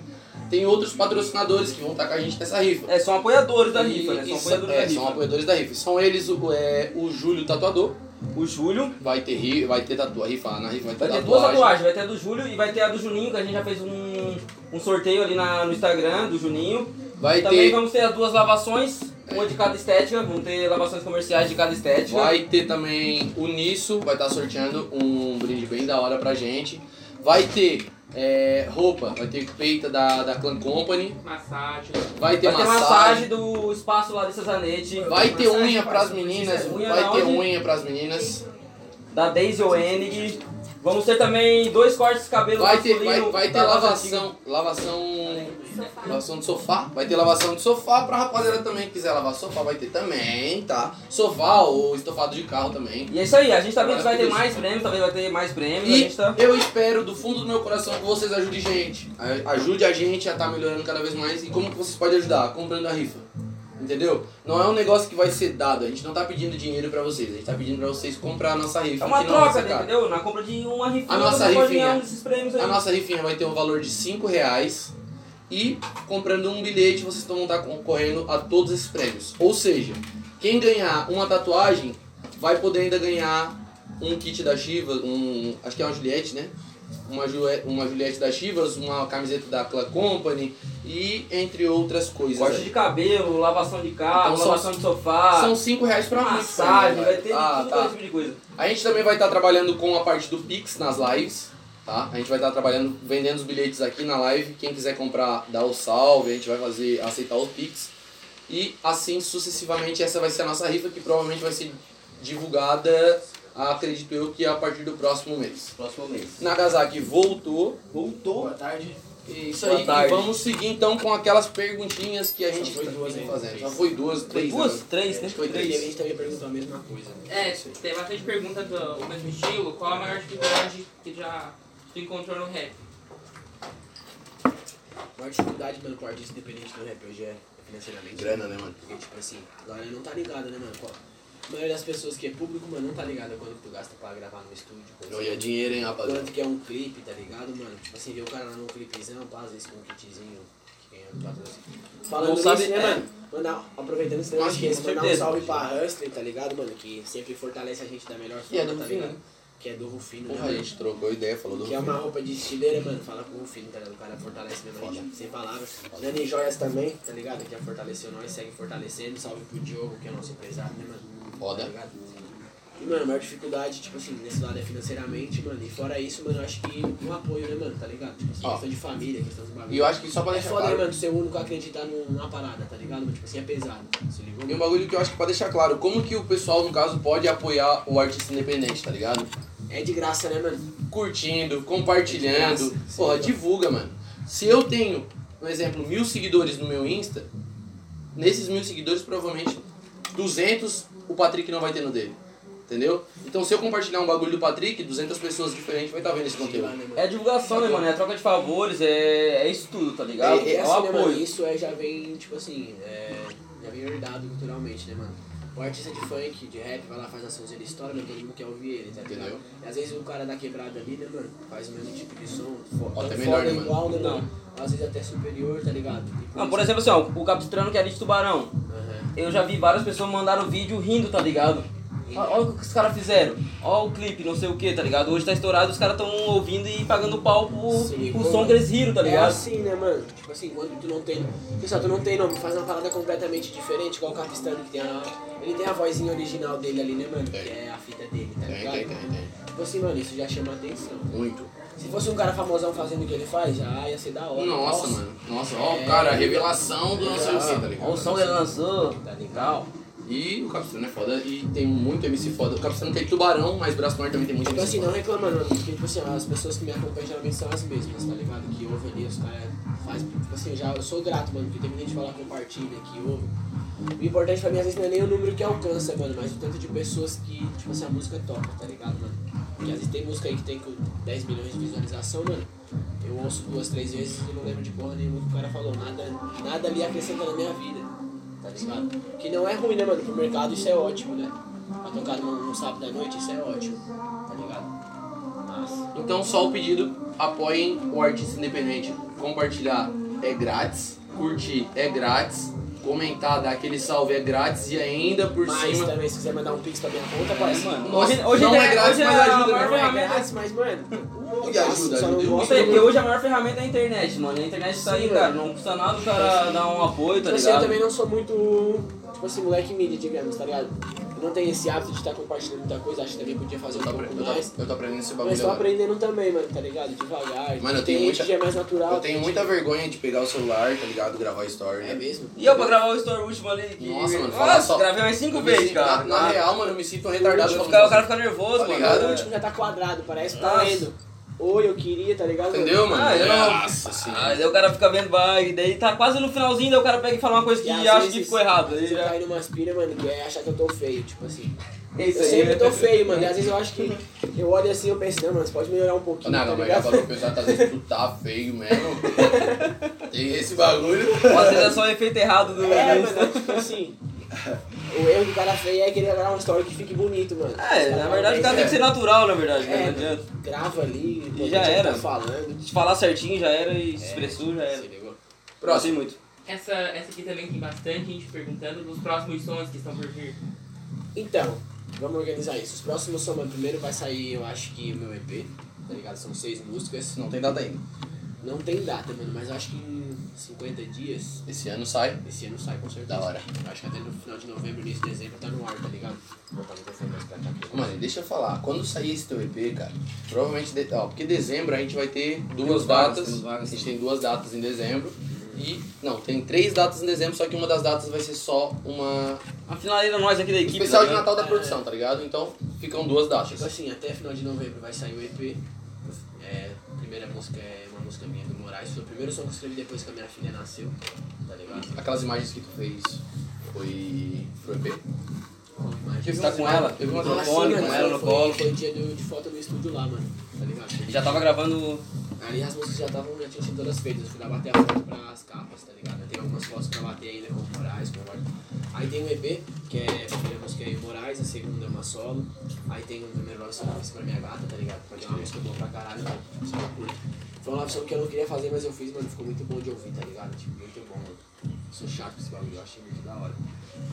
S1: tem outros patrocinadores que vão estar com a gente nessa rifa.
S4: É, são apoiadores da
S1: E-
S4: rifa, né?
S1: e
S4: São
S1: sa-
S4: apoiadores
S1: é,
S4: da rifa.
S1: são apoiadores da rifa. São eles o, é, o Júlio Tatuador,
S4: O Júlio.
S1: Vai ter, ri- vai ter tatuagem, rifa, na rifa vai ter
S4: Vai ter
S1: tatuagem.
S4: duas tatuagens, vai ter a do Júlio e vai ter a do Juninho, que a gente já fez um, um sorteio ali na- no Instagram do Juninho.
S1: Vai
S4: Também
S1: ter,
S4: vamos ter as duas lavações, uma de cada estética, vão ter lavações comerciais de cada estética.
S1: vai ter também o Nisso, vai estar sorteando um brinde bem da hora pra gente. Vai ter é, roupa, vai ter peita da, da Clan Company,
S7: Massagem.
S1: vai
S4: Vai ter
S1: ter, massagem,
S4: massagem do espaço lá de Cesarnete,
S1: vai ter
S7: Massagem,
S1: unha pras
S7: parceiro,
S1: meninas,
S4: isso é unha
S1: vai
S4: da
S1: ter
S4: onde?
S1: unha pras meninas,
S4: da Daisy Oenig. Vamos ter também dois cortes de cabelo
S1: vai ter, vai,
S4: masculino
S1: vai ter
S4: da nossa antiga-
S1: lavação, lavação,
S6: Sofá.
S1: lavação de sofá, vai ter lavação de sofá pra rapaziada também que quiser lavar sofá, vai ter também, tá? Sofá ou estofado de carro também.
S4: E é isso aí, a gente tá vendo que vai ter
S1: Maravilhoso.
S4: mais prêmios, talvez vai ter mais prêmios, a
S1: E
S4: gente tá...
S1: eu espero do fundo do meu coração que vocês ajudem a gente. A- Ajude a gente a estar melhorando cada vez mais. E como que vocês podem ajudar? Comprando a rifa. Entendeu? Não é um negócio que vai ser dado. A gente não tá pedindo dinheiro pra vocês. A gente tá pedindo pra vocês comprar a nossa rifa.
S4: É uma
S1: que não é
S4: troca,
S1: cara.
S4: entendeu? Na compra de uma rifinha,
S1: A nossa
S4: você pode
S1: rifinha.
S4: ganhar um desses prêmios aí.
S1: A nossa rifinha vai ter um valor de 5 reais. E comprando um bilhete, vocês vão estar concorrendo a todos esses prêmios. Ou seja, quem ganhar uma tatuagem vai poder ainda ganhar um kit da Chivas, um. Acho que é uma Juliette, né? Uma, Jué- uma Juliette da Chivas, uma camiseta da Cla Company e entre outras coisas.
S4: Corte
S1: aí.
S4: de cabelo, lavação de carro,
S1: Então, são-
S4: lavação de sofá,
S1: São 5 reais pra muitos,
S4: massagem,
S1: né,
S4: vai ter
S1: Ah,
S4: tudo
S1: tá.
S4: esse tipo de coisa.
S1: A gente também vai estar trabalhando com a parte do Pix nas lives, tá? A gente vai estar trabalhando, vendendo os bilhetes aqui na live. Quem quiser comprar, dá o salve, a gente vai fazer, aceitar o Pix. E assim sucessivamente, essa vai ser a nossa rifa, que provavelmente vai ser divulgada, acredito eu, que a partir do próximo mês.
S4: Próximo mês.
S1: Nagasaki voltou.
S4: Voltou.
S2: Boa tarde.
S1: E isso
S4: Boa
S1: aí,
S4: tarde.
S1: e vamos seguir então com aquelas perguntinhas que a gente
S2: foi duas
S1: vem
S2: ainda,
S1: fazendo. Já
S2: três.
S1: foi duas,
S4: Foi
S1: três.
S4: duas?
S1: né?
S4: Três, né?
S1: Acho que foi
S2: E a
S1: três.
S2: gente também perguntou a mesma coisa. né?
S7: É, tem bastante pergunta do o mesmo estilo. Qual a maior dificuldade que já tu encontrou no rap?
S2: A maior dificuldade, mano, com o artista independente do rap hoje é financeiramente.
S1: Grana, né, mano?
S2: Porque, tipo assim, a galera não tá ligada, né, mano? Qual- A maioria das pessoas que é público, mano, não tá ligada quanto que tu gasta pra gravar no estúdio. quanto-
S1: Olha, dinheiro, hein, rapaziada.
S2: Quanto que é um clipe, tá ligado, mano? Tipo assim, ver o cara lá num clipezão, pá, às vezes com um kitzinho que ganha um patrocínio. Falando
S4: Não
S2: nisso,
S4: sabe-
S2: né,
S4: é.
S2: mano? Mandar, aproveitando esse
S4: Nossa,
S2: negócio aqui,
S4: com
S2: mandar um
S4: certeza.
S2: salve pra Hustler, tá ligado, mano? Que sempre fortalece a gente da melhor forma,
S1: E é do
S2: tá
S1: Rufino,
S2: ligado?
S1: né?
S2: Que é do Rufino, né,
S1: Porra, a
S2: mano?
S1: gente trocou ideia, falou do
S2: Que é
S1: filme.
S2: uma roupa de estileira, mano. Fala com o Rufino, tá ligado? O cara fortalece mesmo a gente, sem palavras. Nani Joias também, tá ligado? Que já fortaleceu nós, segue fortalecendo. Salve pro Diogo, que é nosso empresário, né, mano?
S1: Foda.
S2: Tá ligado? E, mano, a maior dificuldade, tipo assim, nesse lado é financeiramente, mano. E fora isso, mano, eu acho que o apoio, né, mano? Tá ligado? Tipo assim,
S1: Ó.
S2: questão de família, questão de bagulho.
S1: E eu acho que só pra
S2: É
S1: deixar
S2: foda, né,
S1: claro.
S2: mano, ser o único a acreditar num- numa parada, tá ligado? Tipo assim, é pesado. Se ligou?
S1: E um
S2: mano?
S1: bagulho que eu acho que pra deixar claro, como que o pessoal, no caso, pode apoiar o artista independente, tá ligado?
S2: É de graça, né, mano?
S1: Curtindo, compartilhando.
S2: Sim, sim.
S1: Porra, divulga, mano. Se eu tenho, por exemplo, mil seguidores no meu Insta, nesses mil seguidores, provavelmente 200 o Patrick não vai ter no dele. Entendeu? Então, se eu compartilhar um bagulho do Patrick, 200 pessoas diferentes vai estar tá vendo esse
S2: Sei lá,
S1: conteúdo.
S2: né, mano?
S4: É divulgação, né, mano? É troca de favores, é, é isso tudo, tá ligado?
S2: É,
S4: o
S2: é assim, né, mano?
S4: apoio.
S2: Isso é, já vem, tipo assim, é, já vem herdado culturalmente, né, mano? O artista de funk, de rap, vai lá, faz ações, ele estoura, né? todo mundo quer ouvir ele, tá ligado?
S1: Entendeu?
S2: E às vezes o cara da quebrada ali, né, mano? Faz o mesmo tipo de som,
S1: Ó,
S2: foda,
S1: até
S2: tão
S1: melhor,
S2: foda
S1: né,
S2: igual, né,
S4: Não.
S2: mano? Às vezes até superior, tá ligado? E
S4: Não,
S2: isso-
S4: por exemplo assim, ó, o Capistrano que é ali de Tubarão.
S2: Aham.
S4: Eu já vi várias pessoas mandaram vídeo rindo, tá ligado? Ó- Olha o que os caras fizeram. Olha o clipe, não sei o que, tá ligado? Hoje tá estourado, os caras tão ouvindo e pagando pau pro,
S2: Sim,
S4: pro
S2: bom.
S4: som que eles riram, tá
S2: É
S4: ligado?
S2: assim, né, mano? Tipo assim, quando tu não tem. Pessoal, tu não tem nome, faz uma parada completamente diferente, igual o Capistano, que tem a. Ele tem a vozinha original dele ali, né, mano?
S1: Tem.
S2: Que é a fita dele, tá
S1: Tem,
S2: ligado?
S1: tem, tem, tem.
S2: Tipo assim, mano, isso já chama atenção.
S1: Muito.
S2: Se fosse um cara famosão fazendo o que ele faz, já ia ser da hora.
S1: Nossa, mano. Nossa, ó, cara, a revelação do nosso MC, tá ligado?
S4: Olha É, o som que ele lançou.
S2: Tá legal?
S1: E o Capistrano é foda e tem muito MC foda. O Capistrano tem tubarão, mas Braço Norte também tem muito
S2: Tipo
S1: MC
S2: assim,
S1: foda.
S2: não reclamando, mano, porque, tipo assim, as pessoas que me acompanham geralmente são as mesmas, tá ligado? Que ouvem ali, os caras fazem, tipo assim, já, eu sou grato, mano, porque tem muita gente que fala, compartilha, que ouve. O importante pra mim, às vezes, não é nem o número que alcança, mano, mas o tanto de pessoas que, tipo assim, a música toca, tá ligado, mano? Porque às vezes tem música aí que tem com 10 milhões de visualização, mano. Eu ouço duas, três vezes e não lembro de porra nenhuma que o cara falou, nada, nada ali acrescenta na minha vida, tá ligado? Que não é ruim, né, mano? Pro mercado isso é ótimo, né? Pra tocar num, num sábado à noite, isso é ótimo, tá ligado? Mas,
S1: Então só o pedido, apoiem o artista independente. Compartilhar é grátis, curtir é grátis, comentar, dar aquele salve é grátis e ainda por
S2: mas
S1: cima.
S2: também, se quiser mandar um pix pra minha conta, pode.
S4: mano.
S1: Nossa,
S4: Hoje- hoje
S1: não
S4: ainda
S1: é
S4: é-
S1: grátis,
S4: hoje é
S1: mas ajuda.
S4: a
S1: né?
S4: maior
S2: Não é
S4: ferramenta.
S2: grátis, mas, mano.
S1: E ajuda,
S2: só não
S1: ajuda.
S2: gosto
S4: Nossa, porque
S2: muito.
S4: hoje a maior ferramenta é a internet, mano. A internet tá aí,
S2: Sim,
S4: cara.
S2: mano.
S4: Não custa nada o cara dar um apoio, tá
S2: Tipo assim, eu
S4: ligado?
S2: também não sou muito, tipo assim, moleque mídia, digamos, tá ligado? Eu não tenho esse hábito de estar compartilhando muita coisa, acho que também podia fazer
S1: Eu
S2: um
S1: tô, apre-
S2: pouco
S1: eu, tô,
S2: mais.
S1: eu tô aprendendo esse bagulho
S2: Mas tô
S1: agora.
S2: aprendendo também, mano, tá ligado? Devagar.
S1: Mano, eu
S2: tem
S1: tenho
S2: gente
S1: muita-
S2: que é mais natural.
S1: Eu tenho muita vergonha de pegar o celular, tá ligado? Gravar story.
S2: É mesmo?
S4: E eu pra gravar o story último ali. Que...
S1: Nossa, mano, fala
S4: Nossa,
S1: só.
S4: gravei umas 5
S1: Eu me
S4: vezes,
S1: sinto- na-
S4: cara.
S1: Na, real, mano, eu me sinto um retardado.
S4: Eu
S1: pra
S4: ficar- o
S1: fazer
S4: cara
S1: isso.
S4: fica nervoso,
S1: Tá
S4: mano.
S1: ligado?
S4: É.
S2: O último já tá quadrado, parece que tá
S4: Nossa.
S2: lendo. Oi, eu queria, tá ligado?
S1: Entendeu, mano?
S4: Ah, eu não-
S1: Nossa senhora.
S4: Aí daí o cara fica vendo, vai, e daí tá quase no finalzinho, daí o cara pega e fala uma coisa que
S2: E às
S4: acha
S2: vezes-
S4: que ficou errado.
S2: Às
S4: Aí
S2: vezes eu
S4: já...
S1: tá-
S2: caio numa aspira, mano, que é achar que eu tô feio, tipo assim.
S4: É
S2: Eu
S1: né?
S2: sempre tô feio, mano. E às vezes eu acho que eu olho assim e eu penso, não, mano, você pode melhorar um pouquinho.
S1: Não,
S2: tá
S1: não, mas já
S2: ligado?
S1: falou que o pessoal tá dizendo que tu tá feio mesmo. Tem esse bagulho.
S4: Ou às vezes é só o efeito errado do.
S2: [LAUGHS] É,
S4: do-
S2: mano, tipo assim. O erro do cara feio é querer gravar uma story que fique bonito, mano. É,
S4: É, na verdade o cara tem que ser natural, na verdade,
S1: É.
S4: né? Não adianta.
S2: Grava ali, pô,
S4: já
S2: já era.
S4: era. É.
S2: Tá falando.
S4: Se falar certinho já era e
S1: É.
S4: se expressou já era. Gostei
S1: Próximo.
S4: muito.
S7: Essa, essa aqui também tem bastante gente perguntando dos próximos sons que estão por vir.
S2: Então, vamos organizar isso. Os próximos são, mano, primeiro vai sair, eu acho que o meu EP, tá ligado? São seis músicas.
S1: Não tem data ainda.
S2: Não tem data, mano, mas eu acho que em 50 dias,
S1: Esse ano sai.
S2: esse ano sai com certeza.
S1: Da hora.
S2: Eu Acho que até no final de novembro, início de dezembro tá no ar, tá ligado? Vou botar o microfone mais pra cá aqui.
S1: Mano, deixa eu falar. Quando sair esse teu EP, cara, provavelmente. de- Ó, porque dezembro a gente vai ter duas
S4: Temos vagas,
S1: datas.
S4: temos vagas.
S1: a gente tem duas datas em dezembro. E. Não, tem três datas em dezembro, só que uma das datas vai ser só uma.
S4: Afinal era nós aqui da equipe.
S1: Especial
S4: tá
S1: de
S4: ligado?
S1: Natal da produção, tá ligado? Então ficam duas
S2: Tipo
S1: datas.
S2: assim, até final de novembro vai sair o EP. É, a primeira música é uma música minha do Moraes. Foi o primeiro som que eu escrevi depois que a minha filha nasceu. Tá ligado?
S1: Aquelas imagens que tu fez foi. pro EP.
S2: Uma imagem.
S4: Você tá com ela?
S1: Eu vi umas
S4: No
S1: imagens.
S4: fone,
S2: Sim,
S4: com
S2: mano,
S4: ela no
S2: assim, foi-
S4: colo.
S2: Foi o dia do- de foto no estúdio lá, mano. Tá ligado?
S4: Já tá. tava gravando.
S2: Ali as músicas já estavam, já tinham sido todas feitas. Eu fui lá bater a foto pras capas, tá ligado? Tem algumas fotos pra bater ainda com o Moraes, com o Moraes. Aí tem o EP, que é a primeira música é Moraes, a segunda é uma solo. Aí tem o primeiro Love Song que eu fiz pra minha gata, tá ligado? Porque é uma música boa pra caralho, mano. Música que eu curto. Foi uma Love Song que eu não queria fazer, mas eu fiz, mano. Ficou muito bom de ouvir, tá ligado? Tipo, muito bom, mano. Sou chato com esse bagulho, eu achei muito da hora.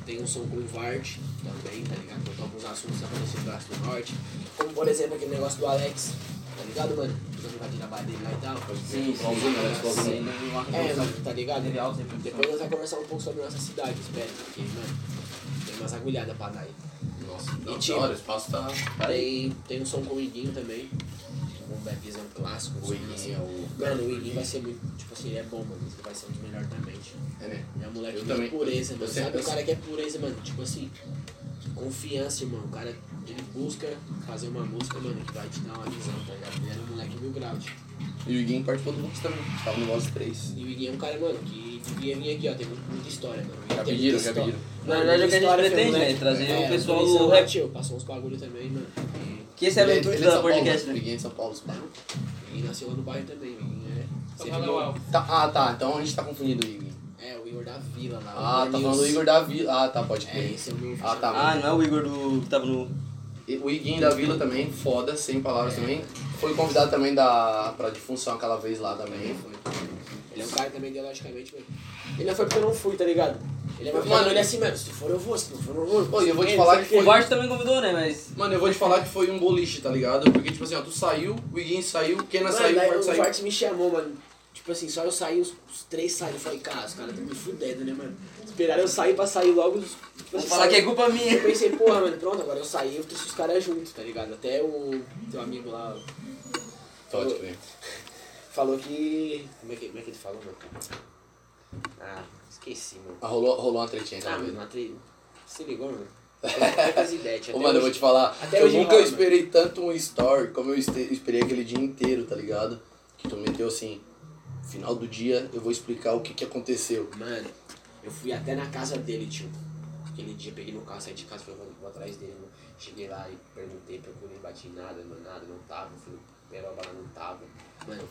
S2: Tem um som com o Vart também, tá ligado? Contou alguns assuntos acontecendo no Braço do Norte. Como, por exemplo, aquele negócio do Alex, tá ligado, mano? Quando vai tirar a barra dele lá e tal.
S4: Sim, sim, sim.
S2: É, mano, tá ligado?
S4: Teve alta repercussão.
S2: Depois nós vamos conversar um pouco sobre a nossa cidade, espero, porque, mano, tem umas agulhadas pra dar aí.
S1: Nossa,
S2: E
S1: não,
S2: tinha-
S1: hora, o espaço tá.
S2: Tem, tem um som com o Iguinho também, um backzão clássico. um
S1: O
S2: som
S1: Iguinho
S2: assim.
S1: é o-
S2: Mano, o Iguinho vai ser muito, tipo assim, ele é bom, mano, ele vai ser um dos melhores da mente.
S1: É, né?
S2: É um moleque
S1: Eu
S2: de
S1: também.
S2: pureza,
S1: Eu
S2: mano.
S1: sempre-
S2: Sabe
S1: eu
S2: o cara que é pureza, mano? Tipo assim, confiança, irmão. O cara, ele busca fazer uma música, mano, que vai te dar uma visão, tá ligado? Ele era um moleque mil graus.
S1: E o Iguinho participou do Lux também. Tava no Voz 3.
S2: E o Iguinho é um cara, mano, que devia vir aqui, ó. Tem muito- muita história, mano. O Iguinho
S1: Já
S2: tem
S1: pediram,
S2: muita
S1: já
S2: histó-
S1: pediram.
S4: Na verdade, é o que a gente
S2: história,
S4: pretende,
S2: foi um moleque-
S4: né? Trazer o
S2: é,
S4: pessoal
S2: polícia
S4: do
S2: lá,
S4: rap.
S2: tio, Passou uns bagulho também, mano. E
S4: Que esse é o intuito
S1: ele é de
S4: da
S1: São Paulo,
S4: podcast,
S1: né? O
S4: né?
S1: Iguinho é de São Paulo, pá.
S2: o Iguinho nasceu lá no bairro também, o Iguinho é.
S7: Só um
S2: Você
S7: fala
S2: ficou-
S7: uau.
S1: Tá- ah, tá. Então a gente tá confundindo o Igor.
S2: É, o Igor da Vila lá.
S1: Ah, tá
S2: News.
S1: falando do Igor da Vila. Ah, tá, pode
S2: É,
S1: crer.
S2: esse é o meu.
S1: Ah, tá.
S4: Ah, não é o Igor do que tava no.
S1: E O Iguinho da Vila também, foda, sem palavras também. Foi convidado também da, pra difunção aquela vez lá também.
S2: Ele é um cara também ideologicamente, mano. Ele não foi porque eu não fui, tá ligado? Ele é mais
S1: Mano,
S2: mano, ele é assim mesmo. Se tu for, eu vou. Se tu não for, eu não vou.
S1: Pô, e eu vou te
S2: Ele
S1: falar
S2: foi
S1: que
S4: O
S1: foi-
S4: Bart também convidou, né? Mas.
S1: Mano, eu vou te falar que foi um boliche, tá ligado? Porque, tipo assim, ó, tu saiu, o Iguinho saiu, Kena
S2: Mano,
S1: saiu,
S2: daí
S1: o Forte
S2: o
S1: saiu.
S2: Forte me chamou, mano. Tipo assim, só eu saí, os, os três saíram. Eu falei, cara, os caras tão me fudendo, né, mano? Esperaram eu sair pra sair logo. os- Tipo,
S4: Vou
S2: assim,
S4: falar que é
S2: saiu-
S4: culpa
S2: Eu
S4: minha.
S2: pensei, porra, mano, pronto, agora eu saí, eu trouxe os caras juntos, tá ligado? Até o teu amigo lá,
S1: Pode crer.
S2: Falou que. Como é que, como é que ele falou, meu cara? Ah, esqueci, meu.
S1: Ah, rolou, rolou uma tretinha
S2: Ah,
S1: aquela
S2: mano,
S1: vez.
S2: na tri... Se ligou, mano? Quantas ideias?
S1: Ô, mano, eu vou te falar,
S2: até
S1: eu
S2: hoje
S1: nunca
S2: rola,
S1: esperei tanto um story como eu este- esperei aquele dia inteiro, tá ligado? Que tu meteu assim, final do dia eu vou explicar o que que aconteceu.
S2: Mano, eu fui até na casa dele, tio. Aquele dia peguei no carro, saí de casa, fui vou atrás dele, mano. Cheguei lá e perguntei, procurei, bati em nada, mano, nada, não tava. Fui peroba lá, não tava. Mano,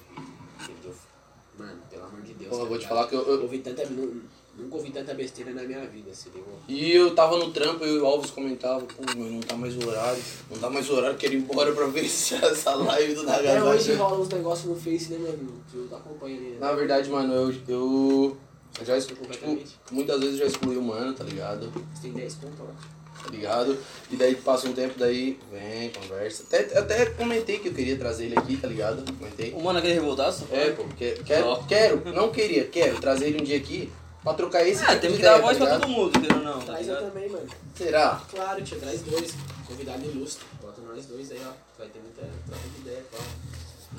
S2: aquele dia eu fui- Mano, pelo amor de Deus.
S1: Pô, Então, eu
S2: tá
S1: vou te
S2: ligado?
S1: falar que eu- eu-
S2: ouvi tanta. nu- Nunca ouvi tanta besteira na minha vida, se ligou?
S1: E eu tava no trampo e o Alves comentava, pô, meu, não tá mais o horário, não tá mais o horário, quero ir embora pra ver [LAUGHS] se essa live do
S2: Até hoje
S1: Nagasaki.
S2: rola uns negócios no Face, né, mano? Tu tá acompanhando ele, né?
S1: Na verdade, mano, eu, eu eu já, exclu-
S2: Completamente.
S1: tipo, muitas vezes eu já excluí o mano, tá ligado?
S2: Você tem 10 pontos, ó.
S1: tá ligado? E daí passa um tempo, daí vem, conversa. Até, até comentei que eu queria trazer ele aqui, tá ligado? Comentei.
S4: O mano aquele revoltaço?
S1: É, pô, que- quero,
S4: Ó.
S1: quero, não queria, quero trazer ele um dia aqui pra trocar esse
S4: Ah,
S1: tipo
S4: temos
S1: de
S4: que dar
S1: ideia,
S4: voz
S1: tá
S4: pra
S1: ligado?
S4: todo mundo, entendeu? Não, tá
S2: Traz eu
S4: ligado?
S2: também, mano.
S1: Será?
S2: Claro, tio, traz dois. Convidado ilustre. Bota nós dois aí, ó. Vai ter muita troca de ideia, pá.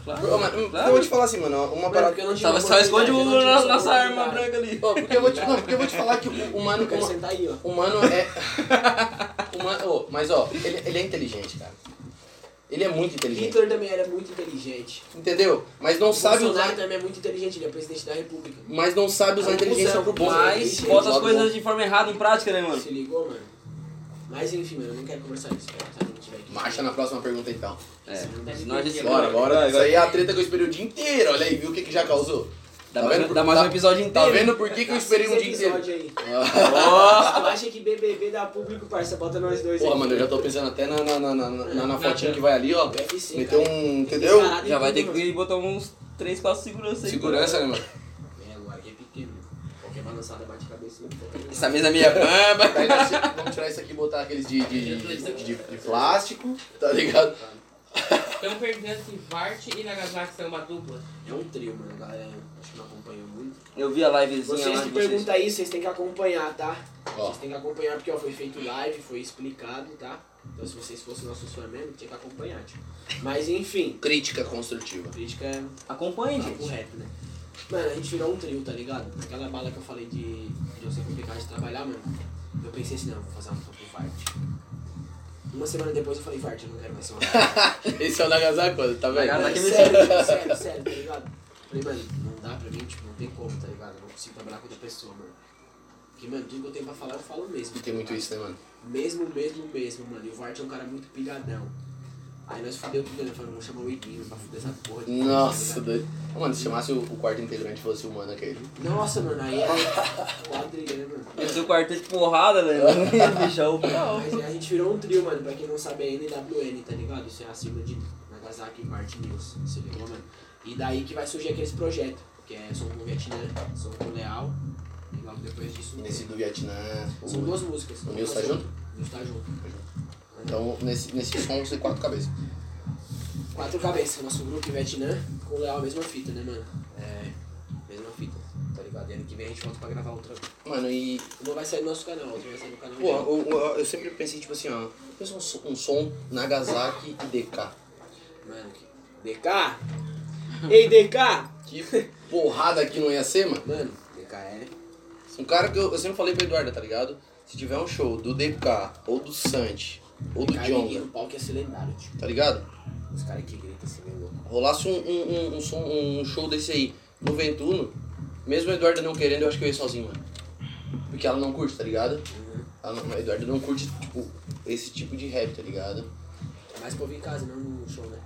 S1: Ô, mano,
S4: Claro.
S1: Eu vou te falar assim, mano, uma parada que eu não
S4: Só, só esconde o, nossa, nossa arma branca ali.
S1: Ó, porque eu vou te, não, porque eu vou te falar
S4: [LAUGHS]
S1: que o, o mano,
S2: Eu quero
S1: o,
S2: sentar aí, ó.
S1: o mano é [LAUGHS] o mano, ô, mas ó, ele, ele é inteligente, cara. Ele é muito inteligente.
S2: Vitor também era muito inteligente.
S4: Então-
S1: Entendeu? Mas não sabe
S2: Bolsonaro
S1: usar,
S2: também é muito inteligente, ele é presidente da república.
S1: mas não sabe usar a inteligência pro bom.
S4: Mas
S2: Sim,
S4: bota as
S1: Lado bom.
S4: coisas de forma errada em prática, né, mano?
S2: Se ligou, mano? Mas enfim, mano, eu não quero conversar isso, cara. Tá, não tiver aqui.
S1: Marcha na próxima pergunta então.
S4: É, senão a gente
S1: Bora, bora.
S4: Vai,
S1: Isso
S4: vai.
S1: aí é a treta que eu esperei o dia inteiro. Olha aí, viu o que, que já causou?
S4: Dá
S1: Tá
S4: mais,
S1: vendo?
S4: dá mais
S1: Tá-
S4: um episódio
S1: Tá
S4: inteiro.
S1: vendo Tá por que, que eu esperei um
S2: Esse
S1: dia inteiro?
S2: episódio
S1: [LAUGHS]
S2: é aí.
S4: Ó,
S2: Tu acha que BBB dá público, parça? Bota nós dois
S1: Porra,
S2: aí.
S1: mano, eu já tô pensando até na, na, na, na, na- na fotinha que vai ali, ó.
S2: Deve ser,
S1: Meteu
S2: cara.
S1: um. Entendeu?
S2: Caralho,
S4: já vai ter
S2: tudo,
S4: que botar uns 3, 4 segurança aí.
S1: Segurança, né,
S4: mano?
S1: mano?
S2: mano. É, o ar que é pequeno. Qualquer balançada bate cabeça.
S4: Essa mesa é meia bamba.
S1: Aí nós tira- [LAUGHS] Vamos tirar isso aqui e botar aqueles de, de, de, de- de plástico, tá ligado?
S7: Estão perdendo que Vart e Nagasaki são uma dupla.
S2: É um trio, mano, galera. Acho que não acompanhou muito.
S4: Eu vi a livezinha
S2: Vocês
S4: lá de
S2: que
S4: vocês.
S2: perguntam isso, vocês têm que acompanhar, tá?
S1: Ó,
S2: Vocês têm que acompanhar porque ó, foi feito live, foi explicado, tá? Então se vocês fossem nossos fãs mesmo, tinha que acompanhar, tipo. Mas enfim,
S1: crítica
S2: [LAUGHS]
S1: construtiva.
S2: crítica é
S4: Acompanhe,
S2: papo
S4: gente.
S2: reto, né? Mano, a gente virou um trio, tá ligado? Aquela bala que eu falei de, de eu ser complicado de trabalhar, mano. Eu pensei assim, não, vou fazer uma música pro Vart. Uma semana depois eu falei, Vart, eu não quero
S1: [LAUGHS]
S2: mais ser uma
S1: Esse é o Nagasaki, mano, tá vendo?
S4: Nagasaki.
S2: Mano,
S4: Mas que
S2: sério, sério, sério, sério, tá ligado? Falei, mano, não dá pra mim, tipo, não tem como, tá ligado? Eu não consigo trabalhar com outra pessoa, mano. Porque, mano, tudo que eu tenho pra falar, eu falo mesmo. tá
S1: Tem muito isso, né, mano?
S2: Mesmo, mesmo, mesmo, mano. E o Vart é um cara muito pilhadão. Aí nós fudeu tudo, né? Falei, vamos chamar o Iguinho pra fuder essa porra. de-
S1: Nossa,
S2: tá ligado?
S1: doido. Ô, Mano, se chamasse o, o quarto integrante fosse o mano aquele.
S2: Nossa, mano, aí é [LAUGHS] quadrilha, né, mano?
S4: Esse é o quarteto de porrada, né? [LAUGHS] Não ia deixar o pau.
S2: Mas aí a gente virou um trio, mano. Pra quem não sabe, é NWN, tá ligado? Isso é a sigla de Nagasaki Martin News. Você ligou, mano? E daí que vai surgir aqueles projetos. Que é Som do Vietnã, Som do Leal. E logo depois disso. é,
S1: Nesse do Vietnã.
S2: São
S1: o-
S2: duas músicas.
S1: O Nils tá junto?
S2: O Nils tá junto.
S1: Então, nesse, nesse som, você quatro cabeças.
S2: Quatro cabeças, nosso grupo em Vietnã, com o Leal a mesma fita, né, mano? É, mesma fita, tá ligado? E ano que vem a gente volta pra gravar outra.
S1: Mano, e
S2: Uma vai sair no nosso canal, outra vai sair no canal.
S1: Pô,
S2: dele.
S1: eu, eu- eu sempre pensei, tipo assim, ó. Pensa um, som- um som Nagasaki e DK.
S2: Mano, que... DK! Ei, DK!
S1: [LAUGHS] Que porrada que não ia ser, mano.
S2: Mano, DK é.
S1: Um cara que eu, eu sempre falei pra Eduarda, tá ligado? Se tiver um show do DK, ou do Santi, ou do
S2: DK é
S1: Jonga,
S2: menino, o palco ia ser lendário, tipo.
S1: tá ligado?
S2: Os caras que gritam assim, meio louco.
S1: Rolasse um, um, um- um som- um show desse aí no Ventuno, mesmo a Eduarda não querendo, eu acho que eu ia sozinho, mano. Porque ela não curte, tá ligado?
S4: Uhum.
S1: Ela não- a Eduarda não curte, tipo, esse tipo de rap, tá ligado?
S2: É mais pra ouvir em casa, não no show, né?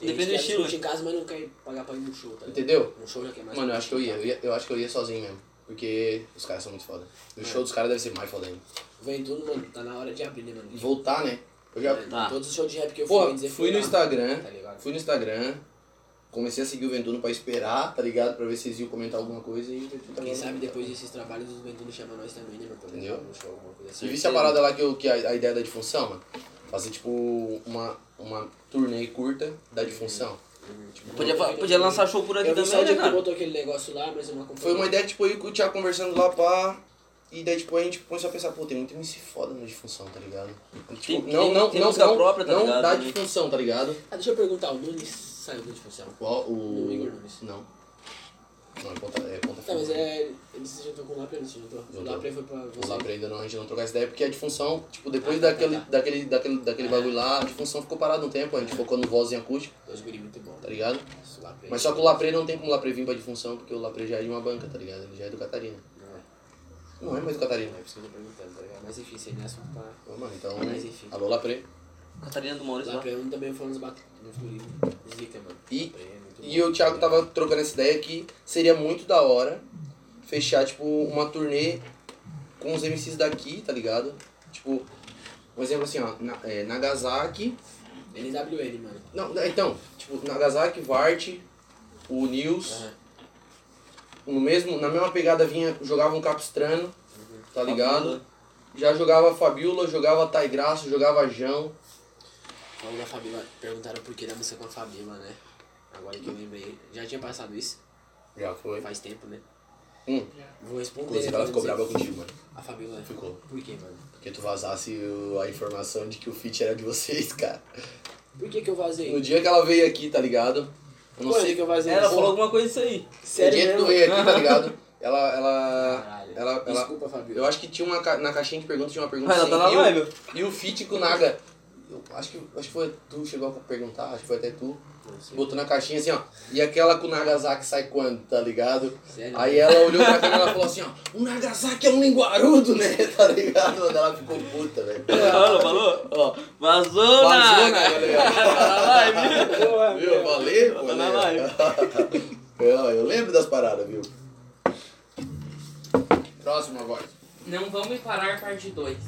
S4: Depende do
S2: gente que
S4: estilo, né?
S2: curte em casa, mas não quer pagar pra ir no show, tá ligado?
S1: Entendeu?
S2: Um show já quer mais.
S1: Mano, eu acho que eu ia, eu ia- eu acho que eu ia sozinho mesmo. Porque os caras são muito foda.
S2: É.
S1: O show dos caras deve ser mais foda ainda.
S2: Vem tudo, mano, tá na hora de abrir, né, mano?
S1: E voltar, né? Eu já.
S2: Mano,
S4: Tá.
S2: Todos os shows de rap que eu fui,
S1: Pô,
S2: vem dizer
S1: fui no
S2: lá.
S1: Instagram,
S2: um tá ligado?
S1: fui no Instagram, comecei a seguir o Ventuno pra esperar, tá ligado? Pra ver se eles iam comentar alguma coisa e o Ventuno tava
S2: Quem sabe
S1: lá.
S2: depois desses trabalhos os Ventuno chama nós também, né, meu? Pra
S1: Entendeu?
S2: gravar um show, alguma coisa assim.
S1: Você viste a parada lá que, eu, que a, a ideia da difunção, mano? Fazer tipo uma, uma turnê curta da
S2: Uhum.
S1: difunção.
S4: Podia, fa- podia lançar show por aqui
S2: Eu vi só o
S4: também, né,
S2: dia que tu
S4: cara?
S2: botou aquele negócio lá, mas eu não acompanhei.
S1: Foi uma ideia que tipo eu e o Thiago conversando lá pra. E daí, tipo, a gente começou a pensar, pô, tem muito MC foda na disfunção, tá ligado?
S4: Tem-
S1: Tipo,
S4: tem-
S1: não, não,
S4: tem
S1: não,
S4: música
S1: não,
S4: própria, tá
S1: não
S4: ligado?
S1: dá disfunção, tá ligado?
S2: Ah, deixa eu perguntar, o Nunes saiu do disfunção.
S1: Qual o...
S2: Do Igor Nunes.
S1: Não. Não, é ponta, é ponta
S2: Tá, mas
S1: firme.
S2: é. Ele se juntou com o Lapre, ele se juntou. O
S1: Juntou.
S2: Lapre foi pra você.
S1: Vamos lá pra ainda não, a gente não trocar essa ideia, porque a difusão, tipo, depois
S2: Ah, tá,
S1: daquele,
S2: tá, É. tá.
S1: daquele, daquele, daquele bagulho lá, a difusão ficou parada um tempo, a gente focou no voz em acústico,
S2: Dois guri muito bom.
S1: tá ligado?
S2: Esse Lapre.
S1: Mas só que o Lapre não tem como o Lapre vir pra difusão, porque o Lapre já é de uma banca, tá ligado? Ele já é do Catarina.
S2: Não é.
S1: Não é mais do Catarina.
S2: É por isso que eu tô perguntando, tá ligado? Mas enfim, sem me assustar.
S1: Ô, Mano, então,
S2: Ah, Mas enfim.
S1: alô Lapre.
S4: Catarina do Maurício lá.
S2: Lapre eu também é foi uns bate. Uns guri. Zica, mano.
S1: E-
S2: Lapre é muito
S1: E
S2: bom.
S1: o Thiago tava trocando essa ideia que seria muito da hora fechar, tipo, uma turnê com os MCs daqui, tá ligado? Tipo, um exemplo assim, ó, na, é, Nagasaki,
S2: NWN, mano.
S1: Não, não, então, tipo, Nagasaki, Vart, o Nils,
S2: Aham.
S1: no mesmo, na mesma pegada vinha, jogava um Capistrano,
S2: Uhum.
S1: tá ligado?
S4: Fabiola.
S1: Já jogava Fabiola, jogava Tai Graça, jogava Jão.
S2: Falando da Fabíola, perguntaram por que da música com a Fabíola, né? Agora que eu lembrei. Já tinha passado isso?
S1: Já foi.
S2: Faz tempo, né?
S1: Hum,
S2: Vou responder.
S1: inclusive ela
S2: né,
S1: ficou
S2: pra
S1: brava
S2: dizer-
S1: contigo, mano.
S2: A Fabíola
S1: Ficou.
S2: Por que, mano?
S1: Porque tu vazasse o- a informação de que o feat era de vocês, [LAUGHS] cara.
S2: Por que que eu vazei?
S1: No dia que ela veio aqui, tá ligado? Eu não
S2: Quando
S1: sei
S2: que eu vazei.
S4: Ela
S2: isso?
S4: falou é alguma coisa disso aí.
S1: No
S2: Sério
S1: dia que tu
S2: mesmo?
S1: veio aqui, tá
S4: [LAUGHS]
S1: ligado? Ela, ela,
S2: Caralho.
S1: ela, ela...
S2: Desculpa, Fabíola.
S1: Eu acho que tinha uma ca- na caixinha de perguntas, tinha uma pergunta
S4: Mas ela
S1: sem
S4: tá na
S1: eu-
S4: live.
S1: E o feat com o Naga, eu acho que, acho que foi tu que chegou a perguntar, acho que foi até tu. Botou na caixinha assim, ó. E aquela com o Nagasaki sai quando, tá ligado?
S2: Sério?
S1: Aí ela olhou pra câmera e falou assim, ó. O Nagasaki é um linguarudo, né? [LAUGHS] Tá ligado? Mano, ela ficou puta, velho.
S4: Falou, falou? Ó, [LAUGHS] vazou,
S1: "Ah, Vazou,
S4: Naga.
S1: né, tá ligado?
S4: Tá na live.
S1: Viu? Eu falei,
S4: Tá na live.
S1: [LAUGHS] Eu, eu lembro das paradas, viu? Próxima voz.
S7: Não vamos parar parte 2.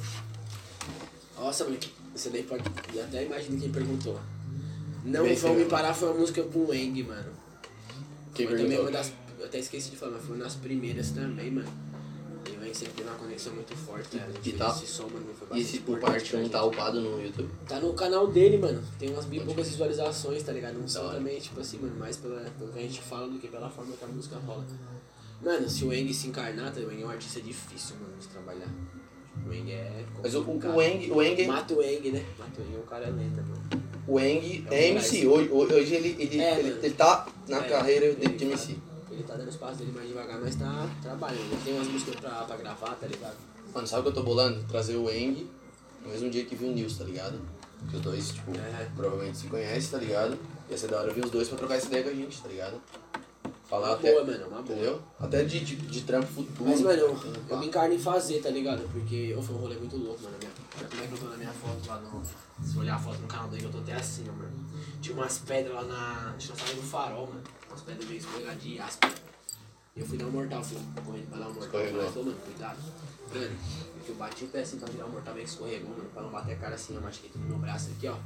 S2: Nossa, mano, você nem pode. Eu até imagino quem perguntou. Não
S1: Bem
S2: Vão
S1: sei,
S2: Me
S1: mano.
S2: Parar foi uma música com o Eng, mano.
S1: Quem
S2: foi também
S1: perguntou?
S2: uma das. Eu até esqueci de falar, mas foi uma das primeiras também, mano. E o Eng sempre teve uma conexão muito forte. A gente
S1: E tá-
S2: fez esse som, mano, foi
S1: E
S2: bastante
S1: esse por
S2: importante
S1: parte
S2: pra
S1: 1
S2: gente.
S1: tá upado no YouTube.
S2: Tá no canal dele, mano. Tem umas bem poucas visualizações, tá ligado? Não são
S1: hora.
S2: também, tipo assim, mano, mais pela, pelo que a gente fala do que pela forma que a música rola. Mano, se o Eng se encarnar, também o Eng é um artista difícil, mano, de trabalhar. O Eng é.
S1: Mas o, é- o,
S2: complicado.
S1: o Eng, o Eng
S2: Mata o Eng, né? Mata o Eng é um cara lenda, mano.
S1: O Eng
S2: É um
S1: é MC, hoje, hoje hoje ele, ele,
S2: É,
S1: ele,
S2: mano.
S1: ele tá na
S2: É,
S1: carreira
S2: ele
S1: de, de
S2: tá-
S1: MC.
S2: Ele tá dando espaço dele mais devagar, mas tá trabalhando. Ele tem umas músicas pra, pra gravar, tá ligado?
S1: Mano, sabe o que eu tô bolando? Trazer o Eng no mesmo dia que viu o Nils, tá ligado? Que os dois, tipo,
S2: É.
S1: provavelmente se conhecem, tá ligado? Ia ser da hora ver os dois pra trocar essa ideia com a gente, tá ligado? Falar
S2: uma
S1: até,
S2: boa, mano, uma boa.
S1: entendeu? Até de, de, de trampo futuro.
S2: Mas, mano, eu,
S1: entendeu?
S2: eu me encarno em fazer, tá ligado? Porque eu foi um rolê muito louco, mano. Minha, olha como é que eu tô na minha foto lá no. Se olhar a foto no canal dele, eu tô até assim, ó, mano. Tinha umas pedras lá na. Acho que nós tava no farol, mano. Umas pedras meio escorregadas de aspa. E eu fui dar um mortal, fui correndo pra dar um mortal. Eu
S1: Escorregou.
S2: falei, "Ô, mano, cuidado. Mano, eu bati o pé assim pra virar o mortal, meio que escorregou, mano. Pra não bater a cara assim, eu machuquei tudo no meu braço aqui, ó.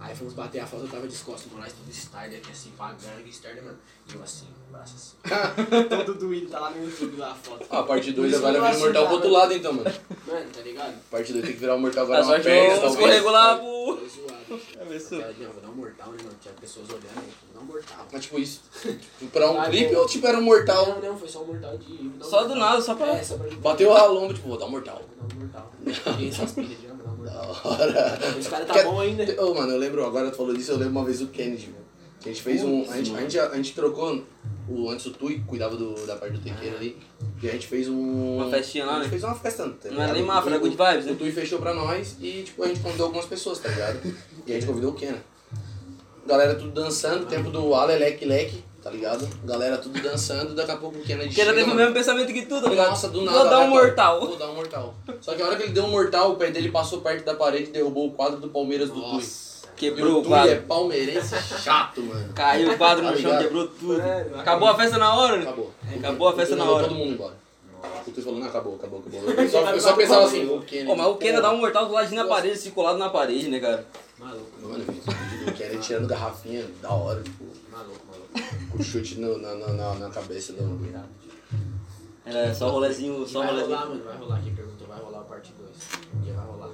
S2: Aí fomos bater a foto, eu tava descosto, Moraes todo starter aqui assim, pagando que starter, mano. E eu assim, braço assim. todo doído, tá lá no YouTube lá a foto.
S1: Ah, a parte 2
S2: Isso
S1: agora
S2: eu
S1: vira o
S2: acho
S1: Mortal
S2: da
S1: pro outro
S2: hora.
S1: lado então, mano.
S2: Mano, tá ligado?
S1: Parte 2 tem que virar o Mortal agora
S4: A
S1: uma
S4: sorte
S1: perna,
S4: não
S1: talvez.
S4: escorregou lá pro...
S2: Foi zoado.
S4: Cabeçudo.
S2: Cara, não, vou dar um mortal, né, mano? Tinha pessoas olhando, né? vou dar um mortal.
S1: Mas tipo
S2: [LAUGHS]
S1: isso. Tipo, pra um
S2: Ah,
S1: clipe
S2: não.
S1: ou tipo era um mortal?
S2: Não, não, foi só um mortal de. vou dar um
S4: Só do
S2: mortal.
S4: nada, só pra-
S2: É, só pra
S1: Bateu a lomba, tipo, vou dar um mortal.
S2: Vou dar um mortal. Ninguém se aspira de vou dar um
S1: Da
S2: mortal.
S1: hora.
S2: Os caras tá
S1: Quer-
S2: bom ainda.
S1: Ô, mano, eu lembro, agora tu falou disso, eu lembro uma vez o Kennedy, mano. Que a gente fez um. A gente, a gente, a gente trocou. O, antes o Tui cuidava do, da parte do tequeiro ali. E a gente fez um.
S4: Uma festinha lá,
S1: A gente
S4: né?
S1: fez uma festa. Tá
S4: Não era
S1: ligado?
S4: nem máfia, era
S1: O-
S4: good vibes,
S1: O
S4: né?
S1: Tui fechou pra nós e, tipo, a gente convidou algumas pessoas, tá ligado? E a gente convidou o Kena. Galera tudo dançando,
S4: Ah.
S1: tempo do Alelec Leque, tá ligado? Galera tudo dançando, daqui a pouco o Kennedy
S4: Porque ela
S1: chega,
S4: teve o
S1: mano.
S4: mesmo pensamento que tu, tá ligado?
S1: Nossa,
S4: Vou
S1: do nada.
S4: dar um
S1: né, cara?
S4: mortal.
S1: Vou dar um mortal. Só que a hora que ele deu um mortal, o pé dele passou perto da parede e derrubou o quadro do Palmeiras do Tui.
S2: Nossa.
S1: E
S4: Quebrou o
S1: Tui é
S4: quadro.
S1: palmeirense chato, mano.
S4: Caiu o quadro
S1: Tá
S4: no chão,
S1: ligado?
S4: quebrou tudo.
S2: Mano,
S4: Acabou a festa na hora? né?
S1: Acabou.
S4: Acabou a festa
S1: O Tui
S4: na
S1: mandou
S4: hora.
S1: todo mundo embora. O Tui falou, não, acabou, acabou, acabou. [LAUGHS] Eu só, eu só pensava assim, o Kennedy.
S4: Pô, mas o Kena dá um mortal do ladinho na parede, se colado na parede, né, cara?
S2: Maluco,
S1: Mano, o Kennedy tirando garrafinha, da hora, tipo,
S2: maluco, maluco.
S1: com chute no- na, na, na, na cabeça do. né?
S2: Irado.
S4: Era É, só um rolezinho, só
S2: Vai rolar,
S4: rolezinho.
S2: mano, vai rolar. Quem perguntou, vai rolar a parte 2. Já vai rolar.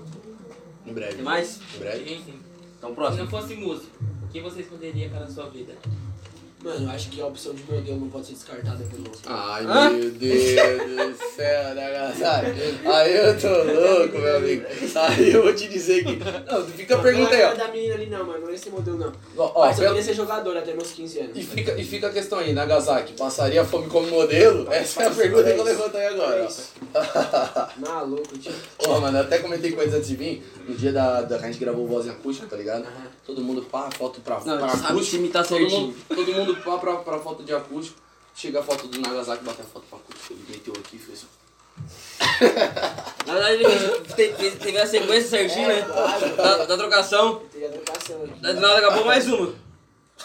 S1: Em breve.
S4: Tem mais?
S1: Em breve.
S7: Enfim,
S4: Então,
S7: se
S4: próximo.
S7: não fosse músico, o que você escolheria para a sua vida?
S2: Mano, eu acho que a opção de modelo não pode ser descartada pelo.
S1: Ai, meu Deus do céu, né, galera? Aí eu tô louco, meu amigo. Aí eu vou te dizer que. Não, fica a pergunta aí,
S2: Não é
S1: Ah, ó.
S2: da menina ali não, mano. Não é esse modelo não.
S1: Ó, ó,
S2: Mas eu
S1: pela-
S2: queria é ser jogador até meus 15 anos.
S1: E fica, e fica a questão aí, Nagasaki, passaria fome como modelo? Essa é a pergunta que eu levantei agora. ó.
S2: Maluco, tio.
S1: Pô, mano, eu até comentei com eles antes de vir, no dia da, da que a gente gravou voz em acústica, tá ligado?
S2: Aham.
S1: Todo mundo pá, foto pra,
S4: Não,
S1: pra
S4: tu sabe é
S1: acústica.
S4: se imitar
S1: todo,
S4: certinho.
S1: mundo, todo mundo pá pra, pra foto de acústico. Chega a foto do Nagasaki, bate a foto pra acústica. Ele meteu aqui e fez.
S4: Na verdade, ele fez- [LAUGHS] te- te- teve a sequência certinha, né? Da, da trocação.
S2: Teria trocação aqui.
S4: Daí do nada acabou mais uma.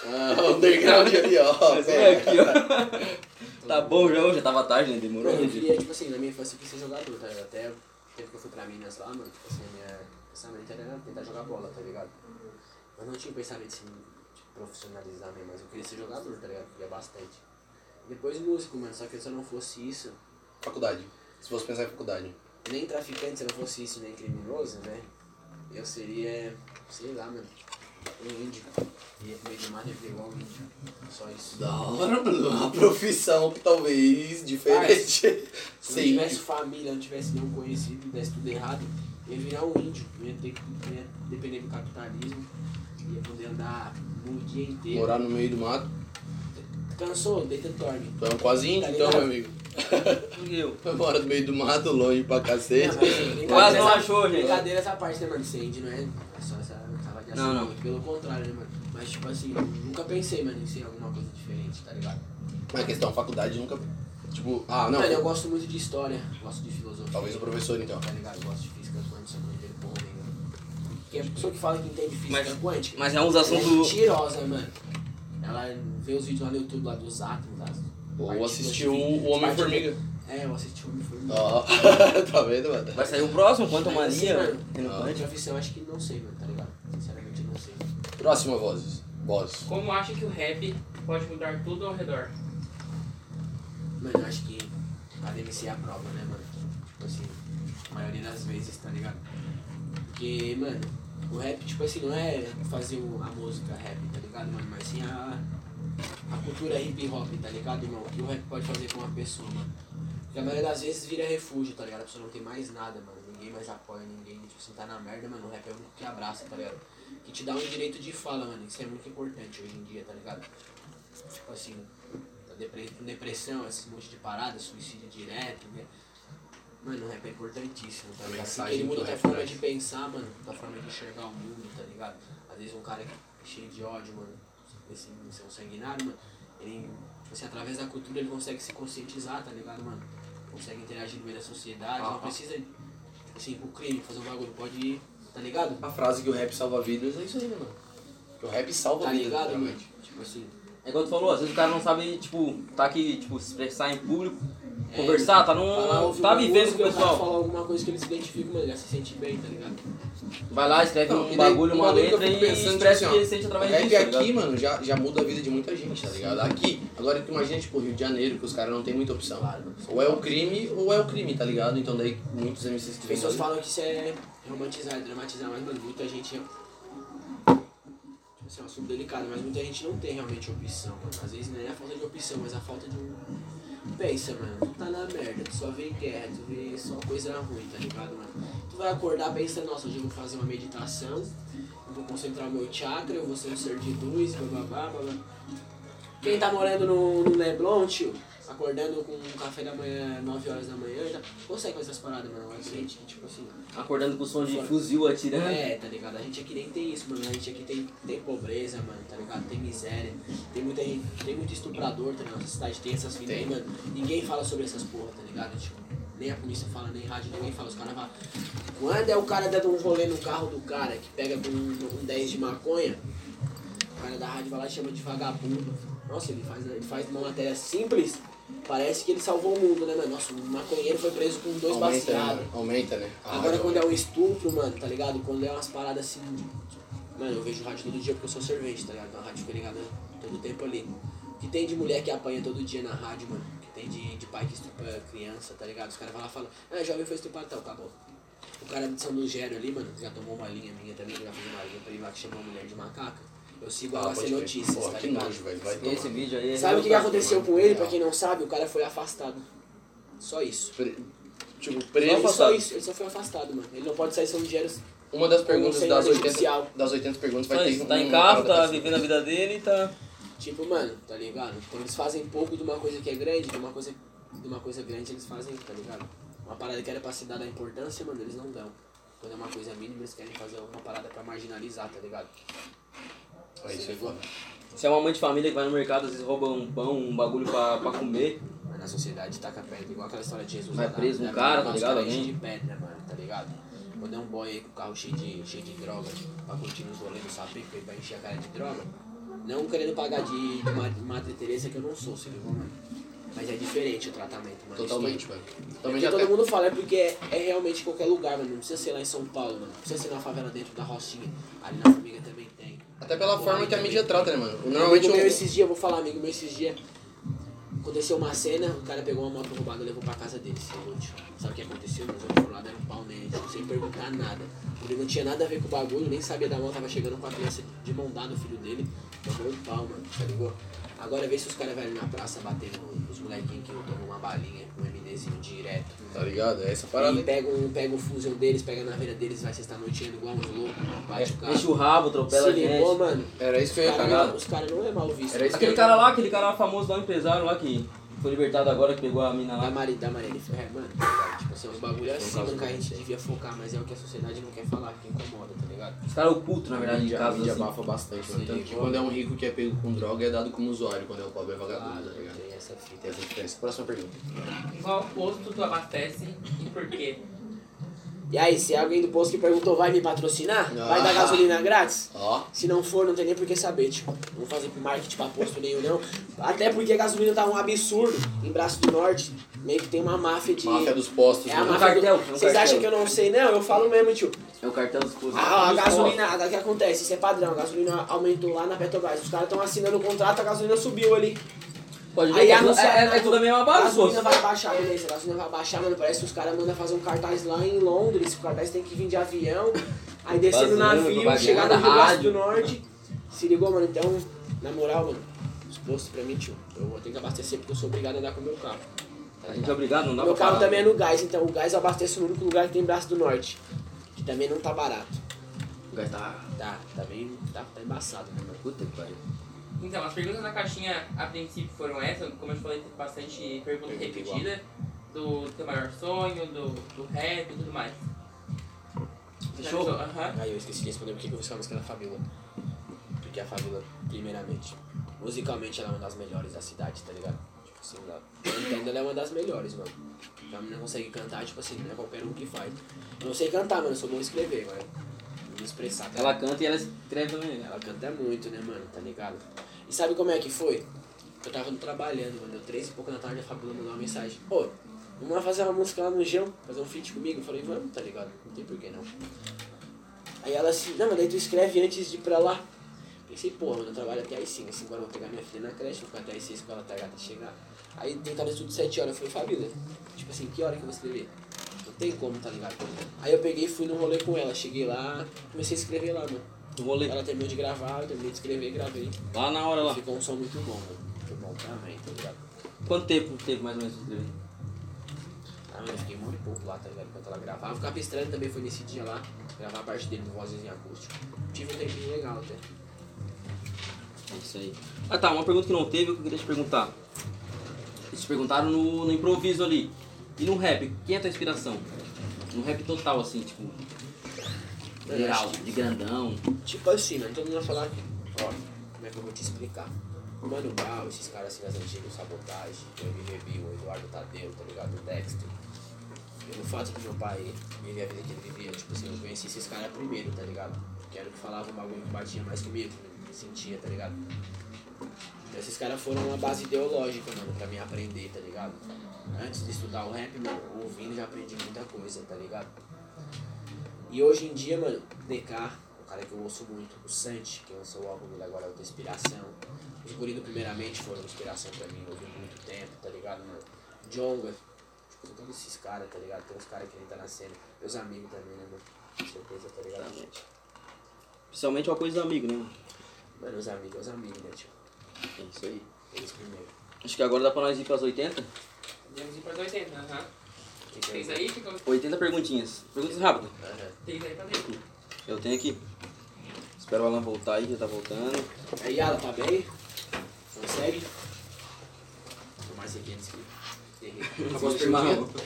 S1: Ah, [LAUGHS] underground ali, ó.
S4: Mas é aqui, ó. Tá bom já, já tava tarde, né? Demorou.
S2: Mano, eu
S4: né?
S2: queria, tipo assim, na minha infância eu quis ser jogador, tá ligado? Até o tempo que eu fui pra Minas lá, mano, tipo assim, a minha pensamento era tentar jogar bola, tá ligado? Mas não tinha o pensamento assim, de profissionalizar mesmo, mas eu queria ser jogador, tá ligado? Eu queria bastante. Depois músico, mano, só que se eu não fosse isso,
S1: Faculdade. Se fosse pensar em faculdade.
S2: nem traficante, se eu não fosse isso, nem criminoso, né? Eu seria, sei lá, mano, um índio. Ia comer de mar e viver igual um índio. Só isso.
S1: Da hora, Bruno. Uma profissão que talvez diferente.
S2: diferente. Se eu
S1: Sim.
S2: não tivesse família, não tivesse nenhum conhecido, desse tudo errado, eu ia virar um índio. Eu ia, ter, eu ia depender do capitalismo, ia poder andar o dia inteiro.
S1: Morar no meio do mato.
S2: Cansou? Deita e dorme.
S1: Tu é um quase índio,
S2: Tá
S1: então,
S2: ligado?
S1: meu amigo.
S4: Eu.
S1: Eu moro no meio do mato, longe pra cacete.
S4: Quase não achou, gente.
S2: Brincadeira essa parte, né, mano? Ser índio não é é só essa cavadinha.
S4: Não, não.
S2: Pelo contrário, né, mano? Mas, tipo assim, eu nunca pensei, mano, em ser alguma coisa diferente, tá ligado?
S1: Mas é a questão, faculdade nunca. Tipo, ah, não.
S2: Mano, eu gosto muito de história, gosto de filosofia.
S1: Talvez o professor, então.
S2: Tá ligado? Eu gosto de física quântica, não entendo porra nenhuma. Porque a pessoa que fala que entende física
S4: Mas-
S2: quântica.
S4: Mas é uns
S2: Ela é
S4: assuntos.
S2: mentirosa, mano. Ela vê os vídeos lá no YouTube lá dos átomos. das
S1: Ou
S2: partículas
S1: assistiu
S2: de-
S1: o Homem-Formiga.
S2: É, eu assisti o Homem-Formiga.
S1: Ó, [LAUGHS] tá vendo, mano?
S4: Vai sair o próximo, Quanto
S2: Mas, assim,
S4: Mania.
S2: mano,
S1: Não.
S2: De profissão, acho que não sei, mano, tá ligado? Sinceramente, eu não sei.
S1: Próxima vozes. Vozes.
S7: Como acha que o rap pode mudar tudo ao redor?
S2: Mano, eu acho que a DMC é a prova, né, mano? Tipo assim, a maioria das vezes, tá ligado? Porque, mano, o rap, tipo assim, não é fazer o- a música rap, tá ligado, mano? Mas sim a, a cultura hip hop, tá ligado, irmão? O que o rap pode fazer com uma pessoa, mano? Porque a maioria das vezes vira refúgio, tá ligado? A pessoa não tem mais nada, mano. Ninguém mais apoia, ninguém, tipo assim, tá na merda, mano. O rap é o único que abraça, tá ligado? Que te dá um direito de fala, mano. Isso é muito importante hoje em dia, tá ligado? Tipo assim, a depre- depressão, esse monte de parada, suicídio direto, né? Mano, o rap é importantíssimo, tá
S1: A
S2: ligado?
S1: mensagem
S2: Porque ele
S1: que o
S2: muda a tua
S1: rap né?
S2: forma
S1: traz.
S2: de pensar, mano, tua forma de enxergar o mundo, tá ligado? Às vezes um cara que é cheio de ódio, mano, esse esse é um sanguinário, mano, ele, tipo assim, através da cultura ele consegue se conscientizar, tá ligado, mano? Consegue interagir no meio da sociedade, não
S1: Aham.
S2: precisa, tipo assim, ir pro crime, fazer um bagulho, pode ir, tá ligado?
S1: A frase que o rap salva vidas é isso aí, né, mano? Que o rap salva
S2: Tá
S1: vidas,
S2: ligado, mano?
S1: literalmente.
S2: Tipo assim,
S4: É igual tu falou, às vezes o cara não sabe, tipo, tá aqui, tipo, se expressar em público,
S2: É,
S4: conversar, tá
S2: falar, um
S4: num.
S2: ouvir
S4: Tá
S2: uma
S4: vivendo com
S2: música,
S4: o
S2: o cara
S4: pessoal.
S2: falar alguma coisa que ele se identifica, mano, ele já se sente bem, tá ligado?
S4: Vai lá, escreve
S1: Não,
S4: um
S1: Então, e daí,
S4: bagulho, uma
S1: bagulho que eu
S4: letra
S1: fico
S4: e
S1: pensando,
S4: expressa
S1: tipo
S4: o
S1: assim,
S4: que
S1: ó,
S4: ele sente através
S1: o rap
S4: disso. tá
S1: aqui,
S4: ligado?
S1: mano, já, já muda a vida de muita gente, tá ligado? Aqui, agora tu imagina, tipo, Rio de Janeiro, que os caras não tem muita opção. Ou é o crime, ou é o crime, tá ligado? Então daí muitos MCs que
S2: As
S1: vêm
S2: pessoas
S1: ali-
S2: falam que isso é romantizar, é dramatizar, mas mano, muita gente. é- Tipo assim, é um assunto delicado, mas muita gente não tem realmente opção, mano. Às vezes não é a falta de opção, mas a falta de um. Pensa, mano, tu tá na merda, tu só vê guerra, tu vê só coisa ruim, tá ligado, mano? Tu vai acordar pensando, nossa, hoje eu vou fazer uma meditação, eu vou concentrar o meu chakra, eu vou ser um ser de luz, bababá, babá. Quem tá morando no, no Leblon, tio, acordando com um café da manhã, 9 horas da manhã, já consegue fazer essas paradas, mano. Mas a gente, que, tipo assim,
S4: Acordando com o som de fuzil atirando.
S2: é, tá ligado? A gente aqui nem tem isso, mano. A gente aqui tem, tem pobreza, mano, tá ligado? Tem miséria, tem muita gente, tem muito estuprador, tá ligado? Nossa cidade tem essas fitas aí, mano. Ninguém fala sobre essas porra, tá ligado? Tipo, nem a polícia fala, nem rádio, ninguém fala. Os caras falam. Quando é o cara dando um rolê no carro do cara que pega com um, um 10 de maconha, o cara da rádio vai lá e chama de vagabundo. Nossa, ele faz, ele faz uma matéria simples. Parece que ele salvou o mundo, né, mano? Nossa, um maconheiro foi preso com dois
S1: Aumenta, né?
S2: baseados.
S1: mano? Aumenta, né? A
S2: Agora
S1: raiva.
S2: quando é um estupro, mano, tá ligado? Quando é umas paradas assim. Mano, eu vejo rádio todo dia porque eu sou servente, tá ligado? Então a rádio fica ligada todo tempo ali. O que tem de mulher que apanha todo dia na rádio, mano? O que tem de, de pai que estupra criança, tá ligado? Os caras vão lá e falam, ah, jovem foi estuprado, tal, acabou. O cara de São Lugério ali, mano, já tomou uma linha minha também, já fez uma linha pra ele lá que chamou a mulher de macaca. Eu sigo
S1: Ah,
S2: a
S1: pode
S2: AC
S1: crer.
S2: Notícias,
S1: Pô,
S2: tá
S1: que
S2: ligado?
S1: nojo, velho. Vai tomar.
S4: Esse vídeo aí. é
S2: Sabe o que que
S4: revoltante,
S2: aconteceu
S4: mano.
S2: com ele? Pra quem não sabe, o cara foi afastado. Só isso.
S1: Pre- Tipo,
S2: Não,
S1: preso.
S2: só
S1: sabe?
S2: isso, ele só foi afastado, mano. Ele não pode sair são diários.
S1: Uma das perguntas
S2: Sem
S1: das
S2: nada
S1: 80,
S2: especial.
S1: das 80 perguntas vai ter
S4: Mas Tá em
S1: um-
S4: casa,
S1: uma
S4: tá
S1: adaptação.
S4: vivendo a vida dele, tá.
S2: Tipo, mano, tá ligado? Então eles fazem pouco de uma coisa que é grande, de uma coisa, de uma coisa grande eles fazem, tá ligado? Uma parada que era pra se dar da importância, mano, eles não dão. Quando é uma coisa mínima, eles querem fazer uma parada pra marginalizar, tá ligado?
S1: É isso aí, foda.
S4: Se é uma mãe de família que vai no mercado, às vezes rouba um pão, um bagulho pra, pra comer.
S2: Mas na sociedade taca pedra, igual aquela história de Jesus.
S4: Vai
S2: lá né, na-
S4: preso um
S2: na-
S4: cara, tá
S2: os
S4: ligado?
S2: caras
S4: Alguém?
S2: enchem de pedra, mano, tá ligado? Quando é um boy aí com o carro cheio de, cheio de droga, pra curtir nos rolês do sapico, ele vai encher a cara de droga. Não querendo pagar de, de Ma- Madre Teresa que eu não sou, se ligou, mano? Mas é diferente o tratamento, mano.
S1: Totalmente, mano. Totalmente
S2: Porque
S1: até.
S2: todo mundo fala, é porque é, é realmente em qualquer lugar, mano. Não precisa ser lá em São Paulo, mano. Não precisa ser na favela dentro da Rocinha. Ali na Formiga também tem.
S1: Até pela
S2: Porra,
S1: forma que a
S2: também.
S1: mídia trata, né, mano? Normalmente
S2: Normalmente
S1: um.
S2: amigo meu esses dias, vou falar amigo meu esses dias. Aconteceu uma cena, o cara pegou uma moto roubada e levou pra casa dele, seu útil. Sabe o que aconteceu? Nós outros foram lá dar um pau nele, sem perguntar nada. Ele não tinha nada a ver com o bagulho, nem sabia da mão, tava chegando com a criança de mão dada, o filho dele. Tomou um pau, mano, tá ligado? Agora vê se os caras vão ali na praça bater no- os molequinhos que tomam uma balinha, um MDzinho direto.
S1: Tá ligado? É essa
S2: E
S1: parada.
S2: pega, um, pega o fuzil deles, pega na veira deles, vai sexta-noite indo igual uns loucos,
S1: É,
S2: bate o carro.
S4: Enche o rabo,
S2: Tá. Se
S4: atropela a
S2: ligou,
S4: gente.
S2: mano.
S1: Era isso que eu ia
S2: Cara,
S1: cagar.
S2: os caras não é mal visto.
S1: Era isso que eu
S4: Aquele
S1: ia-
S4: cara lá, aquele cara lá famoso lá, um empresário lá que foi libertado agora, que pegou a mina
S2: Da
S4: lá.
S2: Mari, da Marielle Ferrer, mano. Tipo assim, os
S1: um
S2: bagulho é assim, mano, que a gente devia focar, mas é o que a sociedade não quer falar, que incomoda, tá ligado?
S4: Os caras ocultos, é na verdade, em
S1: mídia, a
S4: casa.
S1: mídia
S4: assim.
S1: abafa bastante, mano.
S2: Sim,
S1: Tanto que
S2: igual.
S1: quando é um rico que é pego com droga é dado como usuário, quando é o pobre é vagabundo, tá ligado?
S2: Tem essa fita.
S1: Tem essa diferença. Próxima pergunta.
S7: Em qual posto tu abastece e por quê?
S2: E aí, se é alguém do posto que perguntou, vai me patrocinar? Vai
S1: Ah.
S2: dar gasolina grátis?
S1: Ó.
S2: Se não for, não tem nem por que saber, tipo, não vou fazer marketing pra posto nenhum, não. Até porque a gasolina tá um absurdo. Em Braço do Norte, meio que tem uma máfia de...
S1: Máfia dos postos, né?
S2: É a
S1: mano.
S2: máfia
S4: cartel, é um
S2: do... Vocês
S4: cartel.
S2: acham que eu não sei? Não, eu falo mesmo, tio.
S4: É o cartel dos postos.
S2: Ah, a gasolina, o que acontece? Isso é padrão, a gasolina aumentou lá na Petrobras. Os caras estão assinando o contrato, a gasolina subiu ali.
S4: Pode ver
S2: Aí
S4: que é,
S2: anuncia-
S4: é, é tudo a mesma
S2: A
S4: base,
S2: gasolina
S4: pô.
S2: vai baixar, beleza. A gasolina vai baixar, mano. Parece que os caras mandam fazer um cartaz lá em Londres. O cartaz tem que vir de avião, aí descer no
S4: Vazando,
S2: navio,
S4: propaganda,
S2: chegar no Rio Grande
S4: rádio.
S2: do Norte. Se ligou, mano? Então, na moral, mano, os postos pra mim, tio, eu vou ter que abastecer porque eu sou obrigado a andar com o meu carro.
S4: A gente é obrigado, não dá
S2: Meu
S4: pra
S2: carro
S4: parar.
S2: também é no gás, então o gás eu abasteço no único lugar que tem braço do norte. Que também não tá barato.
S4: O gás tá.
S2: Tá, tá bem. Tá, tá embaçado, né, mano?
S4: Puta que pariu.
S7: Então, as perguntas na caixinha a princípio foram essas, como eu te falei, teve bastante pergunta repetida do teu maior sonho, do, do rap e tudo mais.
S2: Fechou?
S7: Já Aham.
S2: Aí Ah, eu esqueci de responder porque que eu vou escolher a música da Fabíola. Porque a Fabíola, primeiramente, musicalmente ela é uma das melhores da cidade, tá ligado? Tipo assim, ela, eu entendo, ela é uma das melhores, mano. A menina consegue cantar, tipo assim, não é qualquer um que faz. Eu não sei cantar, mano, eu sou bom em escrever, mano. Me expressar. tá
S4: Ela canta e ela escreve também.
S2: né? ela canta muito, né, mano? Tá ligado? E sabe como é que foi? Eu tava trabalhando, mano. Deu três e pouco da tarde, a Fabiola mandou uma mensagem. Ô, vamos lá fazer uma música lá no Jão, fazer um feat comigo? Eu falei, vamos, tá ligado? Não tem porquê não. Aí ela assim, não, mas daí tu escreve antes de ir pra lá. Pensei, porra, mano, eu trabalho até às 5, 5 horas eu vou pegar minha filha na creche, vou ficar até às 6 quando ela tá gata chegar. Aí tentaram tudo 7 horas, eu falei, Fabíola, tipo assim, que hora que eu vou escrever? Não tem como, tá ligado? Aí eu peguei e fui no rolê com ela, cheguei lá, comecei a escrever lá, mano.
S4: Eu vou ler.
S2: Ela terminou de gravar, eu terminei de escrever, gravei.
S4: Lá na hora lá.
S2: Ficou um som muito bom, mano. Muito bom também, tá ligado?
S4: Quanto tempo teve mais ou menos de escrever?
S2: Ah, mano, eu fiquei muito pouco lá, tá ligado? Enquanto ela gravava. O Capistrano também foi nesse dia lá, gravar a parte dele do Vozes em Acústico. Tive um tempinho legal até.
S4: É isso aí. Ah tá, uma pergunta que não teve, eu queria te perguntar. Eles te perguntaram no, no improviso ali. E no rap, quem é a tua inspiração? No rap total, assim, tipo.
S2: É,
S4: Geral, de grandão.
S2: Tipo assim, mano, todo mundo vai falar que, ó, como é que eu vou te explicar? Mano Brau, esses caras assim das antigas, Sabotagem, o MVB, o Eduardo Tadeu, tá ligado? O Dexter. Pelo fato do meu pai viver a vida que ele vivia, tipo assim, eu conheci esses caras primeiro, tá ligado? Que era o que falava um bagulho que batia mais comigo, que eu sentia, tá ligado? Então, Esses caras foram uma base ideológica, mano, pra mim aprender, tá ligado? Antes de estudar o rap, mano, ouvindo já aprendi muita coisa, tá ligado? E hoje em dia, mano, DK, o cara que eu ouço muito, o Santi, que lançou o álbum dele agora, é outra inspiração. Os Gurido, primeiramente, foram inspiração pra mim, eu ouvi muito tempo, tá ligado, mano? Jonga, tipo, são todos esses caras, tá ligado? Tem uns caras que nem tá na cena, meus amigos também, né, mano? Com certeza, tá ligado?
S4: Principalmente o apoio dos amigos, né? mano?
S2: Mano, os amigos, os amigos, né, tio?
S4: É isso aí.
S2: Eles primeiro.
S4: Acho que agora dá pra nós ir pras 80?
S7: Devemos ir para 80, aham.
S2: Quem quer
S7: Fez
S2: ir?
S7: aí, ficamos.
S4: 80 perguntinhas. Perguntas rápidas.
S2: Aham.
S7: Tem aí pra dentro.
S4: Eu tenho aqui. Espero o Alan voltar aí, já tá voltando.
S2: Aí, Yala, tá bem? Então Consegue? Vou mais aqui antes que. Errei. Acabou as perguntas?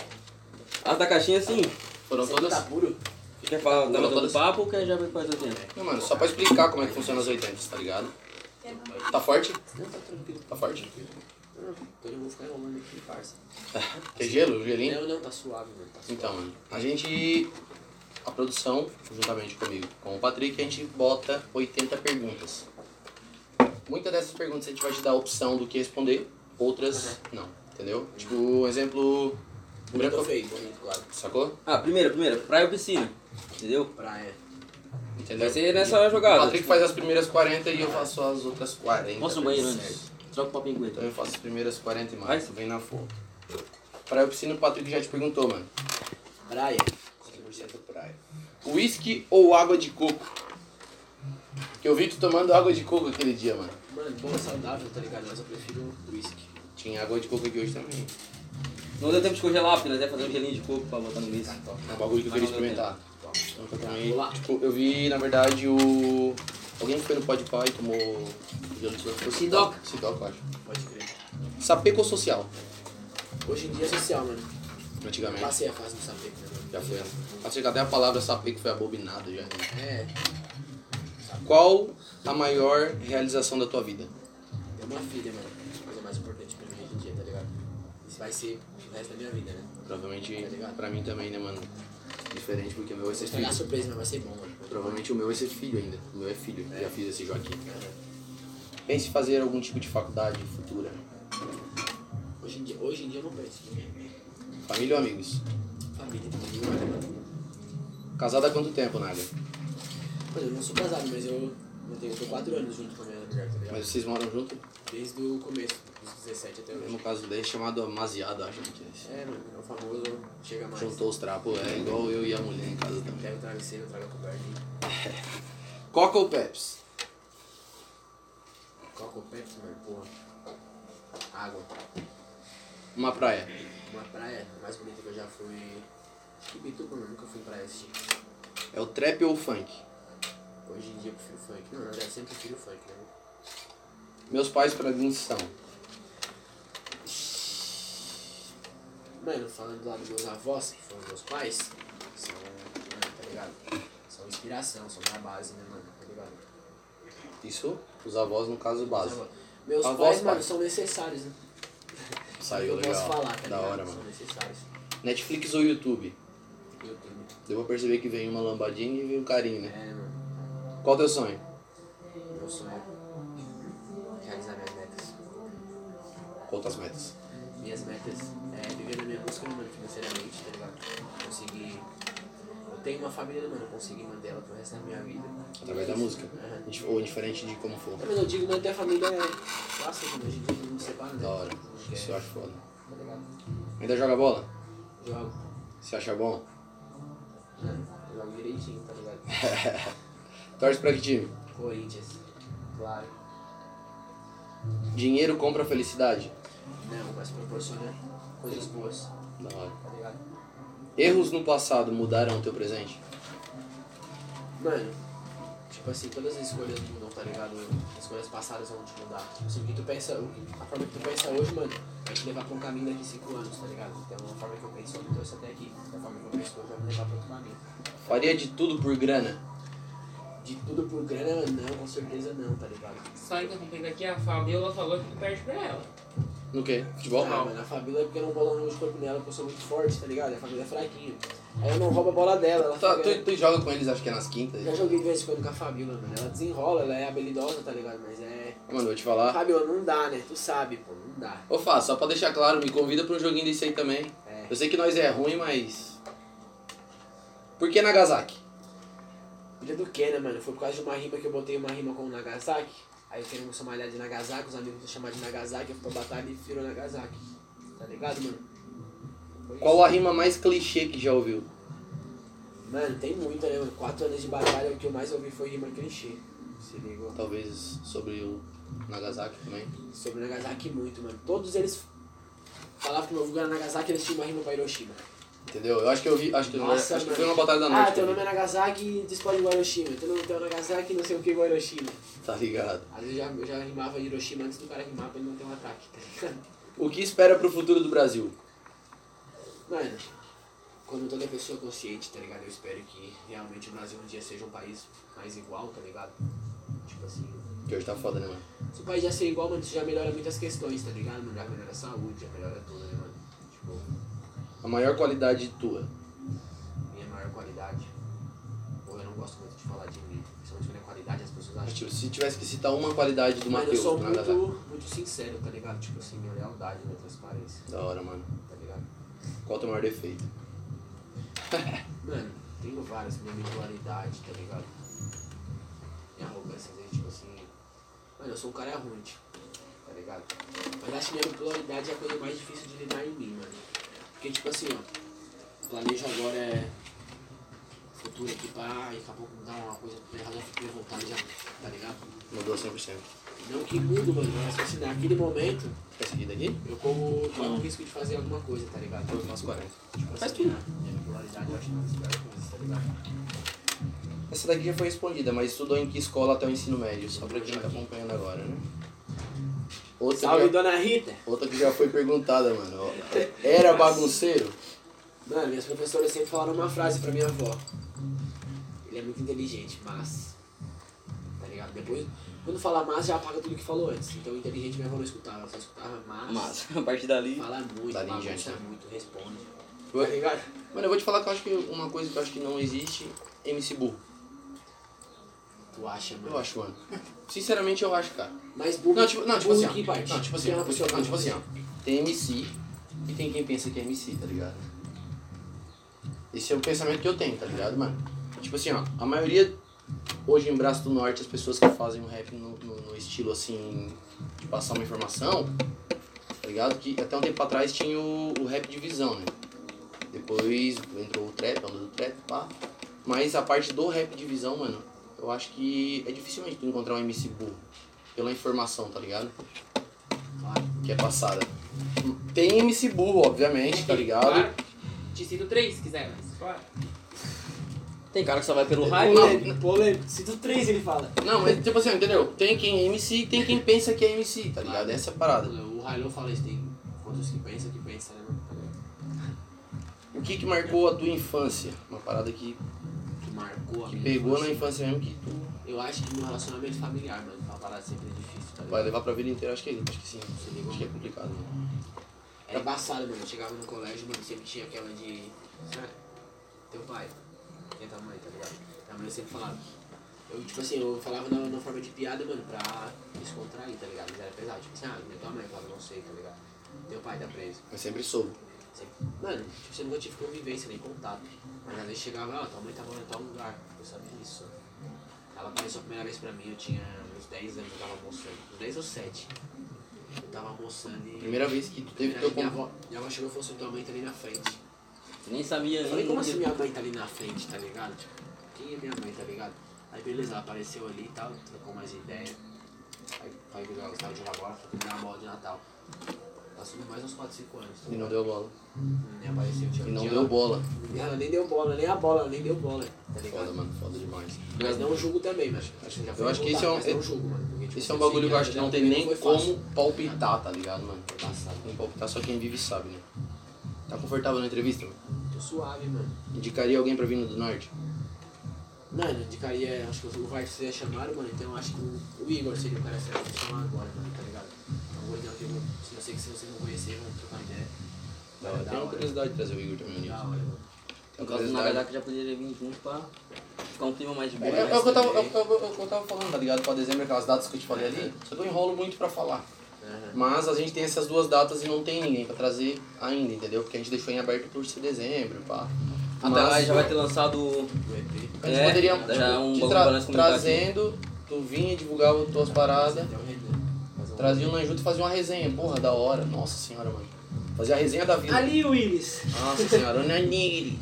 S4: Ah, da caixinha sim.
S1: Foram
S2: Você
S1: todas?
S2: tá puro?
S4: Quer falar da
S1: Não,
S4: metade do
S1: todas.
S4: papo ou quer já ver quais 80?
S1: Não, mano, só pra explicar como é que funciona as 80, tá ligado?
S6: é
S1: Tá forte?
S2: Não, tá tranquilo.
S1: Tá forte?
S2: Não, então eu vou ficar enrolando aqui, parça.
S1: Tem gelo, gelinho?
S2: Não, não, tá suave, mano. Tá suave.
S1: Então, mano, a gente. A produção, juntamente comigo, com o Patrick, a gente bota 80 perguntas. Muitas dessas perguntas a gente vai te dar a opção do que responder,
S4: Uhum.
S1: outras não, entendeu? Tipo, um exemplo. Lembra que
S2: Branco
S1: eu
S2: feio, bonito, claro.
S1: Sacou?
S4: Ah, primeira, primeira. Praia ou piscina? Entendeu?
S2: Praia.
S1: Entendeu?
S4: Vai ser nessa jogada. tipo.
S1: O Patrick faz as primeiras 40 e eu faço as outras 40.
S4: Mostra o banheiro
S1: Certo.
S4: antes. Troca o papo em
S1: Então eu faço as primeiras 40 e
S4: Vai.
S1: mais. Vem na foto. Praia ou piscina, o Patrick já te perguntou, mano.
S2: Praia.
S1: 100% praia. Whisky ou água de coco? Que eu vi tu tomando água de coco aquele dia, mano.
S2: Mano, bom, saudável, tá ligado? Mas eu prefiro whisky.
S1: Tinha água de coco aqui hoje também.
S4: Não deu tempo de congelar, porque nós ia fazer um gelinho de coco pra botar no mês.
S1: É um bagulho que eu
S4: Mas não deu Tá.
S1: queria experimentar. Nunca tomei.
S2: Olá.
S1: Tipo, eu vi, na verdade, o... Alguém que foi no Pode Pai e tomou... gelo de coco.
S2: Sidoca.
S1: Sidoca, eu acho.
S2: Pode crer.
S1: Sapeco ou social?
S2: Hoje em dia é social, mano.
S1: Antigamente.
S2: Passei a fase do saber, né, mano?
S1: Já foi. Acho que até a palavra sapeco foi abobinada já.
S2: É,
S1: Qual a maior realização da tua vida?
S2: ter uma filha, mano. é A coisa mais importante pra mim hoje em dia, tá ligado? Isso vai ser o resto da minha vida, né?
S1: Provavelmente
S2: Tá ligado?
S1: pra mim também, né, mano? Diferente, porque o meu vai ser
S2: Se eu pegar
S1: filho.
S2: a surpresa, mas vai ser bom, mano.
S1: Provavelmente o meu vai ser filho ainda. O meu é filho, já fiz esse joaquim. Pense em fazer algum tipo de faculdade futura.
S2: Hoje em dia, hoje em dia eu não penso.
S1: Família ou amigos?
S2: Família também, mano.
S1: Casada há quanto tempo, Naga?
S2: Mano, eu não sou casado, mas eu, eu tenho eu tô 4 anos junto com a minha mulher, tá ligado?
S1: Mas vocês moram junto?
S2: Desde o começo, dos 17 até
S1: No
S2: hoje.
S1: É mesmo caso daí, chamado amaziado, acho que é esse.
S2: É, mano, é o famoso chega mais.
S1: Juntou os trapos, é igual eu e a mulher em casa também.
S2: Pega o travesseiro, traga a coberta e
S1: Coca ou Pepsi?
S2: coloca o Pepsi, mano, porra. Água.
S1: Uma praia.
S2: Uma praia a mais bonita que eu já fui. Acho que Bituba, mano, nunca fui em praia assim.
S1: É o trap ou o funk?
S2: Hoje em dia eu prefiro funk. Não, na verdade sempre prefiro funk, né?
S1: Meus pais pra mim são.
S2: Mano, falando do lado dos meus avós, que foram meus pais, são, mano, tá ligado? São inspiração, são minha base, né, mano? Tá ligado?
S1: Isso, os avós, no caso, base.
S2: Meus
S1: Avós,
S2: pais, mano,
S1: pais.
S2: são necessários, né?
S1: Saiu
S2: eu posso
S1: legal.
S2: falar, tá
S1: da
S2: ligado?
S1: hora,
S2: São
S1: mano.
S2: necessários.
S1: Netflix ou YouTube?
S2: Eu tenho.
S1: Deu pra perceber que vem uma lambadinha e vem um carinho, né?
S2: É, mano.
S1: Qual teu sonho?
S2: Meu sonho é realizar minhas metas.
S1: Outras metas.
S2: minhas metas é viver na minha busca, mano, financeiramente, tá ligado? Conseguir. Eu tenho uma família, mano, eu consegui manter ela pro resto da minha vida.
S1: Através da música.
S2: Aham.
S1: Dif- Ou indiferente de como for.
S2: É, mas eu digo manter a família é fácil, mano. Hoje em dia todo mundo separa, né?
S1: Da hora.
S2: É,
S1: Isso eu acho foda.
S2: tá ligado?
S1: Ainda joga bola?
S2: Jogo.
S1: Você acha bom?
S2: Mano, eu jogo direitinho, tá ligado?
S1: Torce pra que time?
S2: Corinthians. Claro.
S1: Dinheiro compra felicidade?
S2: Não, mas proporciona coisas boas,
S1: Da hora.
S2: tá ligado?
S1: Erros no passado mudaram o teu presente?
S2: Mano, tipo assim, todas as escolhas mudam, tá ligado? As escolhas passadas vão te mudar. Tipo assim, o que tu pensa, o que- a forma que tu pensa hoje, mano, vai te levar pra um caminho daqui 5 anos, tá ligado? Então a forma que eu penso hoje me trouxe até aqui. A forma que eu penso hoje vai me levar pra outro caminho.
S1: Faria de tudo por grana?
S2: De tudo por grana, não, com certeza não, tá ligado?
S7: Só interrompendo aqui, a Fabiola falou que tu perde pra ela.
S1: No quê? Futebol?
S2: Ah, mano, a Fabíola é porque eu não bola no corpo nela, porque eu sou muito forte, tá ligado? A Fabíola é fraquinha. Aí eu não roubo a bola dela, ela
S1: Tá,
S2: fica-
S1: tu, tu joga com eles, acho que é nas quintas.
S2: Já joguei de vez em quando com a Fabíola, mano. Ela desenrola, ela é habilidosa, tá ligado? Mas é.
S1: Mano, vou te falar.
S2: Fabiola, não dá, né? Tu sabe, pô, não dá.
S1: Ô, Fá, só pra deixar claro, me convida pra um joguinho desse aí também.
S2: É.
S1: Eu sei que nós é ruim, mas... Por que Nagasaki?
S2: Filha do Kenan, mano, foi por causa de uma rima que eu botei uma rima com o Nagasaki. Aí o Kenan começou a malhar de Nagasaki, os amigos me chamaram de Nagasaki, eu fui pra batalha e virou Nagasaki. Tá ligado, mano? Foi
S1: Qual a rima mais clichê que já ouviu?
S2: isso. Mano, tem muita, né, mano? Quatro anos de batalha, o que eu mais ouvi foi rima clichê. Se ligou?
S1: Talvez sobre o Nagasaki também.
S2: Sobre Nagasaki muito, mano. Todos eles falavam que meu vulgo era Nagasaki eles tinham uma rima pra Hiroshima.
S1: Entendeu? Eu acho que eu vi. Acho que,
S2: Nossa,
S1: é- acho que
S2: mano.
S1: foi uma batalha da noite.
S2: Ah, teu
S1: que eu
S2: nome é Nagasaki, tu escolhe igual Hiroshima. Teu nome teu é Nagasaki, não sei o que igual Hiroshima.
S1: vi. Tá ligado.
S2: Às vezes eu já, eu já rimava Hiroshima antes do cara rimar pra ele não ter um ataque, tá ligado?
S1: O que espera pro futuro do Brasil?
S2: Mano, como toda pessoa consciente, tá ligado? Eu espero que realmente o Brasil um dia seja um país mais igual, tá ligado? Tipo assim,
S1: Que hoje tá foda, né, mano?
S2: se o país já ser igual, mano, isso já melhora muitas questões, tá ligado? mano? Já melhora a saúde, já melhora tudo, né, mano? Tipo,
S1: A maior qualidade tua.
S2: minha maior qualidade. Ou eu não gosto muito de falar de mim, principalmente minha qualidade, as pessoas acham
S1: Mas, tipo, se tivesse que citar uma qualidade do
S2: Mas eu
S1: Matheus
S2: sou
S1: pro Nagasaki.
S2: muito, muito sincero, tá ligado? Tipo assim, minha lealdade, minha transparência,
S1: Da hora, mano.
S2: tá ligado?
S1: Qual o teu maior defeito?
S2: Mano, tenho várias, minha individualidade, tá ligado? Minha arrogância, às vezes, tipo assim. Mano, eu sou um cara arrogante, tá ligado? Mas acho que minha individualidade é a coisa mais difícil de lidar em mim, mano. Porque, tipo assim, ó, o planejo agora é futuro aqui, pá, e acabou com dar uma coisa errada, eu fico revoltado já, tá ligado?
S1: Mudou 100%.
S2: Não que mudo, mano, mas tipo assim, naquele momento,
S1: Quer seguir daqui?
S2: eu corro corro o risco de fazer alguma coisa, tá ligado?
S1: Eu faço 40.
S2: Tipo
S4: Faz
S2: assim,
S4: tudo.
S2: Minha popularidade eu acho que é uma das melhores coisas, tá ligado?
S1: Essa daqui já foi respondida, mas estudou em que escola até o ensino médio? Só pra quem tá acompanhando agora, né? Outra,
S2: Salve,
S1: que, já,
S2: Dona Rita!
S1: outra que já foi perguntada, mano. ó. Era bagunceiro?
S2: Mano, minhas professoras sempre falaram uma frase pra minha avó. Ele é muito inteligente, mas... Tá ligado? Depois, quando falar mas, já apaga tudo que falou antes. Então, inteligente minha avó não escutava. Ela só escutava mas...
S4: Mas, [LAUGHS] a partir dali.
S2: Fala muito,
S1: Dali em
S2: bagunça
S1: diante, né?
S2: muito, responde.
S1: Ué?
S2: Tá ligado?
S1: Mano, eu vou te falar que eu acho que uma coisa que eu acho que não existe MC burro.
S2: Tu acha, mano?
S1: Eu acho, mano. Sinceramente, eu acho, cara.
S2: Mas burro...
S1: Não, tipo, não, tipo assim,
S2: burro
S1: ó.
S2: que parte?
S1: Não, tipo assim,
S2: Tem uma
S1: ó.
S2: pessoa
S1: Não, tipo
S2: que-
S1: assim, ó. Tem MC e tem quem pensa que é MC, tá ligado? Esse é o pensamento que eu tenho, tá ligado, mano? Tipo assim, ó, a maioria hoje em Braço do Norte, as pessoas que fazem um rap no, no- no estilo assim, de passar uma informação, tá ligado? Que até um tempo atrás tinha o, o rap de visão, né? Depois entrou o trap, a onda do trap, pá. Mas a parte do rap de visão, mano, eu acho que é dificilmente tu encontrar um MC burro pela informação, tá ligado?
S2: Claro.
S1: que é passada. Tem MC burro, obviamente, tá ligado?
S7: Claro. Te cito três, se quiser, mas claro.
S4: Tem cara que só vai pelo hype.
S2: Polêmico, polêmico. Cito três, ele fala.
S1: Não, mas tipo assim, entendeu? Tem quem é MC e tem quem pensa que é MC, tá ligado? Essa é a parada.
S2: O Railô fala isso, tem quantos que pensam que pensam, né, mano?
S1: O que que marcou a tua infância? Uma parada que,
S2: Que marcou a
S1: que
S2: minha
S1: pegou né, na
S2: infância.
S1: infância mesmo que tu
S2: Eu acho que meu relacionamento familiar, mano, uma parada sempre difícil, tá ligado?
S1: vai levar pra vida inteira, acho que é Acho que sim.
S2: Se ligou?
S1: Acho que é complicado. né?
S2: Era É embaçado, mano. Eu chegava no colégio, mano, sempre tinha aquela de. Ah, teu pai. Quem é tua mãe, tá ligado? Minha mãe sempre falava. Eu, tipo assim, eu falava na, na forma de piada, mano, pra descontrair, tá ligado? Mas era pesado. Tipo assim, ah, minha tua mãe, eu falava, não sei, tá ligado? Teu pai tá preso.
S1: Eu sempre soube.
S2: Sempre- Mano, tipo, você nunca tive convivência nem contato. Mas às vezes chegava, ó, tua mãe tá morando em tal lugar. Eu sabia disso. Ela apareceu a primeira vez pra mim, eu tinha uns 10 anos, eu tava almoçando. Uns 10 ou 7. Eu tava almoçando e.
S1: Primeira vez que tu teve
S2: Primeira
S1: teu
S2: vez minha
S1: contato.
S2: avó, minha avó chegou e falou assim, tua mãe tá ali na frente.
S4: Nem sabia
S2: Eu falei,
S4: nem
S2: como assim minha mãe tá ali na frente, tá ligado? Tipo, quem é minha mãe, tá ligado? Aí beleza, ela apareceu ali e tal, trocou mais ideia. Aí foi que ela gostava de jogar bola, foi comprar uma bola de Natal. Ela subiu mais uns 4, 5 anos.
S1: E não deu bola.
S2: Nem apareceu, tinha
S1: E não
S2: tinha-
S1: deu bola.
S2: Ela nem deu bola, nem a bola, ela nem deu bola, tá
S1: Foda,
S2: ligado?
S1: mano. Foda demais.
S2: Mas não julgo também, mas já foi
S1: Eu acho que esse é um-
S2: voltado, mas não julgo, mano. porque, tipo,
S1: Esse é um
S2: eu sei
S1: bagulho que eu acho que não tem
S2: ela
S1: nem
S2: foi fácil.
S1: como palpitar, tá ligado, mano?
S2: Foi passado.
S1: Não palpitar só quem vive sabe, né? Tá confortável na entrevista, mano?
S2: Tô suave, mano.
S1: Indicaria alguém pra vir no do norte?
S2: Mano, eu indicaria, é, acho que o Vargas seria chamado, mano, então eu acho que o, o Igor seria o cara certo pra chamar agora, mano, tá ligado? É um gordão que eu, se eu sei que se vocês não conhecer, vão trocar ideia.
S1: Da hora.
S2: Da
S1: Tenho
S2: hora.
S1: curiosidade de trazer o Igor também né? nisso.
S2: Da hora, mano.
S4: No caso do Nagasaki já poderia vir junto pra ficar um clima mais de
S1: É,
S4: boa.
S1: é, é o que eu tava, é o que eu- é o que eu tava falando, tá ligado? Pra dezembro, aquelas datas que eu te falei ali, só que eu enrolo muito pra falar.
S2: Aham.
S1: Mas a gente tem essas duas datas e não tem ninguém pra trazer ainda, entendeu? Porque a gente deixou em aberto por ser dezembro, pá.
S4: Até lá já vai ter lançado.
S2: Do EP.
S1: A gente
S4: É,
S1: poderia,
S4: já
S1: tipo,
S4: é um
S1: te
S4: bom
S1: tra-
S4: balanço comunicativo.
S1: trazendo, tu vinha, divulgava as tuas paradas,
S2: Até o Renan. Mas vamos-
S1: trazia o Nan junto e fazia uma resenha. Porra, da hora. Nossa senhora, mano. Fazia a resenha da vida.
S2: Ali, Willis!
S1: é
S2: [LAUGHS]
S1: Nossa senhora, o Naniris.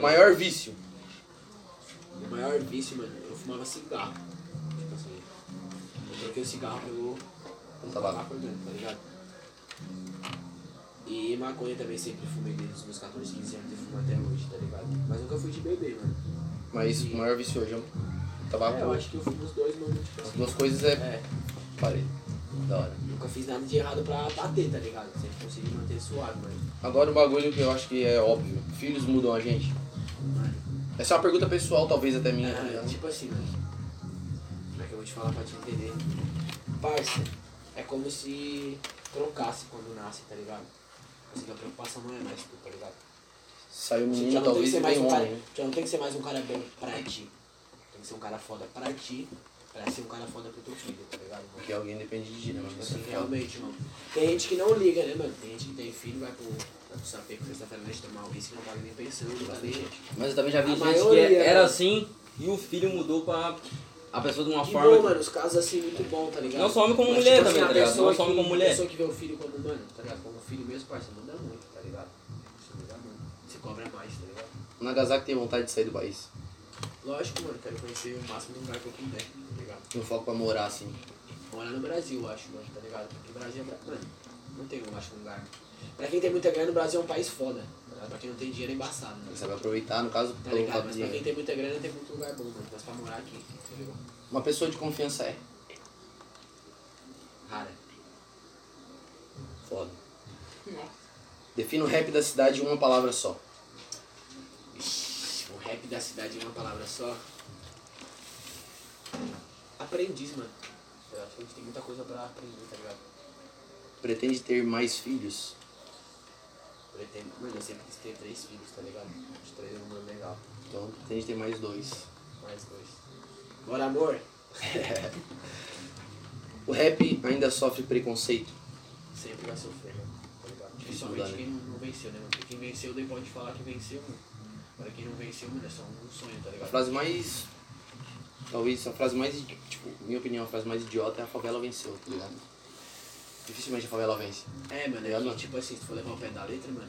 S1: Maior vício.
S2: O maior vício, mano, eu fumava cigarro. Tipo assim, eu troquei o cigarro pelo pelo
S1: Tabaco.
S2: tabaco orgânico, tá ligado? E maconha também sempre fumei desde os meus 14, 15 anos e fumo até hoje, tá ligado? Mas nunca fui de beber, mano.
S1: Mas o maior vício hoje é o tabaco.
S2: É, eu acho que eu fumo os dois, mano, tipo
S1: As
S2: assim.
S1: duas coisas é
S2: É,
S1: parede. Da hora.
S2: nunca fiz nada de errado pra bater, tá ligado? Sempre consegui manter suave, mano.
S1: Agora o bagulho que eu acho que é óbvio. Filhos mudam a gente.
S2: Mano,
S1: Essa é uma pergunta pessoal, talvez até minha. tá
S2: É,
S1: ligado?
S2: tipo assim, mano. Como é que eu vou te falar pra te entender? Parça, é como se trocasse quando nasce, tá ligado? Assim, a preocupação não é mais tu, tá ligado?
S1: Saiu
S2: Você
S1: menino,
S2: já não tem que
S1: talvez
S2: ser
S1: e
S2: mais
S1: vem
S2: um cara.
S1: homem. né?
S2: Já não tem que ser mais um cara bom pra ti. Tem que ser um cara foda pra ti, pra ser um cara foda pro teu filho, tá ligado? mano?
S1: Porque alguém depende de ti, né? Mas
S2: Tipo
S1: você
S2: assim,
S1: fala.
S2: realmente, mano. Tem gente que não liga, né, mano? Tem gente que tem filho, vai pro, vai pro sapê pra sexta-feira noite tomar um uísque, não paga nem pensando, tá nem
S4: Mas eu também já vi
S2: A
S4: gente
S2: maioria,
S4: que é
S2: né?
S4: era assim e o filho mudou pra a pessoa de uma
S2: Que
S4: forma.
S2: bom, mano, os casos assim muito bom, tá ligado?
S4: Não só homem como
S2: Mas,
S4: mulher
S2: tipo
S4: também,
S2: assim, a
S4: tá ligado?
S2: pessoa
S4: Não só homem
S2: que-
S4: como mulher.
S2: A pessoa que vê o filho como humano, tá ligado? Como filho mesmo, parceiro, não dá muito, tá ligado? Isso não dá muito. Você cobra mais, tá ligado?
S1: Nagasaki tem vontade de sair do país.
S2: Lógico, mano, quero conhecer o máximo de lugar que eu puder, tá ligado?
S1: Tem um foco pra morar, assim.
S2: Morar no Brasil, eu acho, mano, tá ligado? Porque o Brasil é. pra- Mano, não tem, eu acho, um lugar. Pra quem tem muita grana, o Brasil é um país foda. Tá ligado? pra quem não tem dinheiro é embaçado, né?
S1: Você vai aproveitar, no caso,
S2: Tá
S1: pelo
S2: ligado?
S1: fato
S2: Mas
S1: de...
S2: pra quem tem muita grana, tem muito lugar bom, mano. Mas pra morar aqui, tá ligado?
S1: Uma pessoa de confiança é.
S2: Rara.
S1: Foda. Defina o rap da cidade em uma palavra só.
S2: Ixi, Tipo, O rap da cidade em uma palavra só. Aprendiz, mano. Eu acho que a gente tem muita coisa pra aprender, tá ligado?
S1: Pretende ter mais filhos?
S2: Pretendo. Mano, eu sempre quis ter três filhos, tá ligado? Os três é um número legal.
S1: Então, pretende ter mais dois. [LAUGHS]
S2: Mais dois. Bora, amor?
S1: O rap ainda sofre preconceito?
S2: Sempre vai sofrer,
S1: né?
S2: mano. Tá ligado?
S1: Difícil mudar,
S2: Principalmente
S1: né?
S2: quem não, não venceu, né, mano? Porque quem venceu, daí pode falar que venceu, mano. Agora quem não venceu, mano, é só um sonho, tá
S1: A
S2: ligado?
S1: frase mais... Talvez a frase mais... idi- Tipo, minha opinião, a frase mais idiota é a favela venceu, tá ligado? Dificilmente a favela vence.
S2: É, mano, é
S1: Tá Ligado,
S2: que,
S1: mano?
S2: tipo assim, se tu for levar o pé da letra, mano.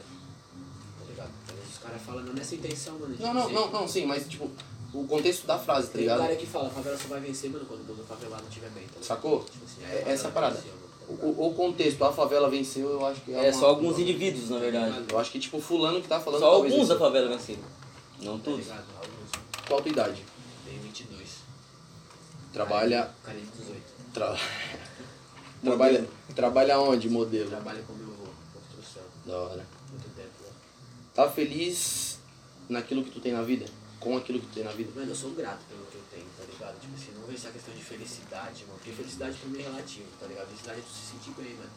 S2: Tá ligado? Às vezes os caras falam não nessa intenção, mano. tipo de
S1: Não, não,
S2: dizer-
S1: não, não, sim, mas tipo, o contexto da frase, tá
S2: Tem um
S1: ligado?
S2: cara que fala, favela só vai vencer, mano, quando todo favelado não tiver bem, tá ligado?
S1: Sacou?
S2: Tipo assim,
S1: É essa a parada.
S2: favela venceu, mano, tá
S1: O,
S2: ligado?
S1: o- o contexto, a favela venceu, eu acho que
S4: É
S1: uma-
S4: só alguns indivíduos, na verdade.
S1: Eu acho que tipo, fulano que tá falando...
S4: Só
S1: talvez
S4: alguns da
S2: né?
S1: isso.
S4: favela venceram. Não
S2: Tá
S4: todos.
S2: ligado? Alguns.
S1: Qual a tua idade?
S2: Tem 22.
S1: Trabalha...
S2: Cara é de 18.
S1: Tra- [LAUGHS] trabalha, trabalha onde,
S2: Eu
S1: modelo?
S2: trabalho com meu avô, construção,
S1: Da hora.
S2: muito tempo. né?
S1: Tá feliz naquilo que tu tem na vida? Com aquilo que tu tem na vida?
S2: Mano, eu sou grato pelo que eu tenho, tá ligado? Tipo assim, não vejo essa questão de felicidade, mano. Porque felicidade pra mim é relativo, tá ligado? Felicidade é tu se sentir bem, mano.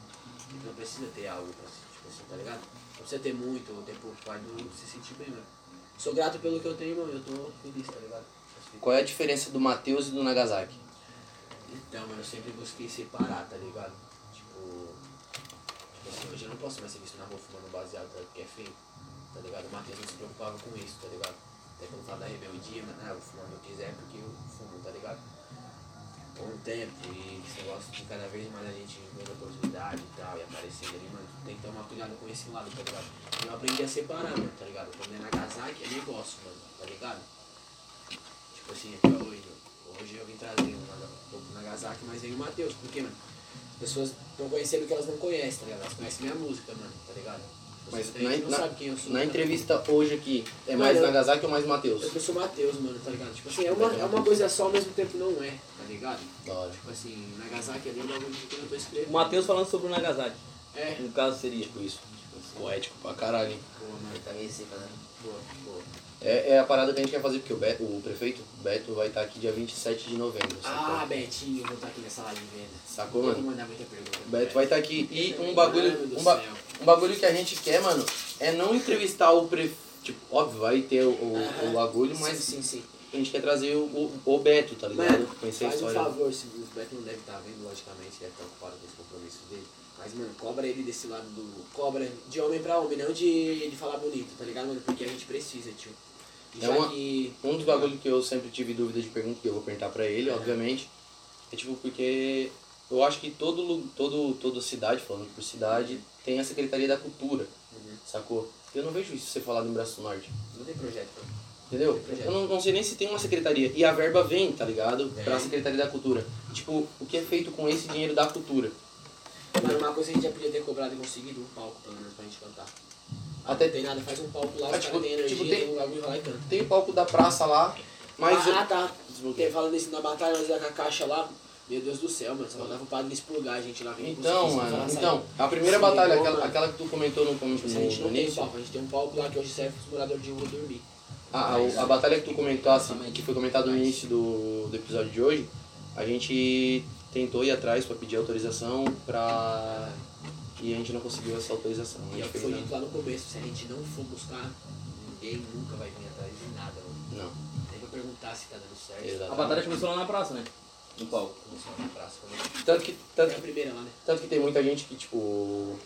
S2: Tu não precisa ter algo pra se, tipo assim, tá ligado? Não precisa ter muito ou ter pouco, mas não se sentir bem, mano. Sou grato pelo que eu tenho, mano. Eu tô feliz, tá ligado? Assim,
S1: Qual é a diferença do Matheus e do Nagasaki?
S2: Então, mano, eu sempre busquei separar, tá ligado? Tipo, tipo assim, hoje eu não posso mais ser visto na rua fumando baseado, tá? porque é feio, tá ligado? O Matheus não se preocupava com isso, tá ligado? Até quando fala da rebeldia, mano, ah, eu vou fumar onde eu quiser porque eu fumo, tá ligado? Com o um tempo e esse negócio de cada vez mais a gente vendo oportunidade e tal, e aparecendo ali, mano, tem que tomar cuidado com esse lado, tá ligado? Eu aprendi a separar, mano, tá ligado? Quando é Nagasaki é negócio, mano, tá ligado? Tipo assim, até hoje. Hoje eu vim trazer um Naga- um pouco do Nagasaki, mas veio o Matheus, porque, mano, as pessoas estão conhecendo o que elas não conhecem, tá ligado? Elas conhecem minha música, mano, tá ligado?
S1: Mas
S2: Tem gente que não
S1: na,
S2: sabe quem eu sou.
S1: na
S2: tá
S1: entrevista hoje aqui, é mais
S2: Mano, eu-
S1: Nagasaki ou mais Matheus?
S2: ligado? Eu sou o Matheus, mano, tá ligado? Tipo assim, é uma, é uma coisa só, ao mesmo tempo não é, tá ligado?
S1: Da hora.
S2: Tipo assim, o Nagasaki ali é um bagulho que eu não tô escrevendo.
S4: O Matheus falando sobre o Nagasaki,
S2: É,
S4: no caso seria.
S1: Tipo isso. Poético pra caralho, hein?
S2: boa, mano, tá bem seca, né? Boa, boa.
S1: É, é a parada que a gente quer fazer, porque o, Beto, o prefeito Beto vai estar aqui dia 27 de novembro.
S2: Ah,
S1: Sacou?
S2: Betinho, eu vou estar aqui nessa live vendo.
S1: Sacou,
S2: Eu vou
S1: tá- mano?
S2: mandar muita pergunta. pro
S1: Beto vai estar aqui. E um bagulho.
S2: Mano
S1: Um,
S2: do
S1: ba-
S2: céu.
S1: um bagulho que a gente quer, mano, é não entrevistar o prefeito. Tipo, óbvio, vai ter o, o, o bagulho, mas
S2: Sim, sim, sim.
S1: a gente quer trazer o, o, o Beto, tá ligado?
S2: Mano,
S1: Conhecer a
S2: faz um
S1: história. né?
S2: favor, se o Beto não deve estar vendo, logicamente, deve estar ocupado com esse compromisso dele. Mas, mano, cobra ele desse lado do. Cobra de homem pra homem, não de, de falar bonito, tá ligado, mano? Porque a gente precisa, tio. E
S1: É
S2: já
S1: uma-
S2: que.
S1: Um dos bagulhos que eu sempre tive dúvida de pergunta, que eu vou perguntar pra ele, obviamente, é tipo, porque eu acho que todo, lu- todo, toda cidade, falando por cidade, tem a Secretaria da Cultura,
S2: Uhum.
S1: sacou? Eu não vejo isso ser falado em Braço do Norte.
S2: Não tem projeto tá? pra.
S1: Entendeu? Eu não, não sei nem se tem uma secretaria. E a verba vem, tá ligado? Pra Secretaria da Cultura. Tipo, o que é feito com esse dinheiro da cultura?
S2: Mano, uma coisa que a gente já podia ter cobrado e conseguido um palco, pelo menos, pra gente cantar.
S1: Até
S2: Não tem nada, faz um palco lá,
S1: Ah,
S2: os
S1: tipo-
S2: caras têm energia,
S1: tipo, tem-
S2: tem... alguém vai lá e canta.
S1: tem o palco da praça lá, mas.
S2: ah, tá.
S1: Desbloqueei.
S2: Tem, falando isso na batalha, mas com a caixa lá, meu Deus do céu, mano, só mandava o padre expurgar a gente lá. que a gente
S1: Então,
S2: conseguisse
S1: mano,
S2: falar, sabe?
S1: então, a primeira
S2: Sim,
S1: batalha,
S2: bom,
S1: aquela,
S2: mano.
S1: aquela que tu comentou no, no,
S2: Se a gente
S1: no
S2: não tem um
S1: início,
S2: palco, a gente tem um palco lá que hoje serve pros moradores de rua dormir.
S1: a, a, a batalha que tu comentasse, que foi comentado no início do, do episódio de hoje, a gente tentou ir atrás pra pedir autorização pra. E a gente não conseguiu essa autorização. A
S2: E é o
S1: gente
S2: que
S1: fez né?
S2: foi
S1: nada.
S2: dito lá no começo, se a gente não for buscar, ninguém nunca vai vir atrás de nada, mano.
S1: Não,
S2: Nem pra perguntar se tá dando certo.
S4: A
S1: exatamente.
S4: batalha começou lá na praça, né? No palco.
S2: Começou lá na praça, foi lá.
S1: Tanto que, tanto,
S2: É a primeira lá, né?
S1: Tanto que tem muita gente que, tipo,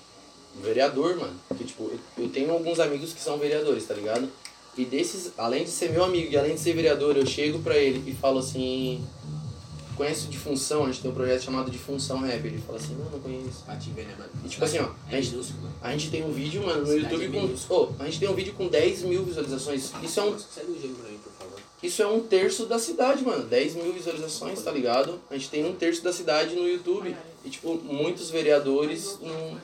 S1: vereador, mano. Que, tipo, eu- eu tenho alguns amigos que são vereadores, tá ligado? E desses, além de ser meu amigo e além de ser vereador, eu chego pra ele e falo assim. Conheço de função, a gente tem um projeto chamado de função rap. Ele fala assim, não, não conheço.
S2: Pra te ver, né, mano?
S1: E tipo assim, ó, a
S2: É
S1: gente,
S2: minúsculo, mano.
S1: a gente tem um vídeo, mano, no
S2: Cidade
S1: YouTube com.
S2: minúscula.
S1: Ô, a gente tem um vídeo com 10 mil visualizações. Isso é um
S2: Sai do jogo pra mim, por favor.
S1: isso é um terço da cidade, mano. 10 mil visualizações, tá ligado? A gente tem um terço da cidade no YouTube. E, tipo, muitos vereadores não.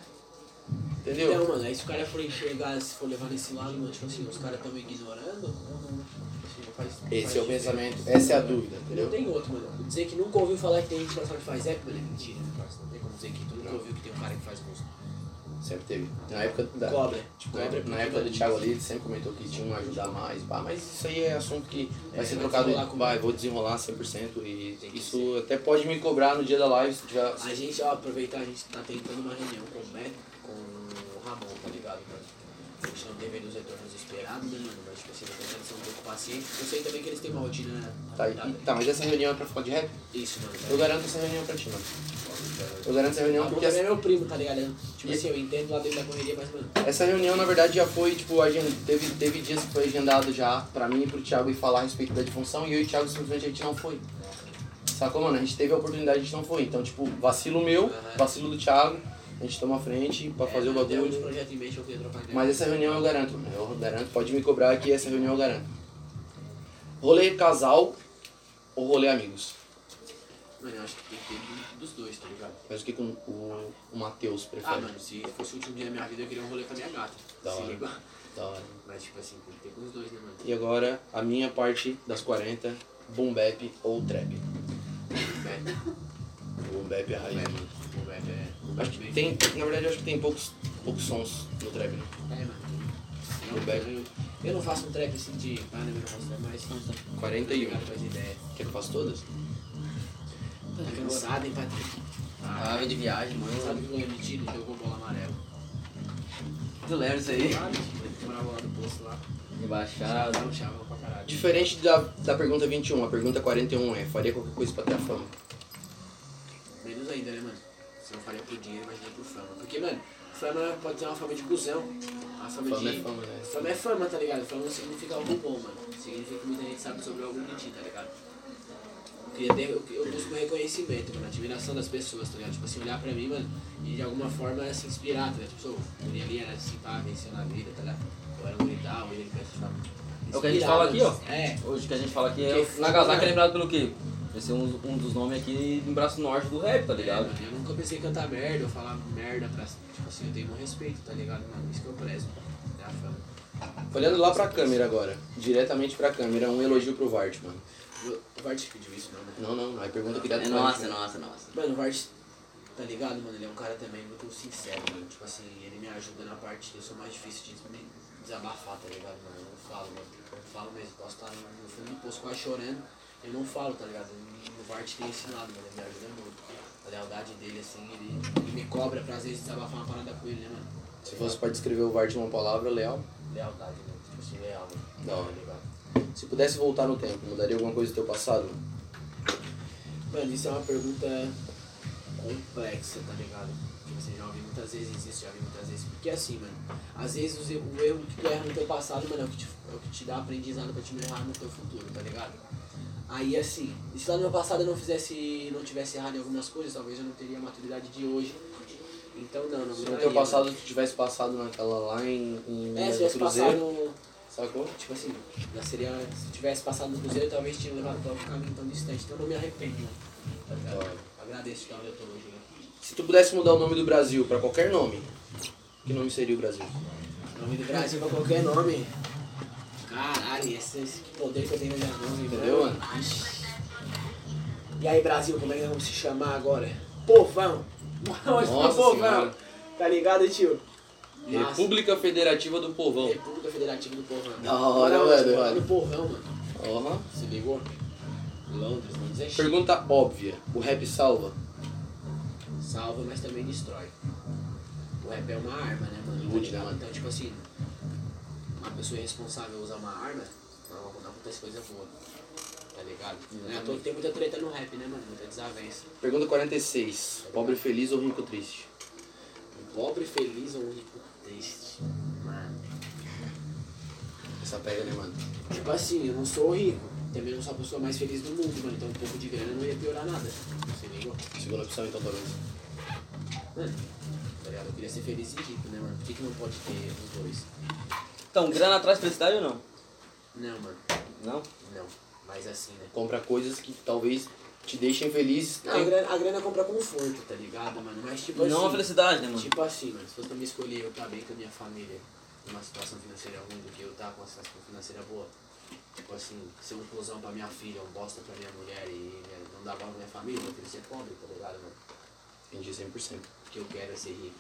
S1: Entendeu?
S2: Então, mano, aí se o cara for enxergar, se for levar nesse lado, mano, tipo assim, os caras tão me ignorando, assim, não faz- não faz
S1: Esse é o
S2: diferença.
S1: pensamento, essa é a dúvida,
S2: Não
S1: entendeu?
S2: tem outro, mano. Dizer que nunca ouviu falar que tem gente que só faz rap, mano, é mentira. parça. Não tem como dizer que tu nunca ouviu que tem um cara que faz música.
S1: Sempre teve. Na época da.
S2: Cobra.
S1: Tipo, Na
S2: Cobra. é
S1: época, na época do Thiago ali, ele sempre comentou que tinha um ajudar mais, pá, mas isso aí é assunto que vai
S2: É,
S1: ser
S2: vai
S1: trocado.
S2: desenrolar com-
S1: Vai, vou desenrolar 100% e
S2: Tem que
S1: isso até pode me cobrar no dia da live se tiver.
S2: A gente, ó, aproveitar, a gente tá tentando uma reunião com o Beto, com o Ramon, tá ligado, mano? A gente não teve ainda os retornos esperados, né, mano? Mas, tipo assim, tá tentando ser um pouco paciente. Eu sei também que eles têm uma rotina
S1: Tá,
S2: apertada.
S1: e- tá, mas essa reunião é pra falar de rap?
S2: Isso, mano.
S1: Eu garanto essa reunião pra ti, mano. Eu garanto essa reunião
S2: Ramon
S1: porque
S2: também é meu primo, tá ligado? Tipo
S1: E-
S2: assim, eu entendo lá dentro da correria, mas, mano,
S1: Essa reunião, na verdade, já foi, tipo, agen- teve, teve dias que foi agendado já pra mim e pro Thiago ir falar a respeito da defunção e eu e o Thiago simplesmente a gente não foi. Sacou, mano? A gente teve a oportunidade, a gente não foi. Então, tipo, vacilo meu, vacilo do Thiago, a gente toma a frente
S2: É,
S1: pra fazer o
S2: Tem alguns
S1: bagulho.
S2: projetos em mente que eu queria trocar ideia.
S1: Mas é- essa reunião eu garanto, mano. Eu garanto, pode me cobrar que essa reunião eu garanto. Rolê casal ou rolê amigos?
S2: Mano, eu acho que tem que ter dos dois, tá ligado?
S1: Mas o que que o, o, o Matheus prefere?
S2: Ah, mano, se fosse o último dia da minha vida, eu queria um rolê com a minha gata.
S1: Da
S2: Se
S1: hora.
S2: liga.
S1: Da hora.
S2: Mas, tipo assim, tem que ter com os dois, né, mano?
S1: E agora, a minha parte das 40, boom bap ou trap?
S2: Beto,
S1: O Bep é a raiz, mano.
S2: o Beto é...
S1: Acho que tem, na verdade, eu acho que tem poucos, poucos sons no trap, né?
S2: É, mano.
S1: O Beto.
S2: Eu, eu não faço um trap assim de pá, né? Eu não faço trap, mas.
S1: 41.
S2: Obrigado pelas ideias.
S1: Quer que eu faça todas?
S2: Tá cansado, hein, Patrick?
S4: Ah, ave de viagem,
S2: Sabe
S4: mano.
S2: que o Goiânia Tiro jogou bola amarela?
S4: Tu lembra isso aí?
S2: Claro, ele morava lá do posto lá.
S4: Rebaixado.
S2: Dava um chavão pra caralho.
S1: Diferente da, da pergunta 21, a pergunta 41 é, faria qualquer coisa pra ter a fama?
S2: Menos ainda, né, mano? Você não faria por dinheiro, mas nem por fama. Porque, mano, fama pode ter uma fama de cuzão. Uma fama,
S1: Fama
S2: de.
S1: é fama, né?
S2: Fama é fama, tá ligado? Fama não significa algo bom, mano. Significa que muita gente sabe sobre algo de ti, tá ligado? Eu, queria ter, eu, eu busco reconhecimento, mano, admiração das pessoas, tá ligado? Tipo assim, olhar pra mim, mano, e de alguma forma se inspirar, tá ligado? Tipo, sou, o Guri ali era assim, pá, venceu na vida, tá ligado? Eu era um guri tal, ele pensa, tipo,
S4: É o que a gente
S2: inspirar,
S4: fala
S2: mano.
S4: aqui, ó.
S2: É,
S4: Hoje que a gente fala aqui é.
S2: Porque-
S4: o Nagasaki é lembrado pelo quê? Vai ser um, um dos nomes aqui do braço norte do rap, tá ligado?
S2: Eu nunca pensei em cantar merda ou falar merda pra. Tipo assim, eu tenho um respeito, tá ligado? Mano, isso que eu prezo. É a fama.
S1: Olhando lá pra câmera agora, diretamente pra câmera, um elogio pro Vart, mano.
S2: Eu- O Vart pediu isso, não, né?
S1: Não, não, não é pergunta que dá
S4: É nossa, nossa, nossa.
S2: Mano, o Vart, tá ligado, mano? Ele é um cara também muito sincero, mano. Tipo assim, ele me ajuda na parte que eu sou mais difícil de me desabafar, tá ligado, mano? Eu não falo, mano. Eu não falo mesmo. Posso estar no no fundo do poço quase chorando. Eu não falo, tá ligado? E O Vart tem ensinado, mano. Ele me ajuda muito. A lealdade dele, assim, ele, ele me cobra pra às vezes desabafar uma parada com ele, né, mano?
S1: Se fosse pra descrever o Vart em uma palavra, leal.
S2: Lealdade, mano. Tipo assim, leal, mano.
S1: Da hora.
S2: Tá ligado?
S1: Se pudesse voltar no tempo, mudaria alguma coisa do teu passado?
S2: Mano, isso é uma pergunta complexa, tá ligado? Que Você já ouviu muitas vezes isso, já ouviu muitas vezes. Porque assim, mano, às vezes os erros- o erro que tu erra no teu passado, mano, é o que te, é o que te dá aprendizado pra te melhorar no teu futuro, tá ligado? Aí assim, e se lá no meu passado eu não fizesse, não tivesse errado em algumas coisas, talvez eu não teria a maturidade de hoje. Então não, não
S1: Se no
S2: mudaria,
S1: teu
S2: mano.
S1: passado tu tivesse passado naquela lá em, em
S2: É,
S1: Minas
S2: se
S1: do
S2: tivesse
S1: Cruzeiro,
S2: passado.
S1: se Sacou?
S2: Tipo assim, já seria. Se tivesse passado no Cruzeiro, talvez tinha levado para um caminho tão distante. Então eu não me arrependo, né? Tá ligado?
S1: É,
S2: Agradeço de onde eu tô hoje, né?
S1: Se tu pudesse mudar o nome do Brasil pra qualquer nome, que nome seria o Brasil?
S2: Nome do Brasil pra qualquer nome. Caralho, esse, esse poder que eu tenho no meu nome,
S1: Entendeu, mano?
S2: Ixi. E aí, Brasil, como é que nós vamos se chamar agora? Povão! Nós pro
S1: Nossa
S2: povão!
S1: Senhora.
S2: Tá ligado, tio? Massa.
S1: República Federativa do Povão.
S2: República Federativa do Povão.
S1: Da hora,
S2: Bora,
S1: velho,
S2: bora
S1: velho.
S2: no povão, mano.
S1: Aham.
S2: Se ligou? Londres, Londres é chique.
S1: Pergunta óbvia. O rap salva?
S2: Salva, mas também destrói. O rap é uma arma, né, mano?
S1: Lute,
S2: Tá
S1: né,
S2: ligado?
S1: mano?
S2: Então, tipo assim, uma pessoa irresponsável usa uma arma, não, não acontece coisa boa. Tá ligado? Não é à toa que tem muita treta no rap, né, mano? Muita desavença.
S1: Pergunta 46. Pobre feliz ou rico triste?
S2: Um pobre feliz ou um rico triste. Mano.
S1: Essa pega, né, mano?
S2: Tipo assim, eu não sou rico. Também não sou a pessoa mais feliz do mundo, mano. Então um pouco de grana não ia piorar nada. Você ligou?
S1: Segunda opção, então, talvez.
S2: Mano, tá ligado? Eu queria ser feliz e rico, né, mano? Por que, que não pode ter os dois?
S4: Então, grana atrás de felicidade ou não?
S2: Não, mano.
S4: Não?
S2: Não. Mas assim, né?
S1: Compra coisas que talvez te deixem feliz.
S2: Não, a, grana, a grana compra conforto, tá ligado, mano? Mas tipo assim.
S4: não a felicidade, né, mano?
S2: Tipo assim, mano, se fosse pra me escolher eu tá bem com a minha família, numa situação financeira ruim do que eu tá com uma situação financeira boa. Tipo assim, ser um cuzão pra minha filha, um bosta pra minha mulher e né, não dar mal pra minha família, eu prefiro ser pobre, tá ligado, mano?
S1: Entendi 100%.
S2: Porque eu quero é ser rico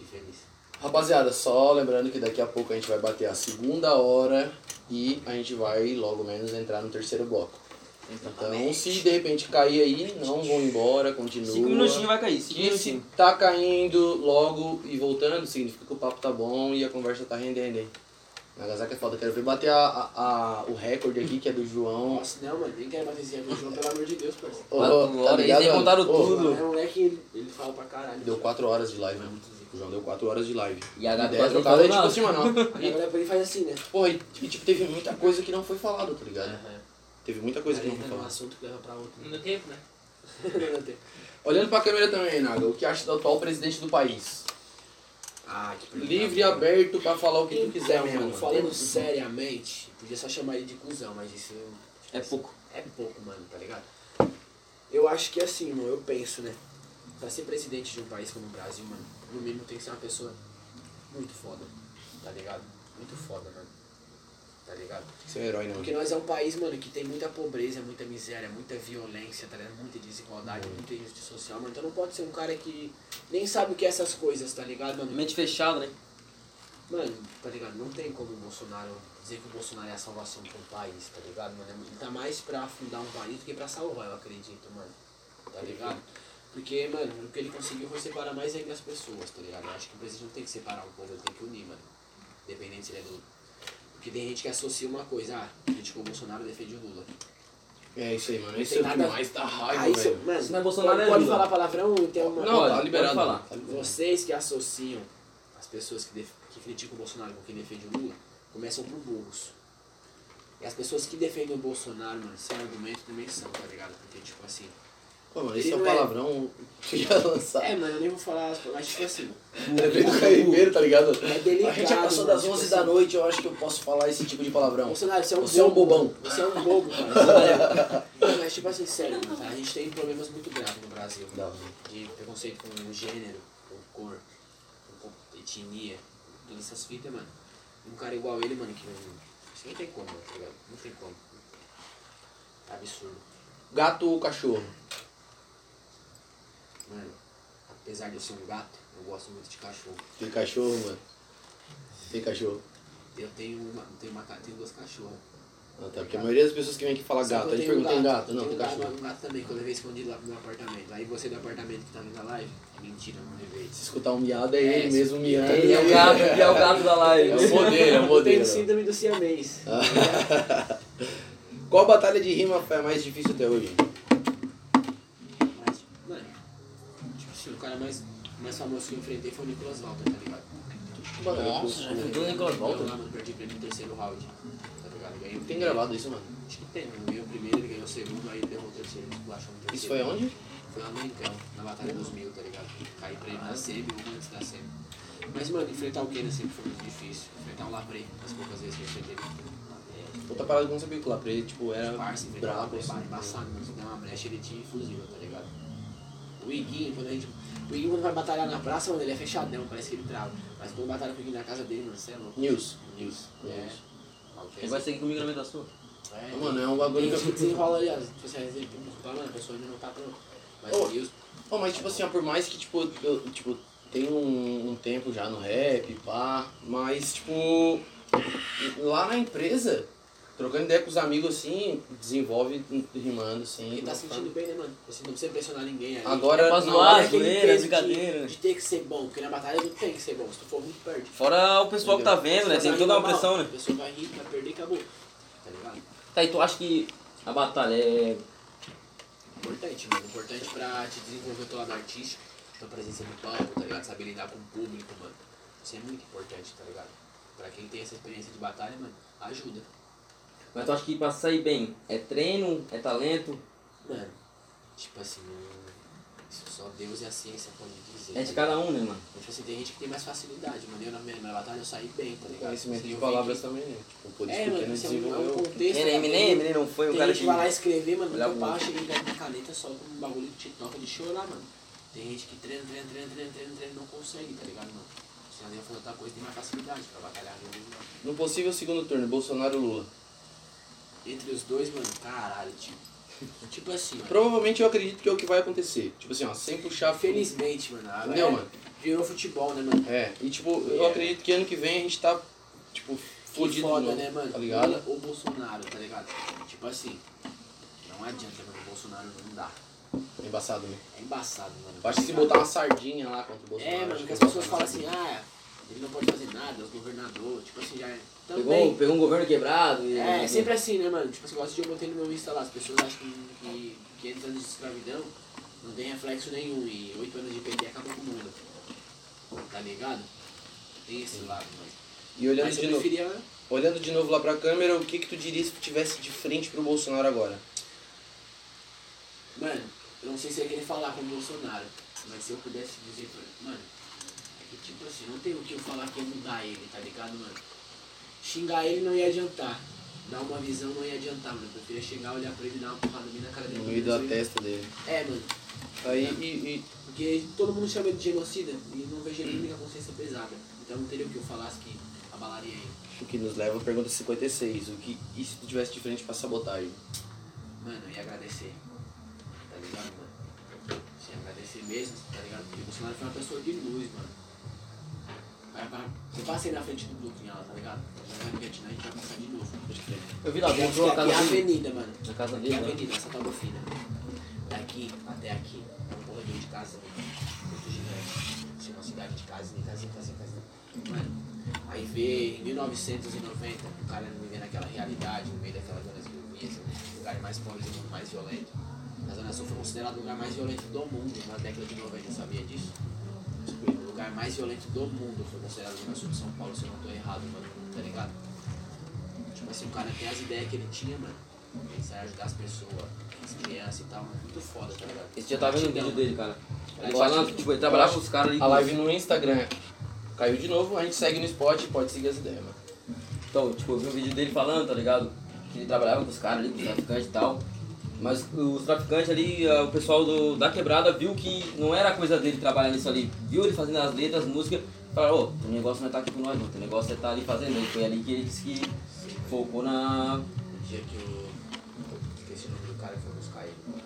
S2: e feliz.
S1: Rapaziada, só lembrando que daqui a pouco a gente vai bater a segunda hora e a gente vai logo menos entrar no terceiro bloco. Então, se de repente cair aí, não vão embora, continua.
S4: Cinco minutinhos vai cair, cinco
S1: E se
S4: minutinhos.
S1: tá caindo logo e voltando, significa que o papo tá bom e a conversa tá rendendo, hein? Nagasaki é foda, quero ver bater a, a- a- o recorde aqui, que é do João.
S2: Nossa, não, mano, nem quero mais esse amigo, João, pelo amor de Deus, parceiro.
S1: Ô, tá
S4: Quatro
S1: ô,
S4: horas, eles nem
S1: mano?
S4: contaram
S1: Ô,
S4: tudo.
S2: É um moleque, ele, ele fala pra caralho.
S1: Deu 4 horas de live,
S2: Não é
S1: mano.
S2: muito
S1: O
S2: zico.
S1: João deu 4 horas de live.
S4: E a
S1: A
S4: Gabi
S1: ideia
S4: quase não
S1: trocada é
S4: falou
S1: tipo
S4: nada.
S1: assim, mano. ó.
S2: Aí agora ele faz assim, né?
S1: Porra, e, e, tipo, teve muita coisa que não foi falada, tá ligado? Teve muita coisa que
S2: Ele
S1: não foi
S2: entra num
S1: falada.
S2: assunto que leva pra outro.
S7: Não deu tempo, né?
S2: Não tem.
S1: Olhando pra câmera também, Naga, o que acha do atual presidente do país?
S2: Ah, que pergunta
S1: Livre e
S2: boa.
S1: aberto pra falar o que tu quiser
S2: Então,
S1: mesmo.
S2: mano,
S1: mano.
S2: falando seriamente, podia só chamar ele de cuzão, mas isso
S4: É pouco.
S2: é pouco, mano, tá ligado? Eu acho que assim, mano, eu penso, né? Pra ser presidente de um país como o Brasil, mano, no mínimo tem que ser uma pessoa muito foda, tá ligado? Muito foda, mano. Tá ligado?
S1: Você é um herói, né, mano?
S2: Porque nós é um país, mano, que tem muita pobreza, muita miséria, muita violência, tá ligado? Muita desigualdade, muita injustiça social, mano. Então não pode ser um cara que nem sabe o que é essas coisas, tá ligado, mano?
S4: Mente fechada, né?
S2: Mano, tá ligado? Não tem como o Bolsonaro dizer que o Bolsonaro é a salvação pra um país, tá ligado, mano? Ele tá mais pra afundar um país do que pra salvar, eu acredito, mano. Tá ligado? Porque, mano, o que ele conseguiu foi separar mais ainda as pessoas, tá ligado? Eu acho que o presidente não tem que separar o povo, ele tem que unir, mano. Independente se ele é do. Porque tem gente que associa uma coisa, ah, criticou o Bolsonaro, defende o Lula.
S1: É isso aí, mano.
S2: Não
S1: Isso é
S2: tem
S1: o que
S2: nada-
S1: mais dá
S2: Aí,
S1: raiva,
S2: seu-
S1: velho.
S2: mano,
S4: Se não é Bolsonaro,
S2: pode,
S4: é
S2: pode
S4: Lula.
S2: falar palavrão, tem é uma.
S1: Não,
S4: Pode,
S1: tá
S4: pode
S1: liberado.
S4: falar.
S1: Tá liberado.
S2: Vocês que associam as pessoas que, def- que criticam o Bolsonaro com quem defende o Lula, começam por burros. E as pessoas que defendem o Bolsonaro, mano, sem argumento também são, tá ligado? Porque, tipo assim.
S1: Pô, mano, esse é um
S2: Ele não é-
S1: palavrão que já lançaram.
S2: É, mano, eu nem vou falar, mas tipo assim.
S1: É bem do Caio Ribeiro, tá ligado?
S2: É delicado,
S1: A gente já passou das
S2: mano,
S1: 11
S2: tipo
S1: da
S2: assim.
S1: noite, eu acho que eu posso falar esse tipo de palavrão.
S2: Bolsonaro, você é um
S1: Você é um
S2: bobo,
S1: bobão.
S2: mano. Você é um
S1: [LAUGHS]
S2: bobo, cara. Não, mas, tipo assim, sério, mano, tá? a gente tem problemas muito graves no Brasil.
S1: Não.
S2: de preconceito com gênero, com cor, com com etnia, todas essas fitas, mano. Um cara igual ele, mano, que não. Isso não tem como, mano, tá ligado? Não tem como. Absurdo.
S1: Gato ou cachorro?
S2: Mano, apesar de eu ser um gato, eu gosto muito de cachorro.
S1: Tem cachorro, mano. Tem cachorro.
S2: Eu tenho uma. Tenho, uma, ca- tenho duas cachorras.
S1: Até tá, porque a maioria das pessoas que vem aqui fala
S2: Só
S1: gato, a
S2: que eu
S1: gente
S2: tenho um
S1: pergunta tem gato, não,
S2: eu
S1: tem
S2: tenho um gato,
S1: cachorro.
S2: um gato também, que eu levei escondido lá pro meu apartamento. Aí você do apartamento que tá vendo a live, é mentira, eu não levei.
S1: Se escutar um miado é
S2: É,
S1: ele mesmo miando.
S4: Ele é o gato, ele é o gato da live.
S1: É o modelo, é o
S2: Eu tenho
S1: modelo.
S2: síndrome do siamês.
S1: Qual batalha de rima foi a mais difícil até hoje?
S2: Mas, mano, tipo assim, o cara mais, mais famoso que eu enfrentei foi o Nicolas Walter, tá ligado?
S1: Mano, eu-
S4: enfrentou o Nicolas Walter?
S2: Eu lá, mano, perdi pra ele no terceiro round, tá ligado? Ganhei o
S1: Tem
S2: primeiro.
S1: gravado isso, mano?
S2: Acho que tem, mano. Ganhei o primeiro, ele ganhou o segundo, aí ele derrubou o terceiro, ele baixou no terceiro.
S1: Isso foi onde?
S2: Foi lá no Rincão, na Batalha dos Mil, tá ligado? Caí pra ele na semi ou antes da semi. Mas, mano, enfrentar o Kena sempre foi muito difícil. Enfrentar o Lapre, as poucas vezes que eu enfrentei.
S1: Outra parada que eu não sabia que o Lapre, tipo, era
S2: Parça, enfrentar o
S1: brabo,
S2: Lapre,
S1: assim.
S2: é embaçado, mano. Se der uma brecha, ele te fuzila, tá ligado? O Iguinho, quando a gente... O Iguinho, quando vai batalhar na praça, mano, ele é fechadão, parece que ele trava. Mas quando batalha com o Iguinho na casa dele, mano, você é louco.
S1: News.
S2: News. É.
S1: News.
S4: Ele vai seguir comigo na meta sua.
S2: É,
S1: Ah, Mano, é um bagulho
S2: Tem
S1: que eu
S2: gente que
S1: fico...
S2: desenrola, aliás. Se você tá, mano, a pessoa ainda não tá pronta. Mas
S1: Ô.
S2: o News...
S1: Pô, mas tipo assim, ó, por mais que tipo, eu tipo, tenho um, um tempo já no rap, pá, mas tipo, lá na empresa, trocando ideia com os amigos assim, desenvolve rimando assim.
S2: Ele tá se sentindo bem, né, mano? Você não precisa pressionar ninguém aí.
S1: Agora,
S4: pra
S1: na
S4: zoar,
S1: hora-
S2: é aquele
S4: zoeira,
S2: peso
S4: brincadeira.
S2: De, de ter que ser bom, porque na batalha não tem que ser bom. Se tu for ruim, perde.
S4: Fora o pessoal que tá vendo, né? Tem toda uma pressão,
S2: A
S4: né?
S2: pessoa vai rir, vai perder e acabou. Tá ligado?
S4: Tá, e tu acha que a batalha é.
S2: Importante, mano. Importante pra te desenvolver o teu lado artístico, tua presença no palco, tá ligado? Saber lidar com o público, mano. Isso é muito importante, tá ligado? Pra quem tem essa experiência de batalha, mano, ajuda.
S4: Mas tu acha que pra sair bem é treino, é talento,
S2: Mano, tipo assim, não- isso só Deus e a ciência podem dizer.
S4: é de
S2: tá ligado?
S4: cada um, né, mano?
S2: Tipo assim, tem gente que tem mais facilidade, mano. Eu na minha primeira batalha eu saí bem, tá ligado?
S1: Conhecimento de
S2: Eu vi
S1: palavras
S2: que-
S1: também, né? Tipo, por isso que
S2: É,
S1: o
S2: mano,
S1: Keno
S2: isso é um- é um
S1: desenvolveu.
S2: contexto.
S4: Era
S2: tá?
S4: Eminem, Eminem não foi o
S2: Tem
S4: cara
S2: gente
S4: que.
S2: que vai lá escrever, mano,
S4: Olhar
S2: no
S4: o
S2: teu
S4: outro.
S2: chega e pega uma caneta só com um bagulho que te toca de chorar, mano. Tem gente que treina, treina, treina, treina, treina, treina, não consegue, tá ligado, mano? Se a for outra coisa, tem mais facilidade pra batalhar. né?
S1: No possível segundo turno, Bolsonaro e Lula.
S2: Entre os dois, mano, caralho, tipo. Tipo assim, mano.
S1: Provavelmente eu acredito que é o que vai acontecer. Tipo assim, ó, sem puxar feliz.
S2: Felizmente, mano. agora
S1: Entendeu, mano?
S2: Virou futebol, né, mano?
S1: É. E tipo, eu acredito que ano que vem a gente tá, tipo,
S2: Que
S1: fodido. de
S2: foda,
S1: novo,
S2: né, mano?
S1: Tá ligado?
S2: Lula ou Bolsonaro, tá ligado? Tipo assim, não adianta, mano. O Bolsonaro não dá.
S1: Embaçado, né?
S2: É embaçado, mano.
S1: Eu acho que se
S2: Tá ligado?
S1: botar uma sardinha lá contra o Bolsonaro.
S2: É, mano,
S1: acho
S2: porque as
S1: que
S2: pessoas
S1: eu
S2: falam
S1: vou
S2: assim, ah, ele não pode fazer nada, é o governador, tipo assim, já é.
S4: Pegou,
S2: Também.
S4: pegou um governo quebrado e.
S2: É, sempre assim, né, mano? Tipo assim, igual esse dia eu botei no meu Insta lá, as pessoas acham que, que 500 anos de escravidão não tem reflexo nenhum e 8 anos de PT acabou com o mundo. Tá ligado? Tem esse lado, mano.
S1: E olhando
S2: Mas
S1: de
S2: eu
S1: novo.
S2: preferia.
S1: Olhando de novo lá pra câmera, o que que tu diria se tu tivesse de frente pro Bolsonaro agora?
S2: Mano, eu não sei se eu ia querer falar com o Bolsonaro, mas se eu pudesse dizer pra ele, mano, é que tipo assim, não tem o que eu falar que ia mudar ele, tá ligado, mano? Xingar ele não ia adiantar. Dar uma visão não ia adiantar, mano. Eu preferia chegar, olhar pra ele e dar uma porrada bem na cara dele.
S1: No meio da
S2: Mas eu-
S1: testa dele.
S2: É, mano. Tá
S1: Aí,
S2: É.
S1: e, e-
S2: Porque todo mundo chama ele de genocida e não vejo ele nem com a consciência pesada. Então não teria o que eu falasse que abalaria ele.
S1: o que nos leva à pergunta 56. O que e se tu tivesse de frente pra sabotagem?
S2: Mano, eu ia agradecer. Tá ligado, mano? Se agradecer mesmo, tá ligado? Porque o Bolsonaro foi uma pessoa de luz, mano. Vai, vai. Eu passei na frente do bloquinho lá, tá ligado? Já vai no Vietnã, a gente vai passar de novo.
S4: Eu vi lá, comprou a
S2: aqui é a
S4: casa dele.
S2: avenida, mano.
S4: Na casa
S2: Aqui é
S4: dele,
S2: a
S4: né?
S2: avenida, essa tábua fina. Daqui até aqui. É um porradinho de casa, mano. Muito gigante. Tinha uma cidade de casinha, casinha, casinha, casinha. Mano, aí vê em 1990 o cara vivendo aquela realidade no meio daquelas zonas violências, os lugares mais pobres do mundo mais violento. A Zona Sul foi considerado o lugar mais violento do mundo né? na década de 90, sabia disso? Tipo, O lugar mais violento do mundo foi considerado o Zona Sul de São Paulo, se eu não tô errado, mano, tá ligado? Tipo assim, o cara tem as ideias que ele tinha, mano. Pensar em ajudar as pessoas, as crianças e tal, mano. Muito foda, tá ligado?
S4: Esse dia eu tava vendo o vídeo dele, cara. Ele
S2: Gratidão.
S4: falando, tipo, ele trabalhava com os caras ali.
S1: A live no Instagram caiu de novo, a gente segue no spot e pode seguir as ideias, mano.
S4: Então, tipo, eu vi um vídeo dele falando, tá ligado? Que ele trabalhava com os caras ali, com os traficantes e tal. Mas os traficantes ali, ah, o pessoal do, da quebrada viu que não era coisa dele trabalhar nisso ali. Viu ele fazendo as letras, as músicas, falaram, ô, teu negócio não é tá aqui com nós, não, teu negócio é tá ali fazendo. E foi ali que ele disse que focou na.
S2: No dia que o. Esqueci o nome do cara que foi buscar ele, mano.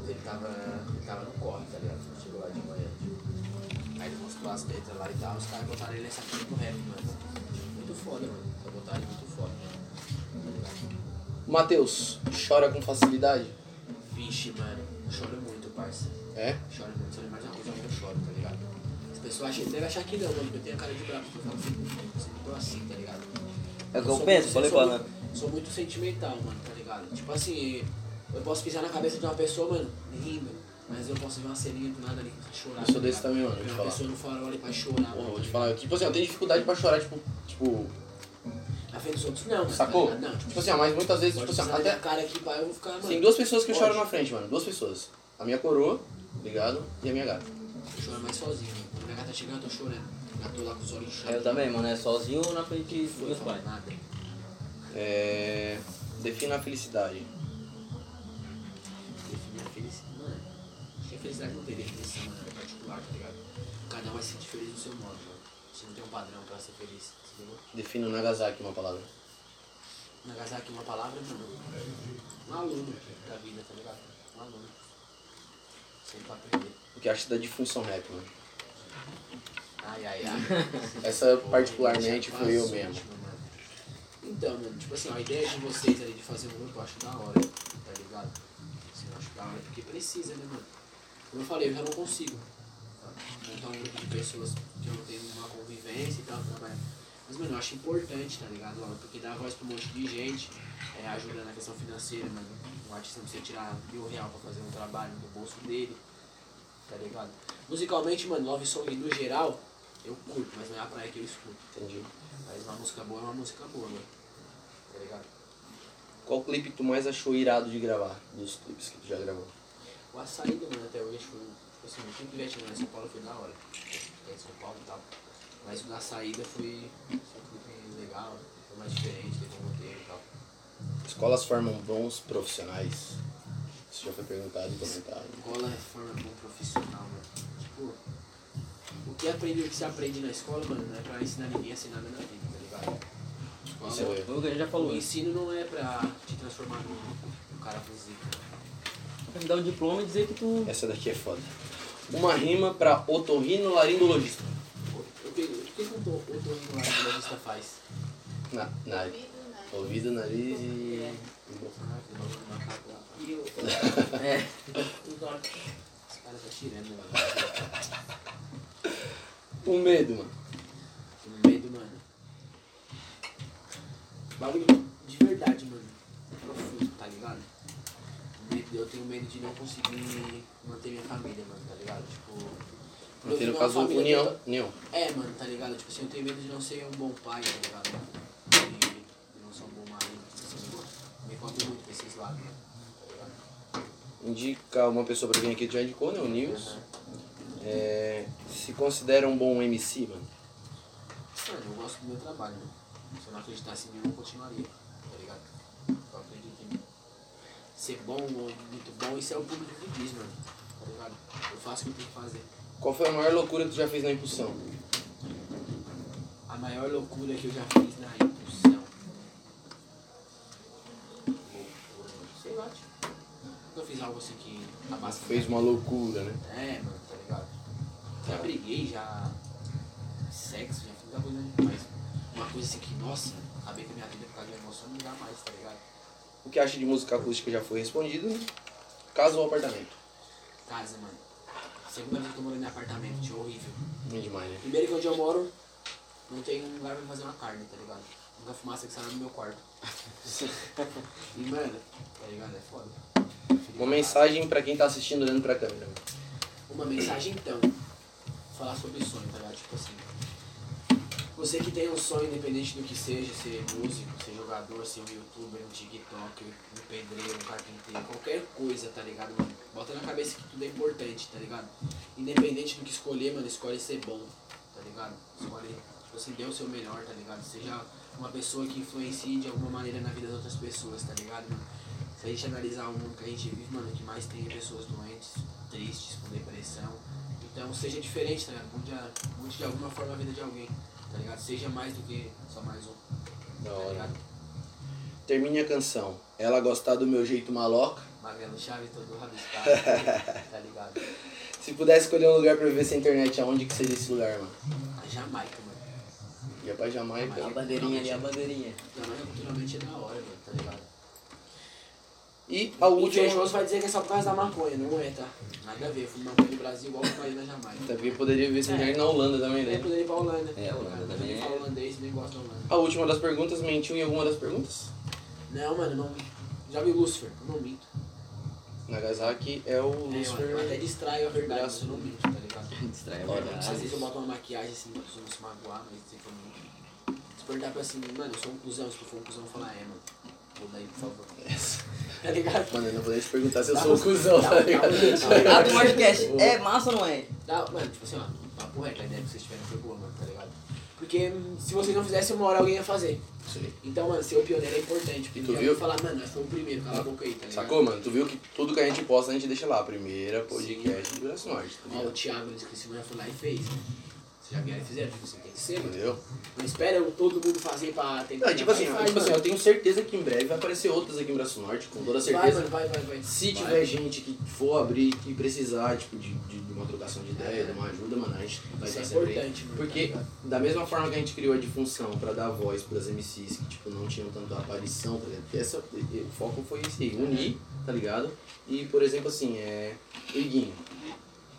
S2: Mas Ele tava, ele tava no corre, tá ligado? Ele Chegou lá de manhã, tipo. Aí ele mostrou as letras lá e tal, os caras botaram ele nessa coisa do rap, mano. Muito foda, mano. Essa botaram ele muito foda, mano.
S1: Matheus, chora com facilidade?
S2: Vixe, mano. Choro muito, parça.
S1: É?
S2: Choro muito, se eu lembrar de uma coisa, eu choro, tá ligado? As pessoas acham, devem achar que não, mano, porque eu tenho a cara de brabo, porque eu falo assim, eu sempre tô assim, tá ligado?
S4: É o que eu
S2: sou
S4: penso,
S2: muito-
S4: falei
S2: sou
S4: pra
S2: muito-
S4: ela.
S2: Sou muito sentimental, mano, tá ligado? Tipo assim, eu posso pisar na cabeça de uma pessoa, mano, rindo, mas eu posso ver uma ceninha do nada ali, chorar.
S1: Eu sou desse
S2: tá ligado?
S1: também, mano, vou
S2: Ver
S1: te
S2: uma
S1: falar.
S2: pessoa no farol ali pra chorar,
S1: Porra,
S2: mano.
S1: vou te falar, eu, tipo assim, eu tenho dificuldade pra chorar, tipo, tipo,
S2: Na frente dos outros, não, mano,
S1: sacou?
S2: tá ligado? Não,
S1: Tipo assim, ó, mas muitas vezes, tipo
S2: pode
S1: assim,
S2: pisar
S1: ó,
S2: na minha
S1: até, Assim,
S2: cara aqui, pai, eu vou ficar, mano,
S1: Tem duas pessoas que eu
S2: Pode.
S1: choro na frente, mano. Duas pessoas. A minha coroa, ligado? E a minha gata.
S2: eu choro mais sozinho, mano. Quando minha minha gata chegando, eu tô chorando. Já tô lá com os olhos
S4: Eu
S2: inchados.
S4: também, mano, é sozinho ou na frente de
S2: Não
S4: meus
S2: falo
S4: pais.
S2: nada.
S1: É... Defina a felicidade.
S2: Definir a felicidade. Mano, acho que a felicidade não tem definição mano, é particular, tá ligado? Cada um vai se sentir feliz do seu modo, mano. Você não tem um padrão pra ser feliz, entendeu?
S1: Defina o Nagasaki uma palavra.
S2: Nagasaki é uma palavra, mano. Um aluno da vida, tá ligado? Um aluno. Sempre pra aprender.
S1: O que acha da disfunção rap, mano?
S2: Ai, ai, ai.
S1: Essa
S2: Pô,
S1: particularmente
S2: já
S1: foi eu
S2: passou,
S1: mesmo.
S2: tipo, mano. Então, mano, tipo assim, a ideia de vocês ali de fazer um grupo eu acho da hora, tá ligado? Assim, eu acho da hora porque precisa, né, mano? Como eu falei, eu já não consigo tá? montar um grupo de pessoas que eu não tenho uma convivência e tal, trabalho. Mas, mano, eu acho importante, tá ligado, mano? Porque dá voz pra um monte de gente, é, ajuda na questão financeira, mano. O artista não precisa tirar mil real pra fazer um trabalho do bolso dele, tá ligado? Musicalmente, mano, Love Song no geral, eu curto, mas não é a praia que eu escuto.
S1: Entendi.
S2: Mas uma música boa é uma música boa, mano. Tá ligado?
S1: Qual clipe tu mais achou irado de gravar? Dos clipes que tu já gravou?
S2: O açaí do mano até hoje foi, tipo assim, o que ele tinha lá em São Paulo foi da hora. É em São Paulo e tal. Mas o da saída foi foi um clipe legal, foi mais diferente, teve um roteiro e tal.
S1: Escolas formam bons profissionais? Isso já foi perguntado e comentado.
S2: Escola é forma bom profissional, mano. Tipo, o que aprende, o que se aprende na escola, mano, não é pra ensinar ninguém a ser nada na vida, tá ligado? Escola-
S1: Isso é
S4: O Gandhi já falou
S2: o
S4: isso.
S2: ensino não é pra te transformar num num cara físico. né?
S4: Pra te dar o diploma e dizer que tu.
S1: Essa daqui é foda. Uma rima pra otorrino laringologista.
S2: O que, o que que o to- o torno laringologista faz?
S1: Na, na, ouvido,
S6: Ouvido, nariz.
S1: nariz e. e boca.
S2: Ah, que logo no macaco lá.
S7: E o.
S4: É.
S7: Os olhos.
S2: Os caras tá tirando, mano.
S1: O medo, mano.
S2: Tô no medo, mano. Bagulho de verdade, mano. Profundo, tá ligado? Medo- Eu tenho medo de não conseguir manter minha família, mano, tá ligado? Tipo. porque eu
S1: Mantendo
S2: tenho
S1: no
S2: uma
S1: caso
S2: família
S1: união.
S2: toda-
S1: União.
S2: É, mano, tá ligado? Tipo assim, eu tenho medo de não ser um bom pai, tá ligado? De de não ser um bom marido. Tipo assim, pô, me conta muito pra esses lados, mano. Tá ligado?
S1: Indica uma pessoa pra vir aqui, tu já indicou, né? O Nils. É, se considera um bom MC, mano.
S2: Mano, eu gosto do meu trabalho, né? Se eu não acreditasse em mim, eu não continuaria, tá ligado? Eu acredito em mim. Ser bom ou muito bom, isso é o público que diz, mano. Tá ligado? Eu faço o que eu tenho que fazer.
S1: Qual foi a maior loucura que tu já fez na impulsão?
S2: A maior loucura que eu já fiz na impulsão. Loucura, mano. Sei lá, tipo. Nunca fiz algo assim que abasse.
S1: Fez uma loucura, né?
S2: É, mano, tá ligado? Já
S1: Tá.
S2: briguei, já. Sexo, já fiz muita coisa, né? mas uma coisa assim que, nossa, acabei com a minha vida por causa de emoção, não dá mais, tá ligado?
S1: O que acha de música acústica já foi respondido, né? Casa ou apartamento?
S2: Casa, mano. Segunda vez que eu tô morando em apartamento, tio, horrível.
S1: Ruim demais, né?
S2: Primeiro que onde eu moro, não tem um lugar pra fazer uma carne, tá ligado? Nunca fumaça que sai do meu quarto. e, mano, tá ligado? É foda.
S1: Uma mensagem pra quem tá assistindo olhando pra câmera. mano.
S2: Uma mensagem, então. Falar sobre sonho, tá ligado? Tipo assim. Você que tem um sonho, independente do que seja, ser músico, ser jogador, ser um youtuber, um tiktoker, um pedreiro, um carpinteiro, qualquer coisa, tá ligado, mano? Bota na cabeça que tudo é importante, tá ligado? Independente do que escolher, mano, escolhe ser bom, tá ligado? Escolhe, tipo assim, dê o seu melhor, tá ligado? Seja uma pessoa que influencie de alguma maneira na vida das outras pessoas, tá ligado, mano? Se a gente analisar o mundo que a gente vive, mano, o que mais tem é pessoas doentes, tristes, com depressão. Então seja diferente, tá ligado? Mude, a- mude de alguma forma a vida de alguém, tá ligado? Seja mais do que só mais um,
S1: Da
S2: tá
S1: hora.
S2: ligado?
S1: Termine a canção. Ela gostar do meu jeito maloca.
S2: Magrelo chave todo rabiscado, tá ligado?
S1: Se pudesse escolher um lugar pra viver sem internet, aonde que seria esse lugar, mano?
S2: A Jamaica, mano.
S1: Ia pra Jamaica.
S4: A [LAUGHS] bandeirinha ali, a bandeirinha.
S2: Jamaica culturalmente é da hora, mano, tá ligado?
S1: E a
S2: O
S1: última.
S2: invejoso vai dizer que é só por causa da maconha, não é, tá? Nada a ver, eu fumo maconha no Brasil igual eu fumei
S1: [LAUGHS]
S2: na Jamaica.
S1: Também poderia viver sem internet na Holanda também,
S2: Eu
S1: né?
S2: poderia ir pra Holanda.
S4: É, a Holanda
S2: Eu
S4: também
S2: nem
S4: é-
S2: falo holandês, nem gosto da Holanda.
S1: A última das perguntas, mentiu em alguma das perguntas?
S2: Não, mano, não. Já vi Lucifer, eu não minto.
S1: Nagasaki é o
S2: É, mano, eu até
S1: Lucifer.
S2: distraio a verdade, mas
S1: Graças
S2: eu não minto, tá ligado?
S4: Distrai, é
S1: Olha,
S4: verdade.
S2: Às vezes eu boto uma maquiagem assim pra pessoa não se magoar, mas sei que eu minto. Se perguntar pra assim, mano, eu sou um cuzão, se tu for um cuzão, fala, é, mano. Vou daí, por favor. [LAUGHS] Tá ligado?
S1: [LAUGHS] Mano, eu não poderia te perguntar se eu sou o cuzão,
S2: Dá
S1: tá
S2: um-
S4: Ah,
S1: ligado?
S2: dá um-
S4: Abre [LAUGHS] o podcast. É massa ou não é?
S2: dá- Mano, tipo assim, ó, papo correta, a ideia que vocês tiveram foi boa, mano, tá ligado? Porque hum, se vocês não fizessem, uma hora alguém ia fazer.
S1: Sim.
S2: Então, mano, ser o pioneiro é importante. Porque
S1: Tu
S2: eu
S1: viu?
S2: vou falar, mano, nós fomos o primeiro, cala a boca aí, tá ligado?
S1: Sacou, mano? Tu viu que tudo que a gente posta a gente deixa lá. Primeira podcast do Brasil Norte, tá
S2: Ó, o
S1: ligado?
S2: Thiago eles Criciúma já foi lá e fez. Vocês já vieram e fizeram, tipo, você tem que ser, mano.
S1: Entendeu?
S2: Não espera eu- todo mundo fazer pra tentar.
S1: É, tipo assim,
S2: vai,
S1: tipo assim,
S2: mano.
S1: eu tenho certeza que em breve vai aparecer outras aqui em Braço Norte, com toda
S2: Vai,
S1: certeza.
S2: mano, vai, vai, vai.
S1: Se
S2: Vai.
S1: tiver gente que for abrir e precisar, tipo, de, de, de uma trocação de ideia, de uma ajuda, mano, a gente vai estar
S2: Isso é
S1: sempre aí.
S2: importante, mano.
S1: Porque da mesma forma que a gente criou a difunção pra dar voz pras MCs que tipo, não tinham tanto aparição, tá ligado? Porque essa, o foco foi esse aí, unir, tá ligado? E por exemplo assim, é o Iguinho,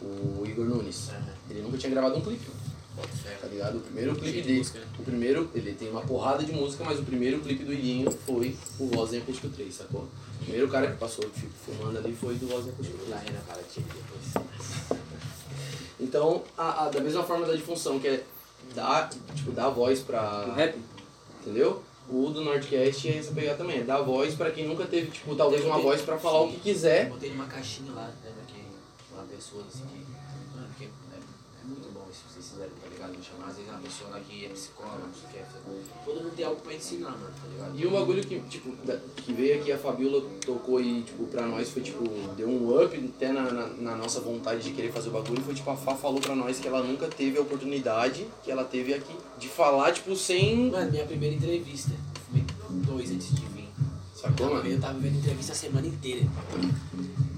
S1: o Igor Nunes, ele nunca tinha gravado um clipe,
S2: Bota fé.
S1: tá ligado? O primeiro clipe dele,
S2: né?
S1: o primeiro, ele tem uma porrada de música, mas o primeiro clipe do Iguinho foi o Voz em Acústico 3, sacou? O primeiro cara que passou, tipo, filmando ali foi do Voz em Acústico 3.
S2: Lá era cara que depois.
S1: Então, a, a- da mesma forma da difunção, que é dar, tipo, dar voz
S4: O
S1: pra...
S4: rap?
S1: Entendeu? O do Nordcast é essa pegada também, é dar voz pra quem nunca teve, tipo, talvez uma voz pra falar o que
S2: Eu
S1: quiser.
S2: botei numa caixinha lá, né, porque uma pessoa assim que. Mano, porque é, é muito bom isso que vocês fizeram, tá ligado? Me chamar, às vezes uma pessoa lá que é psicóloga, não sei o que é. Todo mundo tem algo pra ensinar, mano, tá ligado?
S1: E um bagulho que, tipo, da- que veio aqui, a Fabiola tocou e, tipo, pra nós foi, tipo, deu um up até na, na, na nossa vontade de querer fazer o bagulho. Foi, tipo, a Fá falou pra nós que ela nunca teve a oportunidade que ela teve aqui de falar, tipo, sem...
S2: Mano, minha primeira entrevista. Eu fumei dois antes de vir.
S1: Sacou,
S2: Mano,
S1: mano?
S2: eu tava vendo entrevista a semana inteira.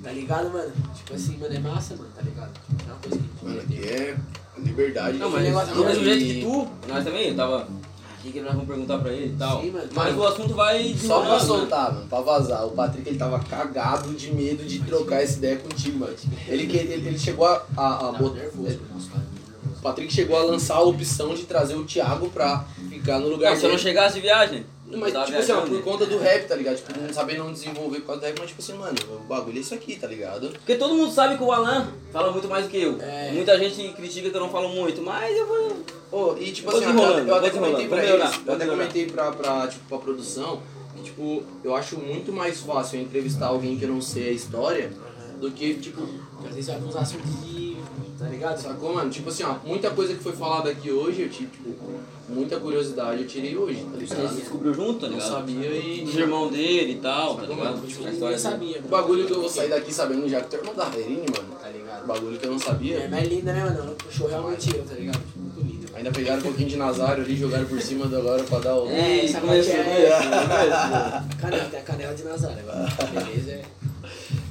S2: Tá ligado, mano? Tipo assim, mano, é massa, mano, tá ligado? Tipo, é uma coisa que.
S1: Mano, aqui é liberdade.
S4: Não, mas
S1: negócio
S4: do mesmo jeito que tu, nós também, tava. O que, que nós vamos perguntar pra ele e tal?
S2: Sim, mano.
S4: Mas o assunto vai
S1: Só pra
S4: desenrolando,
S1: soltar, mano, pra vazar. O Patrick ele tava cagado de medo de trocar essa ideia contigo, mano. Ele, que- ele, ele chegou a, a, a
S2: Tava
S1: bot-
S2: nervoso, mano. nossa, tava nervoso.
S1: O Patrick chegou a lançar a opção de trazer o Thiago pra ficar no lugar
S4: Não, se eu não
S1: dele.
S4: chegasse de viagem.
S1: Mas,
S4: tava
S1: tipo assim, ó,
S4: viajando.
S1: por conta do rap, tá ligado? Tipo, não saber não desenvolver por causa do rap, mas, tipo assim, mano, o bagulho é isso aqui, tá ligado?
S4: Porque todo mundo sabe que o Alan fala muito mais do que eu.
S2: É.
S4: Muita gente critica que eu não falo muito, mas eu vou.
S1: Ô, e, tipo
S4: Vou
S1: assim, ó,
S4: desenrolando,
S1: eu, eu até
S4: vou desenrolando,
S1: comentei pra
S4: vou
S1: eles,
S4: melhorar,
S1: eu
S4: vou
S1: até
S4: melhorar.
S1: comentei pra, pra, tipo, pra produção, que, tipo, eu acho muito mais fácil eu entrevistar alguém que eu não sei a história do que, tipo,
S2: Às vezes vai pra uns assuntos que. Tá ligado?
S1: Sacou, mano? Tipo assim, ó, muita coisa que foi falada aqui hoje, eu tive, tipo, muita curiosidade eu tirei hoje, tá
S4: A gente
S1: ligado?
S4: descobriu junto, tá
S1: Eu não
S4: ligado?
S1: sabia e.
S4: Os irmãos dele e tal, tá
S1: Sacou,
S4: ligado?
S1: mano? Tipo,
S4: A
S2: Ninguém
S4: história assim. dele.
S2: sabia,
S1: O
S2: mano.
S1: bagulho que eu vou sair daqui sabendo já que tu é irmão da Rairini, mano.
S2: Tá
S1: O
S2: ligado?
S1: bagulho que eu não
S2: Minha
S1: sabia.
S2: irmã é linda, né, mano? Ela puxou realmente eu, tá ligado? Tipo, Muito linda. mano.
S1: Ainda pegaram um pouquinho de Nazário ali, jogaram por cima do agora pra dar o.
S4: É,
S2: Sabe
S4: começou,
S2: qual que é? [LAUGHS]
S4: começou, começou.
S2: Canela, tem a canela de Nazaré agora. Beleza, é.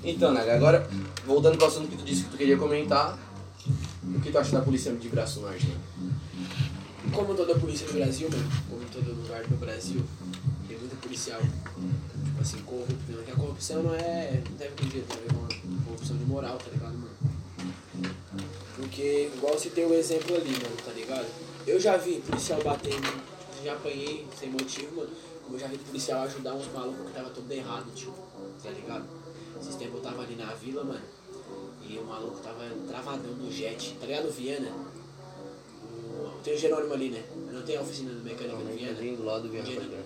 S1: Então, Naga, agora, voltando pro assunto que tu disse que tu queria comentar, o que tu acha da polícia de braço norte, né?
S2: Como toda polícia do Brasil, mano, como em todo lugar do Brasil, tem muito policial, tipo assim, corrupto, né? Que a corrupção não é. não deve pedir, deve é uma corrupção de moral, tá ligado, mano? Porque, igual se tem o exemplo ali, mano, tá ligado? Eu já vi policial bater em mim, já apanhei sem motivo, mano. Como eu já vi policial ajudar uns malucos que tava tudo errado, tipo, tá ligado? Esses tempos eu tava ali na vila, mano, e o maluco tava travadão no jet, tá ligado? Viana. O- Tem o Jerônimo ali, né? Não tem a oficina do mecânico do Viana.
S1: Vindo lá do Viana pra cá.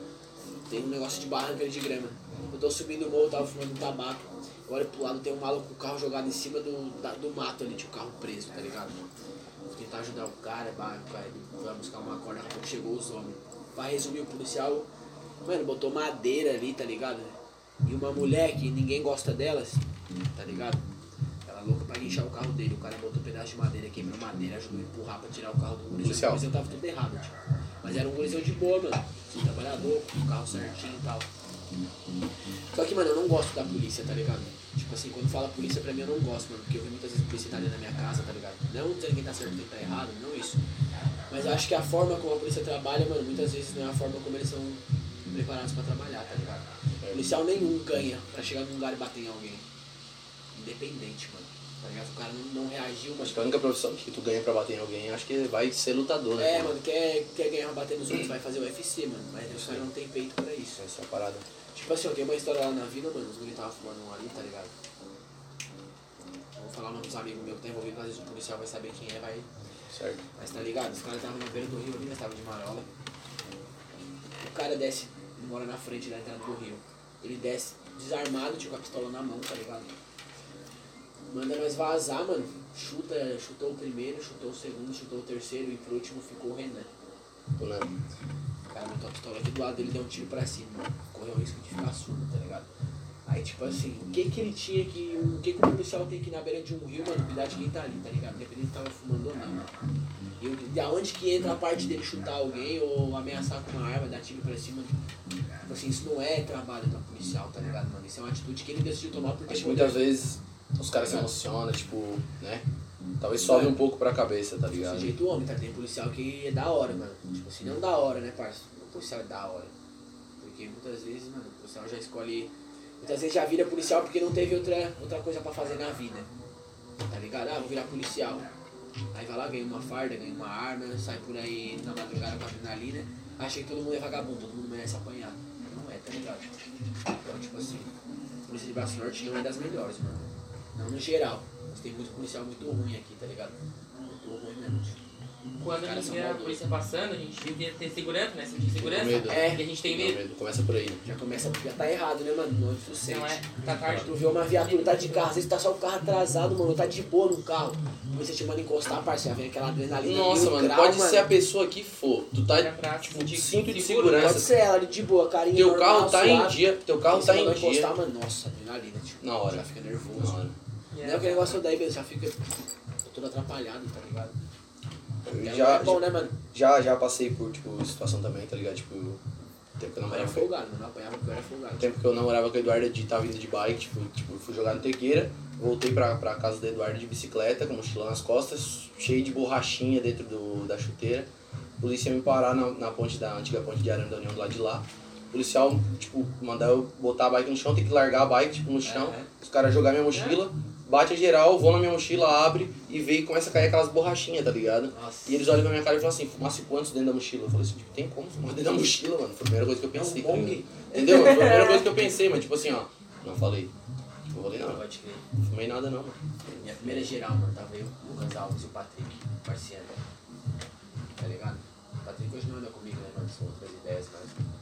S2: Tem um negócio de barranca de grama. Eu tô subindo o morro, tava fumando um tabaco. Eu olho pro lado, tem um maluco com o carro jogado em cima do, da- do mato ali, tinha o carro preso, tá ligado? Vou tentar ajudar o cara, bah, o cara vai buscar uma corda, daqui a pouco chegou os homens. Pra resumir, o policial, mano, botou madeira ali, tá ligado? E uma mulher que ninguém gosta delas, tá ligado? Ela é louca pra guinchar o carro dele. O cara botou um pedaço de madeira, quebrou madeira, ajudou a empurrar pra tirar o carro do gurizão.
S1: Policial.
S2: O gurizão tava tudo errado, tipo. Mas era um gurizão de boa, mano. Trabalhador, com o carro certinho e tal. Só que, mano, eu não gosto da polícia, tá ligado? Tipo assim, quando fala polícia pra mim, eu não gosto, mano. Porque eu vi muitas vezes polícia italiana na minha casa, tá ligado? Não dizendo quem tá certo e quem tá errado, não isso. Mas eu acho que a forma como a polícia trabalha, mano, muitas vezes não é a forma como eles são preparados pra trabalhar, tá ligado? Policial nenhum ganha pra chegar num lugar e bater em alguém. Independente, mano. Tá ligado? Se o cara não, não reagiu, mas.
S1: Acho que a única profissão que tu ganha pra bater em alguém, acho que vai ser lutador, né?
S2: É, mano, quer, quer ganhar pra bater nos outros, vai fazer o UFC, mano. Mas os caras não tem peito pra isso.
S1: Essa é a parada.
S2: Tipo assim, ó, tem uma história lá na vila, mano, os guri tava fumando um ali, tá ligado? Vou falar o nome dos amigos meus que tá envolvido, às vezes o policial vai saber quem é, vai.
S1: Certo.
S2: Mas tá ligado? Os caras estavam na beira do rio ali, nós tava de marola. O cara desce, ele mora na frente da entrada do rio. Ele desce desarmado, tipo, com a pistola na mão, tá ligado? Manda nós vazar, mano. Chuta, chutou o primeiro, chutou o segundo, chutou o terceiro e por último ficou o Renan.
S1: Tô na-
S2: O cara botou a pistola aqui do lado dele, deu um tiro pra cima, mano. Correu o risco de ficar surdo, tá ligado? Aí, tipo assim, o que que ele tinha que... O que que o policial tem que ir na beira de um rio, mano, cuidar de quem tá ali, tá ligado? Independente se tava fumando ou não. E o- de aonde que entra a parte dele chutar alguém ou ameaçar com uma arma, dar tiro pra cima. Tipo assim, isso não é trabalho da policial, tá ligado, mano? Isso é uma atitude que ele decidiu tomar porque...
S1: Acho que muitas vezes os caras se emocionam, tipo, né? Talvez sobe um pouco pra cabeça, tá
S2: Esse
S1: ligado?
S2: jeito homem, tá? Tem policial que é da hora, mano. Tipo assim, não da hora, né, parça? Não policial é da hora. Porque muitas vezes, mano, o policial já escolhe. Muitas vezes já vira policial porque não teve outra, outra coisa pra fazer na vida. Tá ligado? Ah, vou virar policial. Aí vai lá, ganha uma farda, ganha uma arma, sai por aí na madrugada com adrenalina. Achei que todo mundo é vagabundo, todo mundo merece apanhar. Não é, tá ligado? Então, tipo assim, polícia de braço norte não é das melhores, mano. Não no geral. Mas tem muito policial muito ruim aqui, tá ligado? Muito ruim mesmo.
S7: Quando a
S2: Cara,
S7: gente
S2: são
S7: vê a
S2: maldosos.
S7: polícia passando, a gente devia ter segurança, né? Sentir segurança.
S1: medo.
S7: É, porque a gente tem
S1: Não,
S7: medo.
S1: medo. Começa por aí.
S2: Já começa, já tá errado, né, mano? Não é sucesso.
S7: Não é, tá tarde.
S2: Tu vê uma viatura, tá de carro, às vezes tá só o carro atrasado, mano, tá de boa no carro. Você te manda encostar, parceiro, vem aquela adrenalina.
S1: Nossa,
S2: mil
S1: mano,
S2: grau,
S1: pode
S2: mano.
S1: ser a pessoa que for. Tu tá,
S7: Era É pra
S1: tipo,
S7: sentir
S1: cinto de
S7: seguro, né?
S1: segurança.
S2: Pode ser ela ali de boa, carinha.
S1: Teu
S2: normal,
S1: carro tá em
S2: suave.
S1: dia, teu carro
S2: Você
S1: tá em
S2: mandou
S1: dia.
S2: encostar, mano, nossa, adrenalina, tipo,
S1: Na hora.
S2: já fica nervoso.
S1: Na hora.
S2: Não é aquele negócio daí, velho, já fica todo atrapalhado, tá ligado?
S1: Eu
S2: Já,
S1: já,
S2: é bom, né, mano?
S1: já, já passei por, tipo, situação também, tá ligado? Tipo, o tempo que eu
S2: Eu era
S1: namorava com
S2: folgado, mano, eu apanhava porque eu era folgado.
S1: o tempo que eu namorava com o Eduardo, de tava indo de bike, tipo, tipo, eu fui jogar no Tequeira, voltei pra, pra casa do Eduardo de bicicleta, com mochila nas costas, cheio de borrachinha dentro do, da chuteira. O policial me parar na, na ponte da antiga ponte de Arame da União, do lado de lá. O policial, tipo, mandar eu botar a bike no chão, tem que largar a bike, tipo, no chão. Os caras jogar minha mochila, bate a geral, vão na minha mochila, abre e vê e começa a cair aquelas borrachinhas, tá ligado?
S2: Nossa.
S1: E eles olham pra minha cara e falam assim, fumasse quantos dentro da mochila? Eu falei assim, tipo, tem como fumar dentro da mochila, mano? Foi a primeira coisa que eu pensei.
S2: É um
S1: tá
S2: bong.
S1: ligado? Entendeu? Mano? Foi a primeira
S2: [LAUGHS]
S1: coisa que eu pensei, mas tipo assim, ó, não falei. Tipo, eu falei, não,
S2: Pode crer.
S1: não fumei nada não, mano.
S2: Minha primeira geral, mano, tava eu, Lucas Alves e o Patrick, parceiro. Tá ligado? O Patrick hoje não anda comigo, né, mano? São outras ideias, mas.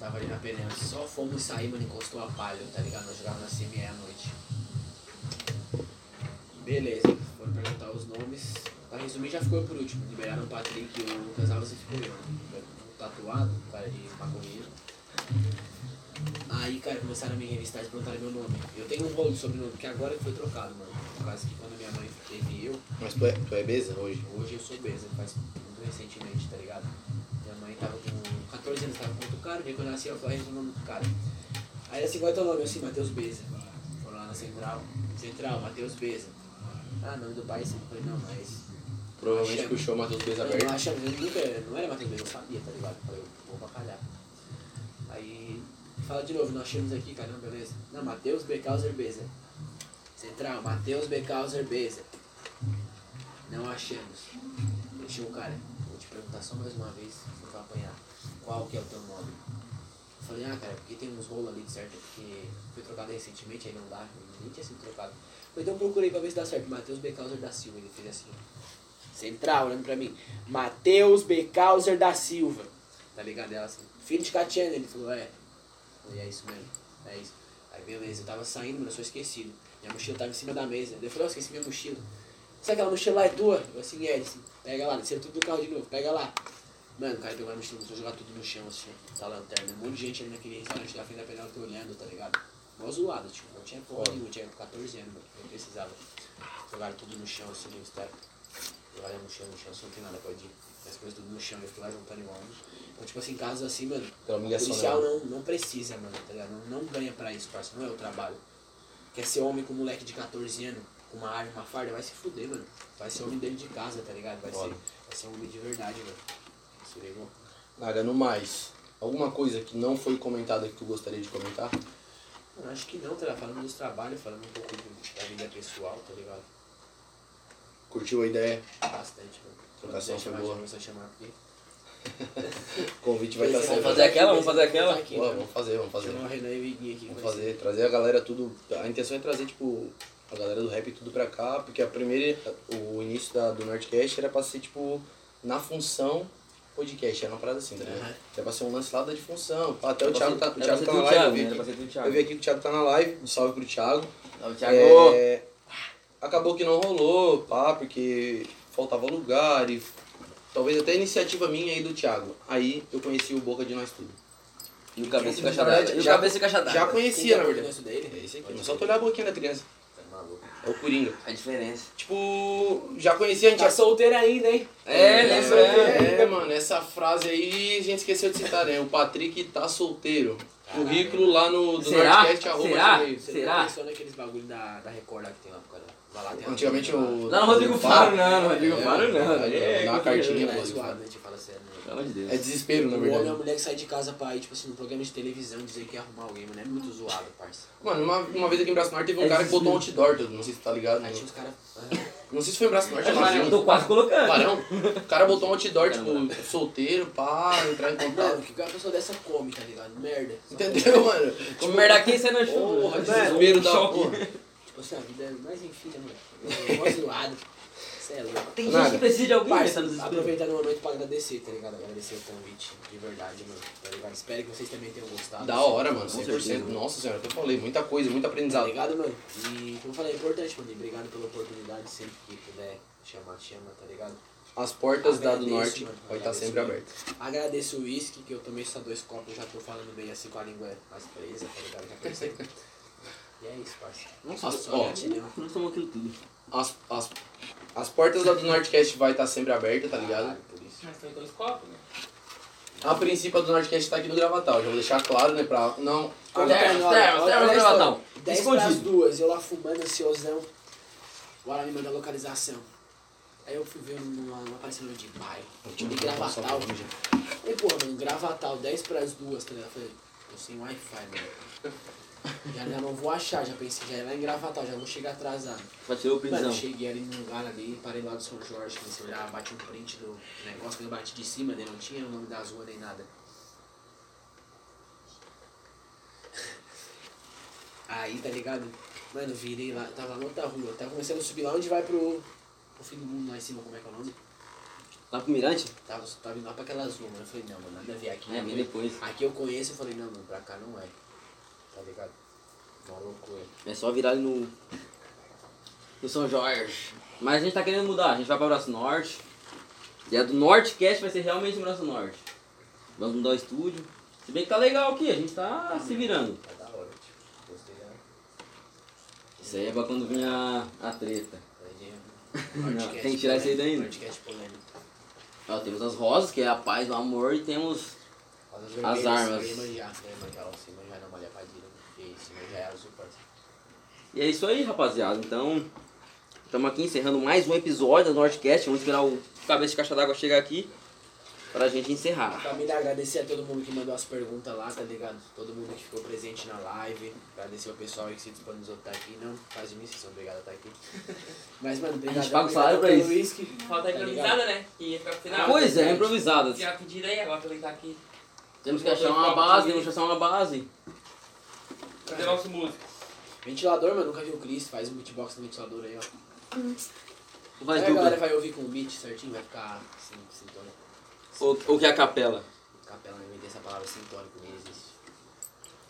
S2: Tava ali na peneira, só fomos sair, mano, encostou a palha, tá ligado? Nós jogávamos na CME à noite. Beleza, foram perguntar os nomes. Pra resumir, já ficou eu por último. Liberaram o Patrick e o Lucas Alves e ficou eu. né? Tatuado, cara de maconheiro. Aí, cara, começaram a me revistar e perguntaram meu nome. Eu tenho um rolo de sobrenome, que agora que foi trocado, mano. Por causa que quando minha mãe teve eu,
S1: Mas tu é, tu é beza hoje?
S2: hoje eu sou beza, faz muito recentemente, tá ligado? Minha mãe tava com 14 anos, tava com outro cara, o dia que eu nasci, ela falou, "Ah, esse é o nome do cara. Aí assim, qual é teu nome? Eu assim, Matheus Beza. Foram lá na central, central, Matheus Beza. Ah, nome do pai, sim. Eu falei, não, mas
S1: Provavelmente
S2: Achei.
S1: puxou Matheus Beza
S2: eu não
S1: aberto.
S2: achava, eu nunca, não era Matheus Bento, eu sabia, tá ligado? Falei, eu vou pra calhar. Aí, fala de novo, nós achamos aqui, caramba, beleza? Não, Matheus Becauser Beza. Central, Matheus Becauser Beza. Não achamos. Deixa o cara, vou te perguntar só mais uma vez, se eu apanhar, qual que é o teu nome? Eu falei, ah, cara, porque tem uns rolos ali, certo? Porque foi trocado recentemente, aí não dá, nem tinha sido trocado. Falei, Então eu procurei pra ver se dá certo. Matheus Becauser da Silva, ele fez assim. Central, olhando pra mim. Matheus Becauser da Silva. Tá ligado? Ela assim, filho de Catiana. Ele falou, é. Eu Falei, é isso mesmo. É isso. Aí beleza, eu tava saindo, mano, eu sou esquecido. Minha mochila tava em cima da mesa. Eu falei, ó, esqueci minha mochila. Sabe aquela mochila lá é tua? Eu assim, é, ele assim, pega lá, desceu tudo do carro de novo, pega lá. Mano, o cara pegou a mochila, começou a jogar tudo no chão, assim, ó, da lanterna. Um monte de gente ali naquele restaurante da frente da pedra, eu tô olhando, tá ligado? Mó zoado, tipo, não tinha porra nenhuma, eu tinha 14 anos, mano, eu precisava. Jogaram tudo no chão, assim, no step. Jogaram no chão, no chão, assim, não tem nada, pode ir. As coisas tudo no chão, eu fui lá juntando igual. né? Então, tipo assim, casos assim, mano,
S1: Aquela
S2: o
S1: humilhação, né?
S2: policial
S1: mano?
S2: não, não precisa, mano, tá ligado? Não, não ganha pra isso, parceiro. Não é o trabalho. Quer ser homem com um moleque de 14 anos, com uma arma, uma farda, vai se fuder, mano. Vai ser homem dentro de casa, tá ligado? Vai, ser,
S1: Foda.
S2: vai ser homem de verdade, mano. Isso ligou?
S1: Cara, no mais, alguma coisa que não foi comentada que tu gostaria de comentar?
S2: Mano, acho que não, tá ligado? Falando dos trabalhos, falando um pouco do- da vida pessoal, tá ligado?
S1: Curtiu a ideia?
S2: Bastante, mano. Quando
S1: Trocação
S2: quiser
S1: foi
S2: chamar,
S1: boa.
S2: já vou só chamar porque.
S1: O convite vai estar
S2: Esse
S1: sempre.
S2: vai
S4: fazer aquela? Vamos fazer aquela?
S2: Tá aqui,
S1: Pô,
S2: né?
S1: vamos fazer, vamos fazer.
S2: Chamar o Renan e o Iguinho aqui.
S1: Vamos
S2: vai ser-
S1: fazer, trazer a galera tudo. A intenção é trazer, tipo, a galera do rap tudo pra cá, porque a primeira, o início da, do Nordcast era pra ser, tipo, na função podcast, era uma parada assim, tá ligado?
S2: Aham.
S1: Era pra ser um lance lá da difunção. pá, Até o
S4: Era pra
S1: Thiago
S4: ser-
S1: tá,
S4: era
S1: o
S4: pra
S1: Thiago
S4: ser
S1: tá
S4: do
S1: na live,
S4: Thiago,
S1: eu vi
S4: né? Era
S1: aqui.
S4: pra ser do Thiago.
S1: Eu vi aqui que o Thiago tá na live, um salve pro Thiago.
S4: Salve, Thiago!
S1: É, acabou que não rolou, pá, porque faltava lugar e talvez até iniciativa minha e do Thiago. Aí eu conheci o Boca de Nós Tudo.
S4: E o cabeça e
S1: Na
S4: caixa
S1: verdade,
S4: d'água. E o
S1: já-
S4: cabeça e caixa
S1: Já
S4: d'água.
S1: conhecia, na verdade.
S2: Isso dele?
S1: É esse aqui, mas só tu olhar a boquinha da criança.
S2: Tá maluco.
S1: É o Coringa.
S4: A diferença.
S1: Tipo, já conhecia, a gente
S2: Tá
S1: já
S2: solteiro ainda, hein?
S4: É,
S1: É,
S4: lembra?
S1: é, mano, essa frase aí a gente esqueceu de citar, né? O Patrick tá solteiro. Currículo lá no do
S4: Será?
S1: Nordcast, arroba
S4: Será?
S1: Gmail.
S2: Você
S4: Será?
S2: Será? pensou naqueles bagulho da, da Record lá que tem lá pro cara. Vai lá, tem uma-
S1: Antigamente o.
S4: Não, Rodrigo Faro não, não, Rodrigo
S1: É,
S4: Faro não.
S1: é,
S4: É,
S1: dá uma
S2: É,
S1: cartinha,
S2: é,
S1: pô.
S2: zoado, né? Te fala sério, né?
S4: Pelo amor de
S1: É
S4: Deus.
S1: desespero, na
S2: O homem e a
S1: verdade.
S2: mulher que sai de casa pra ir, tipo assim, num programa de televisão, dizer que ia arrumar alguém, mano, é muito zoado, parça.
S1: Mano, uma, uma vez aqui em Braço Norte teve um
S4: É
S1: cara que botou um
S4: desespero.
S1: outdoor, Dudu, não sei se tu tá ligado.
S2: Aí tinha ah,
S1: Não,
S2: os caras.
S1: não sei se foi em Braço Norte,
S7: É,
S1: é
S7: Varão.
S1: Varão.
S4: Tô quase colocando.
S1: Varão. O cara botou um outdoor, tipo, solteiro, pá, entrar em
S2: Mano,
S1: contato.
S2: que uma pessoa dessa come, tá ligado? Merda. Só que,
S1: Entendeu, mano?
S4: Como Tipo, merda aqui, você não
S1: Porra,
S4: chuta.
S1: desespero da
S4: É, um Choque.
S1: porra.
S2: Tipo assim, a vida é mais enfia, mano. É mó zoado. Cê é louco.
S4: Tem gente
S1: Nada.
S4: que precisa de alguém que tá
S2: Parça,
S4: no
S1: né?
S4: desespero.
S2: aproveitar o momento pra agradecer, tá ligado? Agradecer o convite, de verdade, mano. Tá ligado? Espero que vocês também tenham gostado.
S1: Ah, Da hora, mano,
S4: Com
S1: 100%.
S4: certeza.
S1: Nossa senhora, que eu falei, muita coisa, muito
S2: Tá
S1: aprendizado.
S2: ligado, mano? E como eu falei, é importante, mano. E obrigado pela oportunidade, sempre que puder chamar, chama, tá ligado?
S1: As portas da do
S2: Agradeço,
S1: Norte
S2: mano.
S1: vai estar sempre
S2: Agradeço,
S1: abertas.
S2: Agradeço o uísque, que eu tomei só dois copos, já tô falando bem assim com a língua mais presa, tá ligado? Já pensei. E é isso, parça.
S1: As-
S2: Nossa,
S1: ó.
S4: Não tomou aquilo tudo.
S1: As, as, as portas da do Nordcast vai estar sempre abertas, tá ligado?
S2: Por isso.
S7: Mas foi dois copos, né?
S1: A princípio a do Nordcast tá aqui no Gravatal, já vou deixar claro, né, pra... Não,
S4: Ah,
S2: Olha,
S4: Terra,
S2: olha,
S4: terra, terra,
S2: olha a
S4: gravatal.
S2: história. Dez pras
S4: Escondido.
S2: duas, eu lá fumando, ansiosão. O Alan me manda a localização. Aí eu fui ver uma, uma aparecendo de bairro. Tipo, gravatal. Falei, pô, mano, gravatal, 10 pras duas, tá ligado? Falei, tô sem Wi-Fi, mano. Já, já não vou achar, já pensei, já é lá em gravatal, já vou chegar atrasado.
S4: Vai ser o
S2: Mano,
S4: prisão.
S2: eu cheguei ali num lugar ali, parei lá do São Jorge, comecei a olhar, bati um print do negócio, quando eu bati de cima, né? Não tinha o nome da rua nem nada. [LAUGHS] Aí, tá ligado? Mano, virei lá, tava na outra rua, tava começando a subir lá onde vai pro, pro fim do mundo lá em cima, como é que é o nome?
S4: Lá pro Mirante?
S2: Tava, tava indo lá pra aquelas ruas, mano. Eu falei, não, mano, nada a ver aqui.
S4: É, vem depois.
S2: Aqui eu conheço, eu falei, não, mano, pra cá não é. Tá ligado? Uma loucura.
S4: É só virar ali no. No São Jorge. Mas a gente tá querendo mudar, a gente vai pra Braço Norte. E a do Nortecast vai ser realmente o Braço Norte. Vamos mudar o estúdio. Se bem que tá legal aqui, a gente tá se virando.
S2: Tá da hora, tipo. Gostei da.
S4: Isso aí é pra quando vir a, a treta.
S2: Não,
S4: tem que tirar isso aí daí, né?
S2: Podcast polêmico.
S4: Ó, temos as rosas, que é a paz, o amor, e temos.
S2: As
S4: armas.
S2: Se manjar, né, mano, aquela, se manjar não malha padilha. E se manjar é azul, parceiro.
S4: E é isso aí, rapaziada. Então, estamos aqui encerrando mais um episódio do Nortecast. Vamos esperar o cabeça de caixa d'água chegar aqui pra gente encerrar.
S2: Família, agradecer a todo mundo que mandou as perguntas lá, tá ligado? Todo mundo que ficou presente na live. Agradecer o pessoal aí que se disponibilizou pra estar aqui. Não, faz de mim, vocês são obrigados a estar [LAUGHS] aqui. Mas, mano, obrigado.
S4: paga o salário pra isso.
S2: Tá
S7: Falta a improvisada, né? Que ia ficar pro final.
S4: Pois é, improvisadas.
S7: Já pediram aí, agora aproveitar aqui.
S4: Temos que achar uma base, temos que achar uma base.
S7: Fazer nosso músico.
S2: Ventilador, mano, nunca vi o Chris. Faz um beatbox no ventilador aí, ó.
S4: Vai
S2: aí
S4: dupla.
S2: a É, galera vai ouvir com o beat certinho, vai ficar sim, sintônico.
S4: Ou, ou que é a capela?
S2: Capela, inventei essa palavra sintônico, nem existe.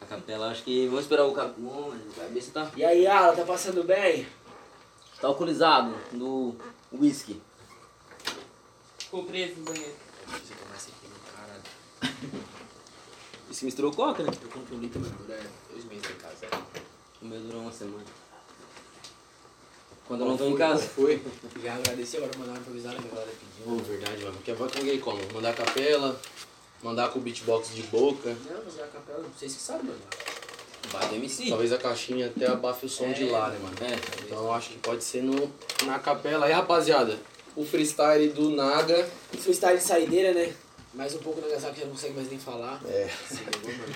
S4: A capela, acho que. Vamos esperar o capô. O cabeça tá,
S2: E aí, Ala, tá passando bem?
S4: tá alcoolizado no whisky.
S7: Ficou preso no banheiro.
S2: Você começa um aqui no caralho.
S4: Isso misturou coca, né?
S2: Eu compro um litro, mano, dura dois meses em casa.
S4: O meu durou uma semana. Quando eu não tô em casa.
S2: Foi. Já agradeci, agora mandar uma improvisada que a galera
S1: Pô,
S2: pediu.
S1: verdade, mano. é Porque vai com alguém como? Mandar capela, mandar com beatbox de boca,
S2: Não, mas é a capela, vocês que sabem, mano.
S4: Vai do MC.
S1: talvez a caixinha até abafe o som de lá, né, mano?
S4: É.
S1: Então eu acho que pode ser no, na capela. Aí, rapaziada, o freestyle do Naga.
S2: E freestyle é de saideira, né? Mais um pouco Nagasaki já não consegue mais nem falar.
S1: É.
S2: Se ligou, mano.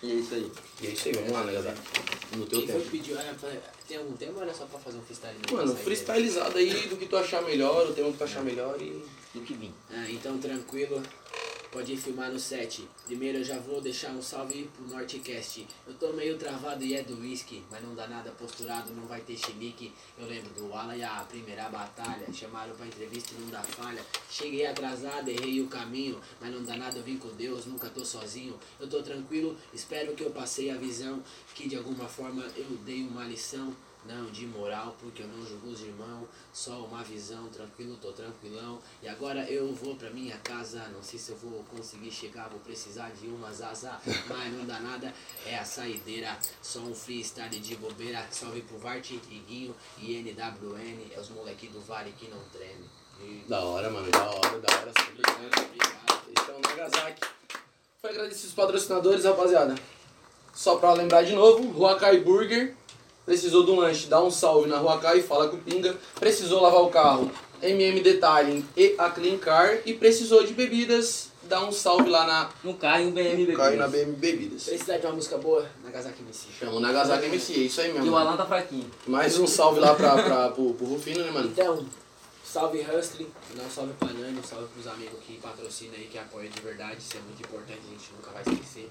S4: E é isso aí.
S1: E é isso aí, vamos lá, Naga. No teu
S2: Quem foi
S1: tempo.
S2: que pediu? Ah, pra- tem algum tema ou era só pra fazer um freestyle? mesmo,
S1: Mano,
S2: saideira?
S1: freestylizado aí do que tu achar melhor, o tema que tu achar melhor e.
S4: Do que vim.
S2: Ah, então tranquilo. Pode ir filmar no set. Primeiro eu já vou deixar um salve pro Nortecast. Eu tô meio travado e é do whisky, mas não dá nada posturado, não vai ter chilique. Eu lembro do Ala e a primeira batalha. Chamaram pra entrevista e não dá falha. Cheguei atrasado, errei o caminho, mas não dá nada, eu vim com Deus, nunca tô sozinho. Eu tô tranquilo, espero que eu passei a visão, que de alguma forma eu dei uma lição. Não, de moral, porque eu não julgo os irmãos, só uma visão, tranquilo, tô tranquilão. E agora eu vou pra minha casa, não sei se eu vou conseguir chegar, vou precisar de umas asas, mas não dá nada, é a saideira, só um freestyle de bobeira. Salve pro Vart, Iguinho e NWN, é os moleque do Vale que não treme. E-
S1: Da hora, mano, da hora, da hora.
S2: Obrigado, obrigado.
S1: Então, Nagasaki. Foi agradecer os patrocinadores, rapaziada. Só pra lembrar de novo, Rua Kai Burger. Precisou de um lanche, dá um salve na Rua Kai, fala com o Pinga. Precisou lavar o carro, MM Detailing e a Clean Car. E precisou de bebidas, dá um salve lá na
S4: No carro e um BM bebê.
S1: Cai na BM Bebidas.
S2: Precisar de uma música boa? Nagasaki MC.
S1: Chama o Nagasaki MC, é isso aí
S4: E
S1: mesmo.
S4: o
S1: mano.
S4: Alan tá fraquinho.
S1: Mais um salve lá pra, pra, pro, pro Rufino, né, mano?
S2: Então, salve Hustling, não salve Panani, um salve pros amigos que patrocinam aí, que apoiam de verdade, isso é muito importante, a gente nunca vai esquecer.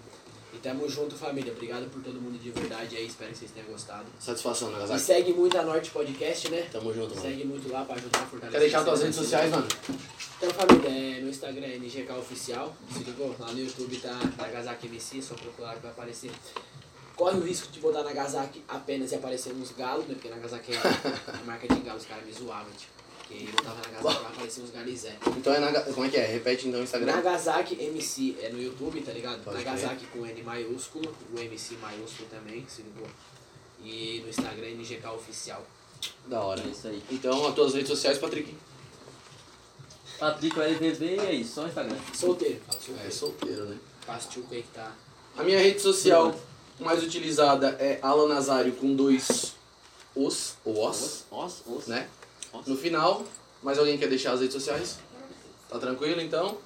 S2: E tamo junto, família. Obrigado por todo mundo de verdade aí, espero que vocês tenham gostado.
S1: Satisfação,
S2: E
S1: Nagasaki.
S2: segue muito a Norte Podcast, né?
S1: Tamo junto, mano.
S2: Segue muito lá pra ajudar a fortalecer.
S1: Tá Quer deixar tuas
S2: esse
S1: redes sociais, mano?
S2: Então, família, é, meu Instagram é NGK Oficial, se ligou? Lá no YouTube tá Nagasaki MC, é só procurar que vai aparecer. Corre o risco de botar Nagasaki apenas e aparecer uns galos, né? Porque Nagasaki é
S1: [LAUGHS]
S2: a marca de galo, os caras me zoavam, tipo. Porque eu botava Nagasaki vai aparecer uns galizé.
S1: Então é Naga... Como é que é? Repete então o Instagram.
S2: Nagasaki MC é no YouTube, tá ligado?
S1: Pode
S2: Nagasaki com N maiúsculo, o MC maiúsculo também, se ligou? E no Instagram é NGK Oficial.
S1: Da hora.
S4: É isso aí.
S1: Então, as tuas redes sociais, Patrick.
S4: Patrick, o LVB e é isso, só o Instagram.
S2: Solteiro.
S1: É solteiro, né?
S2: Pastiuca aí que tá.
S1: A minha rede social mais utilizada é Alan Nazário com dois os, ou os,
S4: Nossa, nossa.
S1: né? No final. Mais alguém quer deixar as redes sociais? Tá tranquilo, então?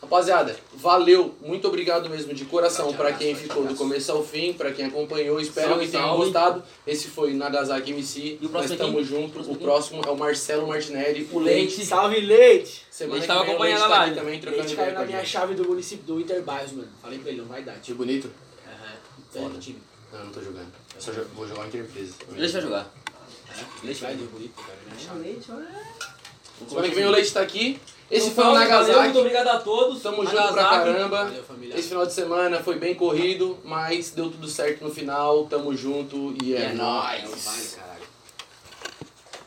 S1: Rapaziada, valeu. Muito obrigado mesmo de coração pra quem ficou do começo ao fim, pra quem acompanhou. Espero
S4: Salve,
S1: que tenham
S4: salve.
S1: gostado. Esse foi Nagasaki MC.
S4: E o próximo
S1: Nós
S4: é
S1: estamos
S4: quem?
S1: junto. O próximo é o Marcelo Martinelli.
S4: O Leite.
S2: Salve, Leite!
S1: Semana
S4: Leite
S1: que
S4: tava
S1: vem o
S4: acompanhando
S1: Leite
S4: a
S1: tá aqui
S4: live.
S1: também, trocando
S2: Leite
S1: ideia
S2: caiu
S1: com
S2: na
S1: a
S2: minha
S1: gente.
S2: chave do município do Interbairros, mano. Falei pra ele, não vai dar,
S1: Que
S4: Tipo,
S2: tio.
S1: bonito.
S2: Aham. Então,
S1: Foda.
S2: time.
S1: Não, eu não tô jogando. Eu só jo- vou jogar Interpresa.
S4: Leite vai jogar.
S2: Leite vai deu bonito, cara. tá Minha chave.
S1: Semana que vem o Leite tá aqui. Esse foi o
S4: Então Valeu, Muito
S1: Nagasaki.
S4: obrigado a todos.
S1: Tamo junto pra
S4: Nagasaki.
S1: caramba.
S2: Valeu, família.
S1: Esse final de semana foi bem corrido, mas deu tudo certo no final. Tamo junto e é,
S2: É nóis.
S1: nóis.
S2: caralho.